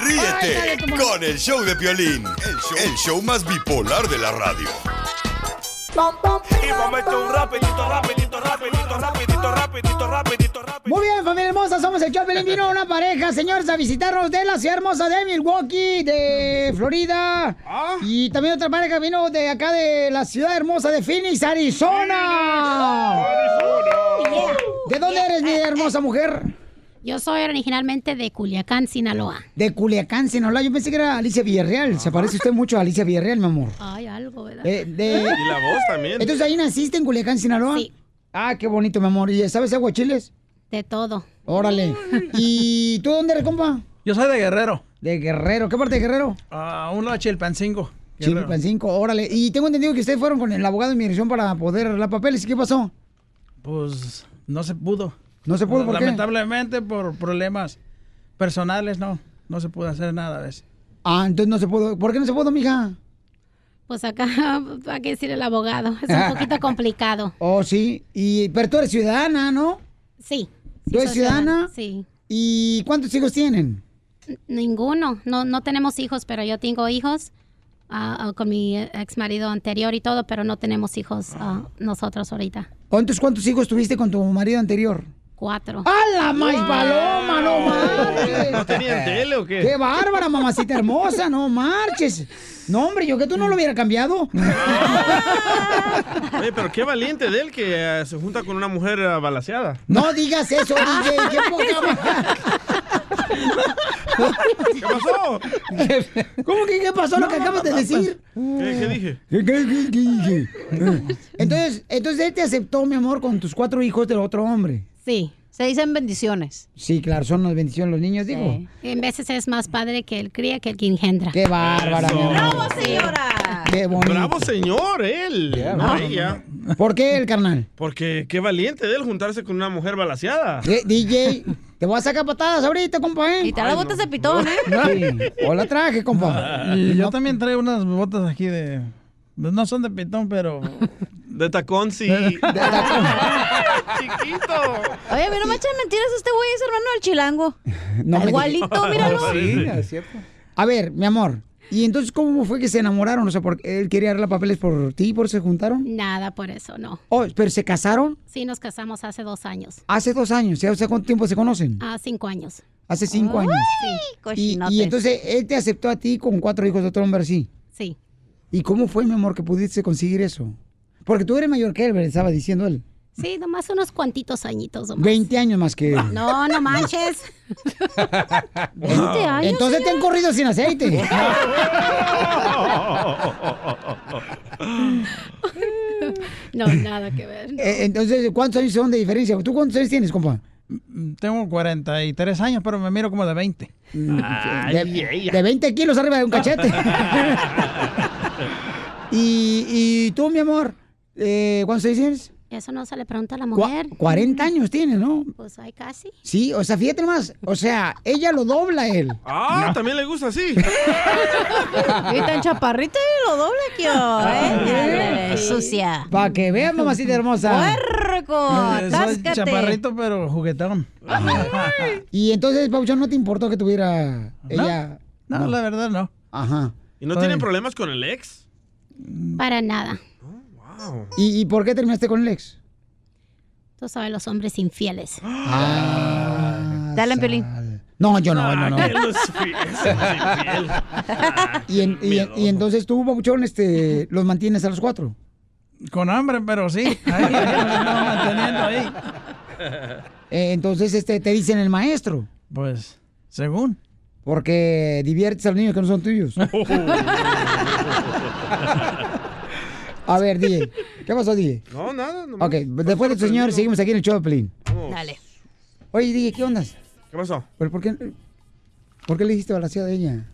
Ríete con el show de Piolín, el show, el show más bipolar de la radio.
Y vamos a echar un rapidito, rapidito, rapidito, rapidito, rapidito, rapidito.
Muy bien, familia hermosa, somos el Chopelín. Vino una pareja, señores, a visitarnos de la ciudad hermosa de Milwaukee, de Florida.
Ah.
Y también otra pareja vino de acá de la ciudad hermosa de Phoenix, Arizona. ¿De dónde eres, mi hermosa mujer?
Yo soy originalmente de Culiacán, Sinaloa.
De Culiacán, Sinaloa. Yo pensé que era Alicia Villarreal. Se parece usted mucho a Alicia Villarreal, mi amor.
Ay, algo, ¿verdad?
Eh, de-
Y la voz también.
Entonces ahí naciste en Culiacán, Sinaloa. Ah, qué bonito, mi amor. ¿Y sabes aguachiles?
De todo.
Órale. ¿Y tú dónde eres, compa?
Yo soy de Guerrero.
De Guerrero. ¿Qué parte de Guerrero?
Ah, uno de Chilpancingo. Guerrero.
Chilpancingo, órale. Y tengo entendido que ustedes fueron con el abogado de inmigración para poder arreglar papeles. ¿Qué pasó?
Pues no se pudo.
No se pudo, ¿por qué?
Lamentablemente por problemas personales, no. No se pudo hacer nada a veces.
Ah, entonces no se pudo. ¿Por qué no se pudo, mija?
Pues acá, hay que decir el abogado. Es un poquito complicado.
Oh, sí. Y, pero tú eres ciudadana, ¿no?
Sí.
¿Tú eres
soy
ciudadana?
Sí.
¿Y cuántos hijos tienen?
N- Ninguno. No, no tenemos hijos, pero yo tengo hijos ah, ah, con mi ex marido anterior y todo, pero no tenemos hijos ah, nosotros ahorita.
¿Cuántos, ¿Cuántos hijos tuviste con tu marido anterior?
Cuatro.
¡A la más paloma, no marches!
¿No tenían tele o qué?
¡Qué bárbara, mamacita hermosa! ¡No marches! No, hombre, yo que tú no lo hubiera cambiado.
Oye, pero qué valiente de él que eh, se junta con una mujer eh, balaseada.
No digas eso, DJ. ¡Qué poca
¿Qué pasó?
¿Cómo que qué pasó lo que acabas de decir?
pues, ¿Qué, qué dije?
¿Qué, qué, qué, qué dije? Entonces, entonces él te aceptó, mi amor, con tus cuatro hijos del otro hombre.
Sí.
Se dicen bendiciones.
Sí, claro, son las bendiciones los niños, digo.
En veces es más padre que el cría que el que engendra.
¡Qué bárbara, mi amor! ¡Qué bonito!
Bravo señor, él. no ella.
¿Por qué el carnal?
Porque qué valiente de él juntarse con una mujer balaseada.
Eh, DJ, te voy a sacar patadas ahorita, compa, ¿eh?
Y te da las botas de pitón, ¿eh?
Sí, Ah, O la traje, compa.
Ah, Y yo también traigo unas botas aquí de... No son de pitón, pero...
De tacón, sí. Chiquito.
Oye, a mí no me echen mentiras, este güey es hermano del chilango.
No me
Igualito,
Ah,
digas.
míralo.
Sí, es cierto.
A ver, mi amor. ¿Y entonces cómo fue que se enamoraron? O sea, porque él quería arreglar papeles por ti, por eso se juntaron.
Nada por eso, no.
Oh, pero se casaron
Sí, nos casamos hace dos años.
hace dos años. ¿ya? O sea, ¿cuánto tiempo se conocen?
Ah, cinco años.
Hace cinco
Ay, pues,
años. Y,
cochinotes.
y entonces él te aceptó a ti con cuatro hijos de otro hombre así.
Sí.
¿Y cómo fue, mi amor, que pudiste conseguir eso? Porque tú eres mayor que él, ¿verdad? estaba diciendo él.
Sí, nomás unos cuantitos añitos. nomás.
20 años más que él.
No, no manches.
Este
años,
Entonces te han corrido sin aceite.
No, nada que ver. no.
Eh, Entonces, ¿cuántos años son de diferencia? ¿Tú cuántos años tienes, compa?
Tengo 43 años, pero me miro como de 20.
Mm, De, de 20 kilos arriba de un cachete. y, y tú, mi amor, eh, ¿cuántos años tienes?
Eso no se le pregunta a la mujer.
40 años tiene, ¿no?
Pues hay casi.
Sí, o sea, fíjate más, o sea, ella lo dobla a él.
Ah, también le gusta así.
Y tan chaparrita y lo doble que yo, ¿eh?
Ay.
Sucia.
Para que veas, mamacita hermosa.
Puerco,
Eh, soy
atáscate.
chaparrito, pero juguetón.
Y entonces, Pauchón, ¿no te importó que tuviera
No,
ella?
No, la verdad no.
Ajá.
¿Y
Pues,
no tienen problemas con el ex?
Para nada.
¿Y, y por qué terminaste con el ex?
Tú sabes, los hombres infieles.
Ah,
Dale, Piolín.
No, yo no, no, no.
Ah, que los
y, en- y en- y entonces tú, Pauchón, este, los mantienes a los cuatro.
Con hambre, pero sí. Ahí, ahí nos estamos manteniendo ahí.
Eh, entonces, este, te dicen el maestro.
Pues, según.
Porque diviertes a los niños que no son tuyos.
Oh.
a ver, DJ. ¿Qué pasó, DJ?
No, nada. nomás.
Ok, después de tu señor, seguimos aquí en el show de Pelín.
Dale.
Oye, DJ, ¿qué onda?
¿Qué pasó?
¿Pero por qué, por qué le dijiste balaseada a ella?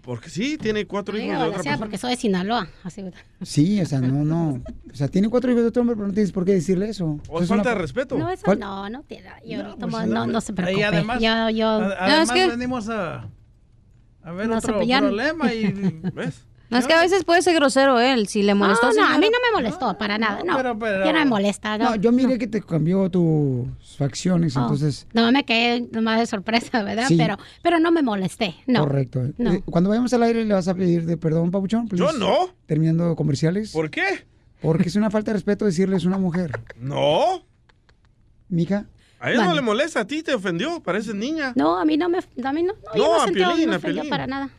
Porque sí, tiene cuatro
Digo,
hijos de otra
desgraciada,
persona.
porque soy de Sinaloa. Así.
Sí, o sea, no, no. O sea, tiene cuatro hijos de otro hombre, pero no tienes por qué decirle eso.
O es
una-
falta de respeto.
No, eso
¿Cuál?
no, no tiene. Yo no,
pues,
no, no se preocupe.
Y además,
yo, yo,
a-
no,
además venimos a, a ver
No se
otro
pelearon.
problema y... ¿Ves?
No, es que a veces puede ser grosero él, si le molestó.
Ah,
No, no, a mí no
me molestó,
para nada, no.
pero- pero-
Yo no me molesta. No,
No, yo miré que te cambió tus facciones,
Oh,
entonces.
Nomás me quedé nomás de sorpresa, ¿verdad?
Sí.
Pero, pero no me molesté. No.
Correcto.
No.
Eh, Cuando vayamos al aire, ¿le vas a pedir de perdón, Papuchón? please?
Yo no.
Terminando comerciales.
¿Por qué?
Porque es una falta de respeto decirles una mujer.
No.
Mija.
A él no
Vale.
le molesta, a ti te ofendió, pareces niña.
No, a mí no me. A mí no. No, yo
No,
no
a
sentí- no
Piolín,
me
a
ofendió
Piolín.
para nada.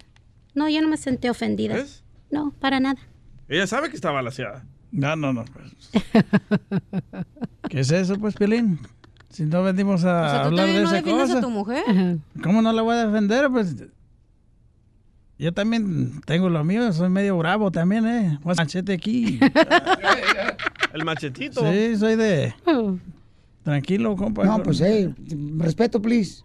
No, yo no me sentí ofendida. No, para nada.
Ella sabe que está balaseada.
No, no, no. pues. ¿Qué es eso, pues, Piolín? Si no venimos a
O sea, ¿tú
hablar
todavía
de
no
esa
defiendes
cosa.
a tu mujer?
¿Cómo no la voy a defender? Pues yo también tengo lo mío, soy medio bravo también, ¿eh? Voy a machete aquí.
El machetito.
sí, soy de... Tranquilo, compa.
No, pues, eh, respeto, please.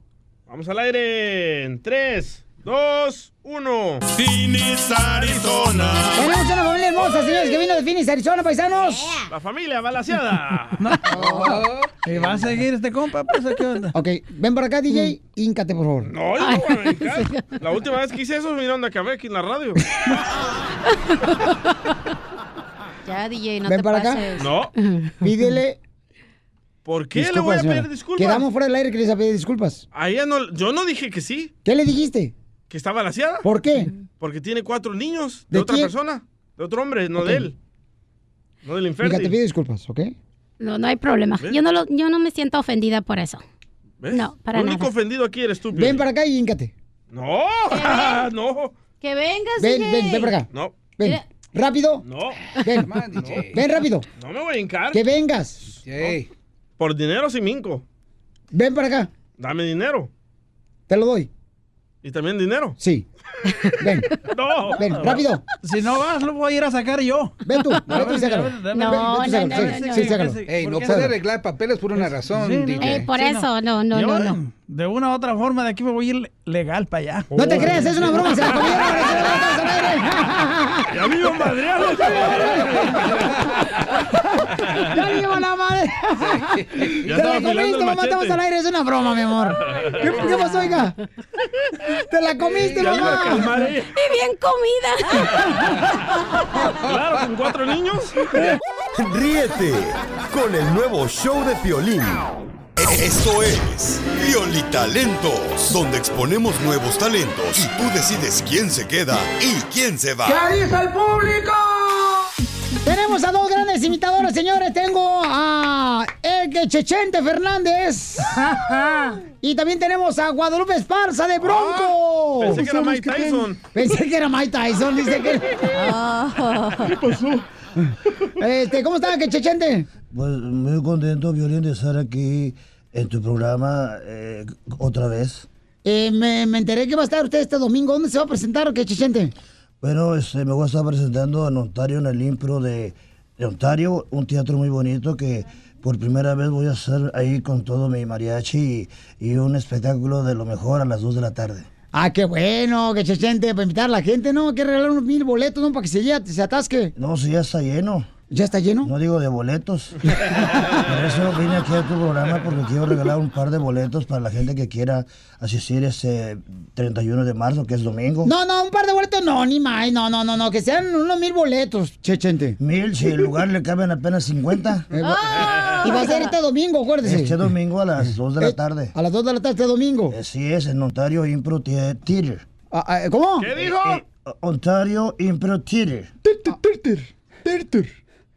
Vamos al aire en 3, 2, 1.
Phoenix, Arizona.
Tenemos una familia hermosa, señores, que vino de Phoenix, Arizona, paisanos.
La familia balaseada.
¿Y va a seguir este compa? Pues, ¿qué onda?
Ok, ven para acá, DJ, íncate, por favor.
Mm. No, yo no voy a brincar. La última vez que hice eso, mira donde acabé aquí en la radio.
Ya, DJ, no
Ven
te
para acá.
pases.
No.
Pídele.
¿Por qué le voy a
señora.
pedir disculpas?
Quedamos fuera del aire que les a pedir disculpas.
A ella no, yo no dije que sí,
¿Qué le dijiste?
que está balaseada.
¿Por qué?
Porque tiene cuatro niños de,
¿De
otra
quién?
persona, de otro hombre, no
Ok.
de él. No del
Mija, te
infértil.
pido disculpas, ¿ok?
No, no hay problema.
¿Ves?
Yo no, lo, yo no me siento ofendida por eso.
¿Ves?
No, para
El único
nada.
ofendido aquí eres tú,
Ven
Piolín.
para acá y íncate.
No, no.
Que vengas,
Ven,
DJ.
ven, ven para acá.
No.
Ven,
Mira.
rápido.
No.
Ven, ven rápido.
No me voy a hincar.
Que vengas.
Por dinero sí minco.
Ven para acá.
Dame dinero.
Te lo doy.
¿Y también dinero?
Sí. Ven.
No.
Ven, rápido.
Si no vas, lo voy a ir a sacar yo.
Ven tú, ven tú y sácalo.
No,
Ven,
no,
ven tú y
no,
sácalo.
no,
Sí,
no,
sí,
no.
sácalo.
Ey, no
¿Por qué?
puede arreglar papeles por una razón,
Sí, no.
DJ.
Ey, Eh, por
Sí,
eso, no, no,
Yo,
no, no.
De una u otra forma, de aquí me voy a ir legal para allá. Oh.
No te creas, es una broma, se la comieron, se la comieron, se la comieron.
Ya me iba a madrear, los
¡Ya le llevo la madre!
Ya
¡Te la
estaba afilando
comiste,
el
lo matamos
machete.
al aire! ¡Es una broma, mi amor! ¿Qué, qué pasó, oiga? ¡Te la comiste,
Ya iba
mamá!
a calmar, eh.
Y bien comida.
Claro, con cuatro niños.
Ríete con el nuevo show de Piolín. Esto es Piolitalentos, donde exponemos nuevos talentos y tú decides quién se queda y quién se va.
dice el público? Tenemos a dos grandes imitadores, señores. Tengo a el que Chechente Fernández. y también tenemos a Guadalupe Esparza de Bronco.
Ah, pensé que era
¿Sabes
Mike
qué
Tyson.
ten- Pensé que era Mike Tyson, dice que. ¿Qué pasó? Este, ¿cómo está, que Chechente?
Pues muy contento, Violín, de estar aquí en tu programa eh, otra vez.
Eh, me, me enteré que va a estar usted este domingo. ¿Dónde se va a presentar, que Chechente?
Bueno, este, me voy a estar presentando en Ontario, en el Impro de, de Ontario, un teatro muy bonito que por primera vez voy a hacer ahí con todo mi mariachi y, y un espectáculo de lo mejor a las 2 de la tarde.
Ah, qué bueno, que Chechente, para invitar a la gente, ¿no? Hay Que regalar unos mil boletos, ¿no? Para que se, ya- se atasque.
No, si ya está lleno.
¿Ya está lleno?
No digo de boletos. Por eso vine aquí a tu programa porque quiero regalar un par de boletos para la gente que quiera asistir este ese 31 de marzo, que es domingo.
No, no, un par de boletos no, ni más. No, no, no, no, que sean unos mil boletos, chechente.
Mil, si el lugar le caben apenas 50.
Eh, va- Y va a ser este domingo, acuérdese.
Este domingo a las 2 de la
Eh,
tarde.
A las 2 de la tarde, este domingo. Ah, eh,
Así es, en Ontario Impro Thea- Theater.
¿Cómo?
¿Qué dijo? Ontario Impro Theater.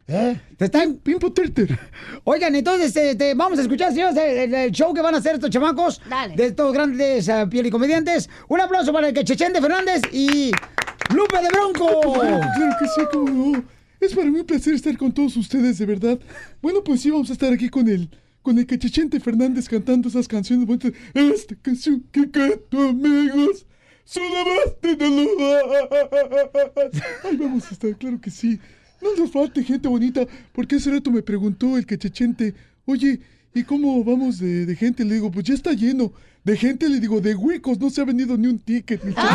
¿Eh? Te están pimpo terter. Oigan, entonces este, vamos a escuchar, señores, el, el- el show que van a hacer estos chamacos de estos grandes eh, piel y comediantes. Un aplauso para el que Chechen de Fernández y Lupe de Bronco.
Claro que sí, cómo no. Es para mí un placer estar con todos ustedes, de verdad. Bueno, pues sí, vamos a estar aquí con el, con el cachechente Fernández cantando esas canciones bonitas. Esta canción que canto, amigos, solo más de Dolores. Ahí vamos a estar, claro que sí. No nos falte gente bonita, porque hace rato me preguntó el cachechente, oye, ¿y cómo vamos de, de gente? Le digo, pues ya está lleno. De gente, le digo, de huecos, no se ha vendido ni un ticket. mi chavo".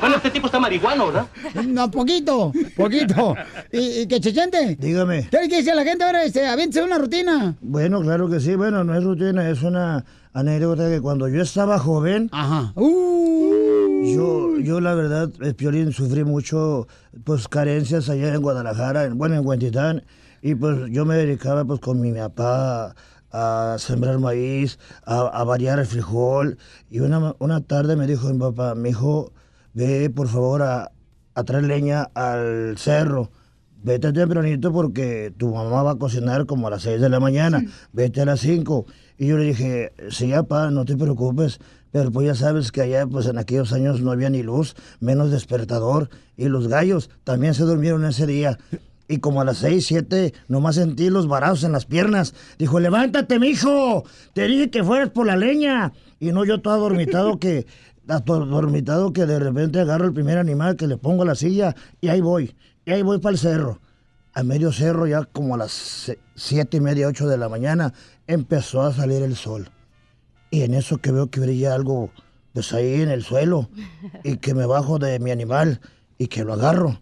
Bueno, este tipo está marihuano, ¿verdad? No, poquito, poquito. ¿Y, y que Chechente?
Dígame.
¿Qué le quiere decir a la gente ahora? Este, aviéntese una rutina.
Bueno, claro que sí. Bueno, no es rutina, es una anécdota que cuando yo estaba joven. Uh.
Ajá.
Yo, yo la verdad, eh, Piolín, sufrí mucho, pues, carencias allá en Guadalajara, en, bueno, en Huentitán. Y pues yo me dedicaba, pues, con mi papá a sembrar maíz, a, a variar el frijol. Y una, una tarde me dijo mi papá, mi hijo, ve por favor a, a traer leña al cerro. Vete tempranito porque tu mamá va a cocinar como a las 6 de la mañana. Vete a las 5. Y yo le dije, sí, papá, no te preocupes. Pero pues ya sabes que allá, pues en aquellos años no había ni luz, menos despertador. Y los gallos también se durmieron ese día. Y como a las 6, 7, nomás sentí los varazos en las piernas. Dijo, levántate, mijo. Te dije que fueras por la leña. Y no yo todo adormitado que... Adormitado que de repente agarro el primer animal que le pongo a la silla y ahí voy. Y ahí voy para el cerro. A medio cerro, ya como a las se- siete y media, ocho de la mañana, empezó a salir el sol. Y en eso que veo que brilla algo, pues ahí en el suelo, y que me bajo de mi animal, y que lo agarro,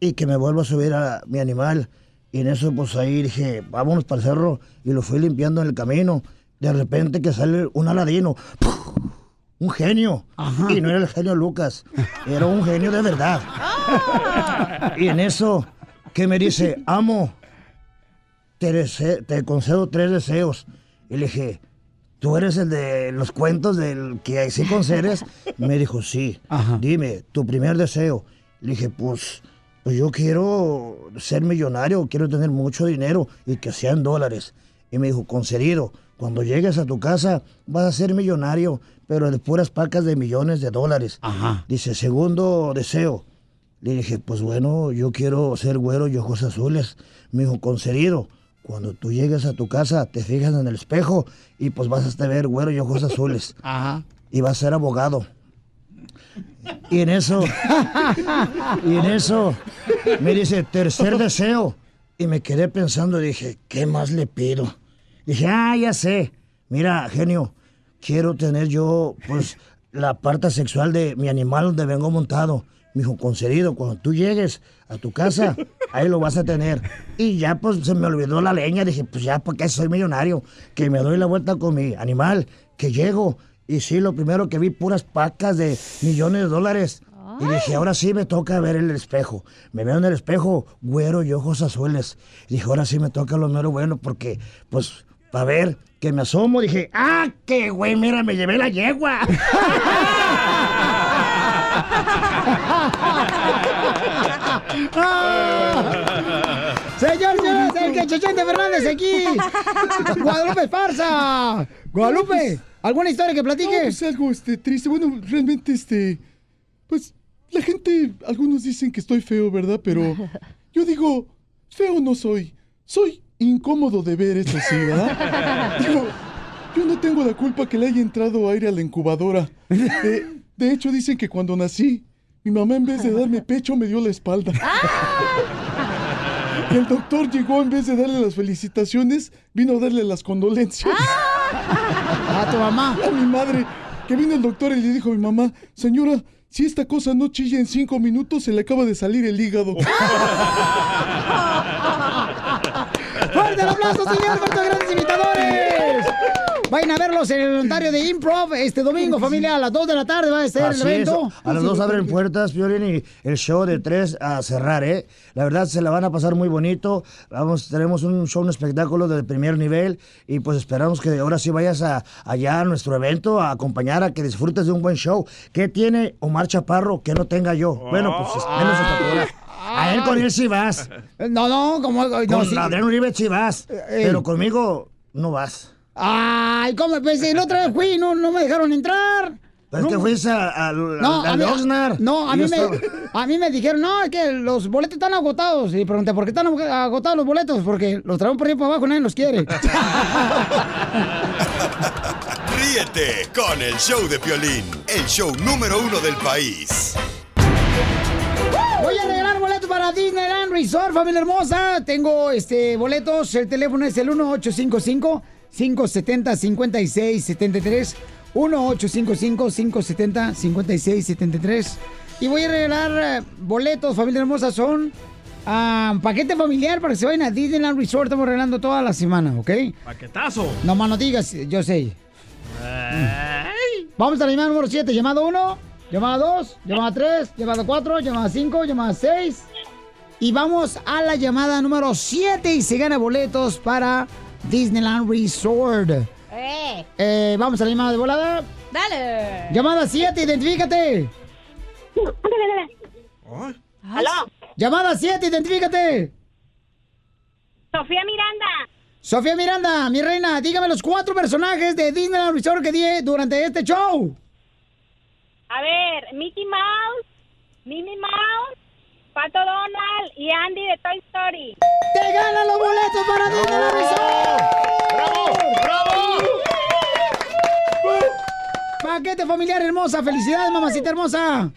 y que me vuelvo a subir a mi animal. Y en eso, pues ahí dije, vámonos para el cerro, y lo fui limpiando en el camino. De repente que sale un aladino, un genio. Y no era el genio Lucas, era un genio de verdad. Y en eso, que me dice, amo, te, dese- te concedo tres deseos. Y le dije, ¿tú eres el de los cuentos del que sí concedes? Me dijo, sí. Dime, tu primer deseo. Le dije, pues, pues yo quiero ser millonario, quiero tener mucho dinero y que sean dólares. Y me dijo, concedido, cuando llegues a tu casa vas a ser millonario, pero de puras pacas de millones de dólares. Dice, segundo deseo. Le dije, pues bueno, yo quiero ser güero y ojos azules. Me dijo, concedido. Cuando tú llegues a tu casa, te fijas en el espejo y pues vas a ver güero y ojos azules. Y vas a ser abogado. Y en eso, y en eso, me dice, tercer deseo. Y me quedé pensando, dije, ¿qué más le pido? Dije, ah, ya sé. Mira, genio, quiero tener yo, pues, la parte sexual de mi animal donde vengo montado. Me dijo, concedido, cuando tú llegues a tu casa, ahí lo vas a tener. Y ya, pues, se me olvidó la leña. Dije, pues, ya, porque soy millonario, que me doy la vuelta con mi animal, que llego. Y sí, lo primero que vi, puras pacas de millones de dólares. Y dije, ahora sí me toca ver el espejo. Me veo en el espejo, güero y ojos azules. Y dije, ahora sí me toca lo mero bueno porque, pues, para ver que me asomo, dije, ¡ah, qué güey! Mira, me llevé la yegua.
Señor, señores, el que Chechente Fernández aquí. Guadalupe Esparza. Guadalupe, ¿alguna historia que platiques?
No, pues algo este, triste. Bueno, realmente, este. Pues la gente, algunos dicen que estoy feo, ¿verdad? Pero yo digo, feo no soy. Soy incómodo de ver, eso sí, ¿verdad? digo, yo no tengo la culpa que le haya entrado aire a la incubadora. De, de hecho, dicen que cuando nací, mi mamá en vez de darme pecho me dio la espalda.
¡Ah!
Y el doctor llegó en vez de darle las felicitaciones, vino a darle las condolencias.
¡Ah!
A tu mamá. A mi madre. Que vino el doctor y le dijo a mi mamá, señora, Si esta cosa no chilla en cinco minutos, se le acaba de salir el hígado.
¡Fuerte el aplauso, señor! ¡Por tus grandes imitadores! Vayan a verlos en el Ontario de Improv este domingo, familia, a las 2 de la tarde va a ser el
Así es.
evento.
A las dos abren puertas, Piolín, y el show de tres a cerrar, ¿eh? La verdad se la van a pasar muy bonito. Vamos, tenemos un show, un espectáculo de primer nivel y pues esperamos que ahora sí vayas a, allá a nuestro evento a acompañar, a que disfrutes de un buen show. ¿Qué tiene Omar Chaparro que no tenga yo? Bueno, pues es- menos el tatuaje. A él con él sí vas.
Ah. No, no, como...
con
sí.
Adrián Uribe sí vas,
eh.
pero conmigo no vas.
Ay, ¿cómo? Pues el otro vez fui y no, no me dejaron entrar.
Pero es que
No.
fuiste a- al
No,
al-
a
al
mí,
Oxnard.
no, a
Y
mí,
yo
me,
estaba-
a mí me dijeron, no, es que los boletos están agotados. Y pregunté, ¿por qué están agotados los boletos? Porque los traen por ahí para abajo, nadie los quiere.
Ríete con el show de Piolín, el show número uno del país.
Voy a regalar boletos para Disneyland Resort, familia hermosa. Tengo este boletos, el teléfono es el 1855 570 5673 1855 570 5673 Y voy a regalar eh, boletos, familia hermosa, son ah, paquete familiar para que se vayan a Disneyland Resort. Estamos regalando toda la semana, ¿ok?
Paquetazo.
No más no digas, yo sé.
Ah.
Vamos a la llamada número 7. Llamada 1, llamada 2, llamada 3, llamada 4, llamada 5, llamada 6. Y vamos a la llamada número 7 y se gana boletos para Disneyland Resort.
¡Eh!
Eh, vamos a la llamada de volada.
¡Dale!
Llamada 7, identifícate.
¿Aló?
Llamada 7, identifícate.
Sofía Miranda.
Sofía Miranda, mi reina, dígame los cuatro personajes de Disneyland Resort que di durante este show.
A ver, Mickey Mouse, Minnie Mouse, Pato Donald y Andy de Toy Story.
¡Te ganan los boletos para Disneyland Resort! ¡Bravo! ¡Bravo! Paquete familiar hermosa, felicidades mamacita hermosa.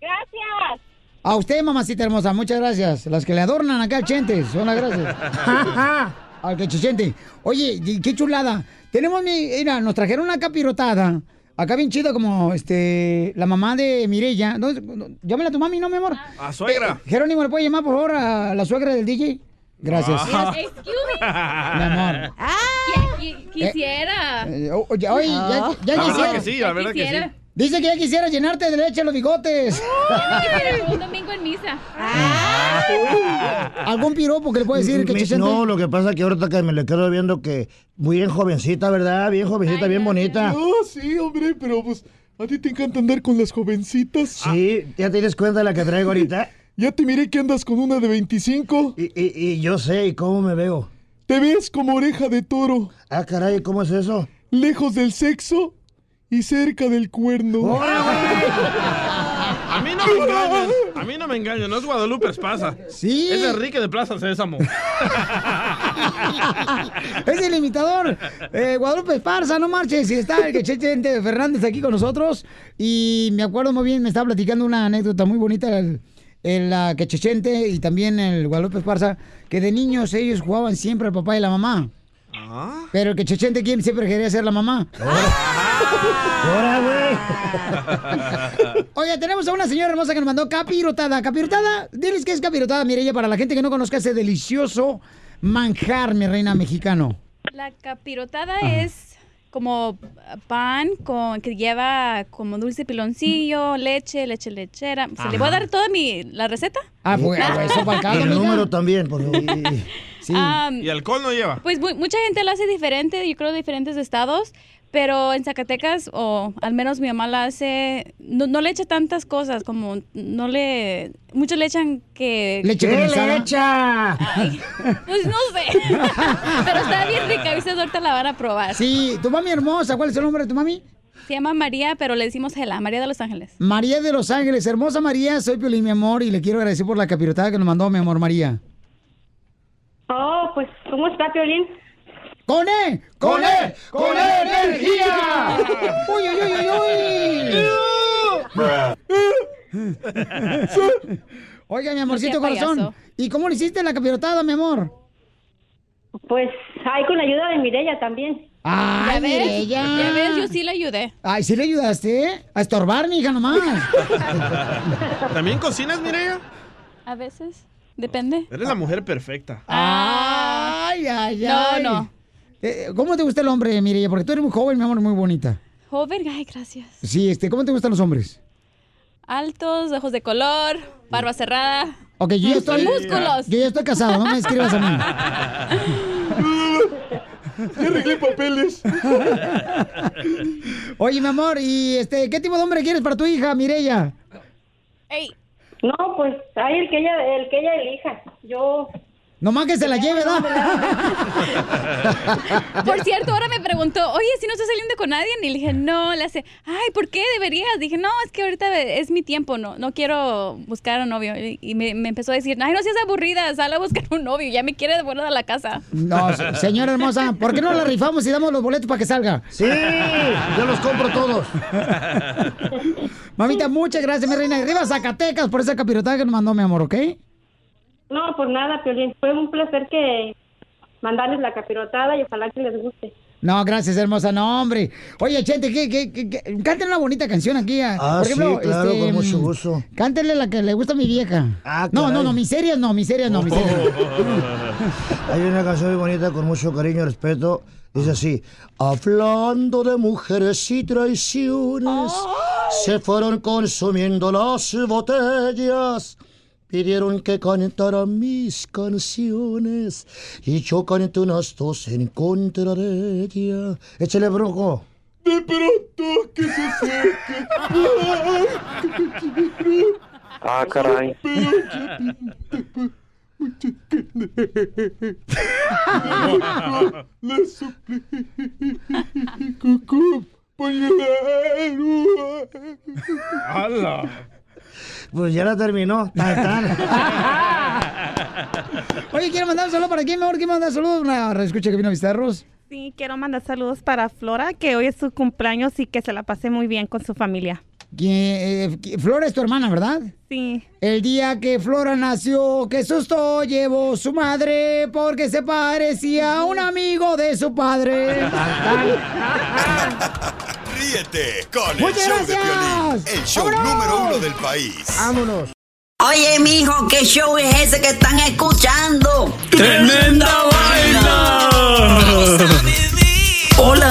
Gracias.
A usted mamacita hermosa, muchas gracias. Las que le adornan acá al Chente, son las gracias. al que chichente. Oye, y qué chulada. Tenemos mi, mira, nos trajeron una capirotada. Acá bien chida como este la mamá de Mirella. No, no, Llámela a tu mami, no mi amor. Eh,
A suegra.
Jerónimo, ¿le puede llamar por favor a la suegra del DJ? Gracias.
Ah.
Mi amor.
Ah,
Quisiera.
Eh, o- oye, oye, ya, ya
Ah. La
quisiera.
verdad que sí, la verdad que sí.
Dice que ya quisiera llenarte de leche los bigotes. ¡Eh!
Un domingo en misa.
Ah. ¿Algún piropo que le puede decir que
Mi-
Chente?
No, lo que pasa es que ahorita que me le quedo viendo que muy bien jovencita, ¿verdad? Bien jovencita, bien bonita.
No, Ah, sí, hombre, pero pues a ti te encanta andar con las jovencitas.
Sí, ¿ya te das cuenta de la que traigo ahorita?
ya te miré que andas con una de 25.
Y, yo sé, ¿y cómo me veo?
Te ves como oreja de toro.
Ah, caray, ¿cómo es eso?
Lejos del sexo y cerca del cuerno.
A mí no me engañan. A mí no me engañan. No es Guadalupe Espasa.
Sí.
Es Enrique de Plaza Sésamo.
Es el imitador. Eh, Guadalupe Esparza, no marches. Y está el que Chente Fernández aquí con nosotros. Y me acuerdo muy bien, me estaba platicando una anécdota muy bonita. El, el, ah, que Chente y también el Guadalupe Esparza, que de niños ellos jugaban siempre al papá y la mamá. Pero el que Chente quien siempre quería ser la mamá.
¡Ahora, güey!
Oye, tenemos a una señora hermosa que nos mandó capirotada. Capirotada, diles que es capirotada, Mireya, para la gente que no conozca ese delicioso manjar, mi reina mexicano.
La capirotada es como ah, pan con que lleva como dulce piloncillo, leche, leche lechera. ¿Se le voy a
Ajá.
dar toda mi la receta?
Ah, pues, ah, eso para acá,
Y Eh, el
amiga.
número también, pues, por favor.
Sí. Ah,
Y alcohol no lleva.
Pues mu- mucha gente la hace diferente, yo creo de diferentes estados, pero en Zacatecas, o al menos mi mamá la hace, no, no le echa tantas cosas, como no le, muchos le echan que...
Leche condensada.
Pues no sé, pero está bien rica, ustedes ahorita la van a probar.
Sí, tu mami hermosa, ¿cuál es el nombre de tu mami?
Se llama María, pero le decimos Gela, María de Los Ángeles.
María de Los Ángeles, hermosa María, soy Piolín, mi amor, y le quiero agradecer por la capirotada que nos mandó mi amor María.
Oh, pues, ¿cómo está, Piolín?
¡Con E! ¡Con E! ¡Con E energía! ¡Uy, uy, uy, uy, uy! Oiga, mi amorcito
Qué payaso.
corazón, ¿y cómo le hiciste la capirotada, mi amor?
Pues, ahí con la ayuda de Mirella también.
Ay,
¿Ya ves?
Mireya.
Ya ves, yo sí le ayudé.
Ay, ¿sí le ayudaste? eh? A estorbar, mija, nomás.
¿También cocinas, Mireya?
A veces. Depende.
Eres la mujer perfecta.
Ay, ay,
No,
ay.
no.
Eh, ¿Cómo te gusta el hombre, Mireya? Porque tú eres muy joven, mi amor, muy bonita.
Joven, ay, gracias.
Sí, este, ¿cómo te gustan los hombres?
Altos, ojos de color, barba cerrada.
Ok, yo ya
Y
estoy.
músculos.
Yo ya estoy casado, no me escribas a mí.
Ya arreglé papeles.
Oye, mi amor, ¿y este qué tipo de hombre quieres para tu hija, Mireya?
No, pues ahí el que ella, el que ella elija. Yo.
Nomás que se la lleve, ¿no?
Por cierto, ahora me preguntó, oye, si no estás saliendo con nadie, y le dije, no, le hace, ay, ¿por qué deberías? Dije, no, es que ahorita es mi tiempo, no, no quiero buscar un novio. Y y me, me empezó a decir, ay, no seas aburrida, sal a buscar un novio, ya me quiere de vuelta a la casa.
No, se- señora hermosa, ¿por qué no la rifamos y damos los boletos para que salga? Sí, yo los compro todos. Mamita, muchas gracias, mi reina. Arriba Zacatecas por esa capirotada que nos mandó, mi amor, ¿ok?
No, pues nada, Piolín. Fue un placer que mandarles la capirotada y ojalá que les guste.
No, gracias, hermosa. No, hombre. Oye, Chente, ¿qué, qué, qué, qué? Canten una bonita canción aquí. a-
Ah, sí, claro, con mucho
mm,
gusto.
Cántenle la que le gusta a mi vieja. no, no, no, miserias no, miserias no, miserias no.
Hay una canción muy bonita con mucho cariño y respeto. Dice así, hablando de mujeres y traiciones, se fueron consumiendo las botellas. Pidieron que cantara mis canciones y yo canté unas dos en contra de ella. Échale bronco.
De pronto que se acerque. Ay, qué cochino creo.
Ah, caray.
Pero ya pintaba mucho que- Le suplico, cucú, ponle la luz.
Pues ya la terminó. Tan, tan.
Oye, quiero mandar un saludo para quién, mejor que mandar saludos. Una escucha que vino a visitarnos.
Sí, quiero mandar saludos para Flora, que hoy es su cumpleaños y que se la pase muy bien con su familia.
Que, eh, que- Flora es tu hermana, ¿verdad?
Sí.
El día que Flora nació, qué susto llevó su madre porque se parecía a un amigo de su padre.
Ríete con el
Muchas
show de
gracias.
Piolín, el show número uno del país.
Vámonos.
Oye, mijo, ¿qué show es ese que están escuchando?
¡Tremenda
vaina! Hola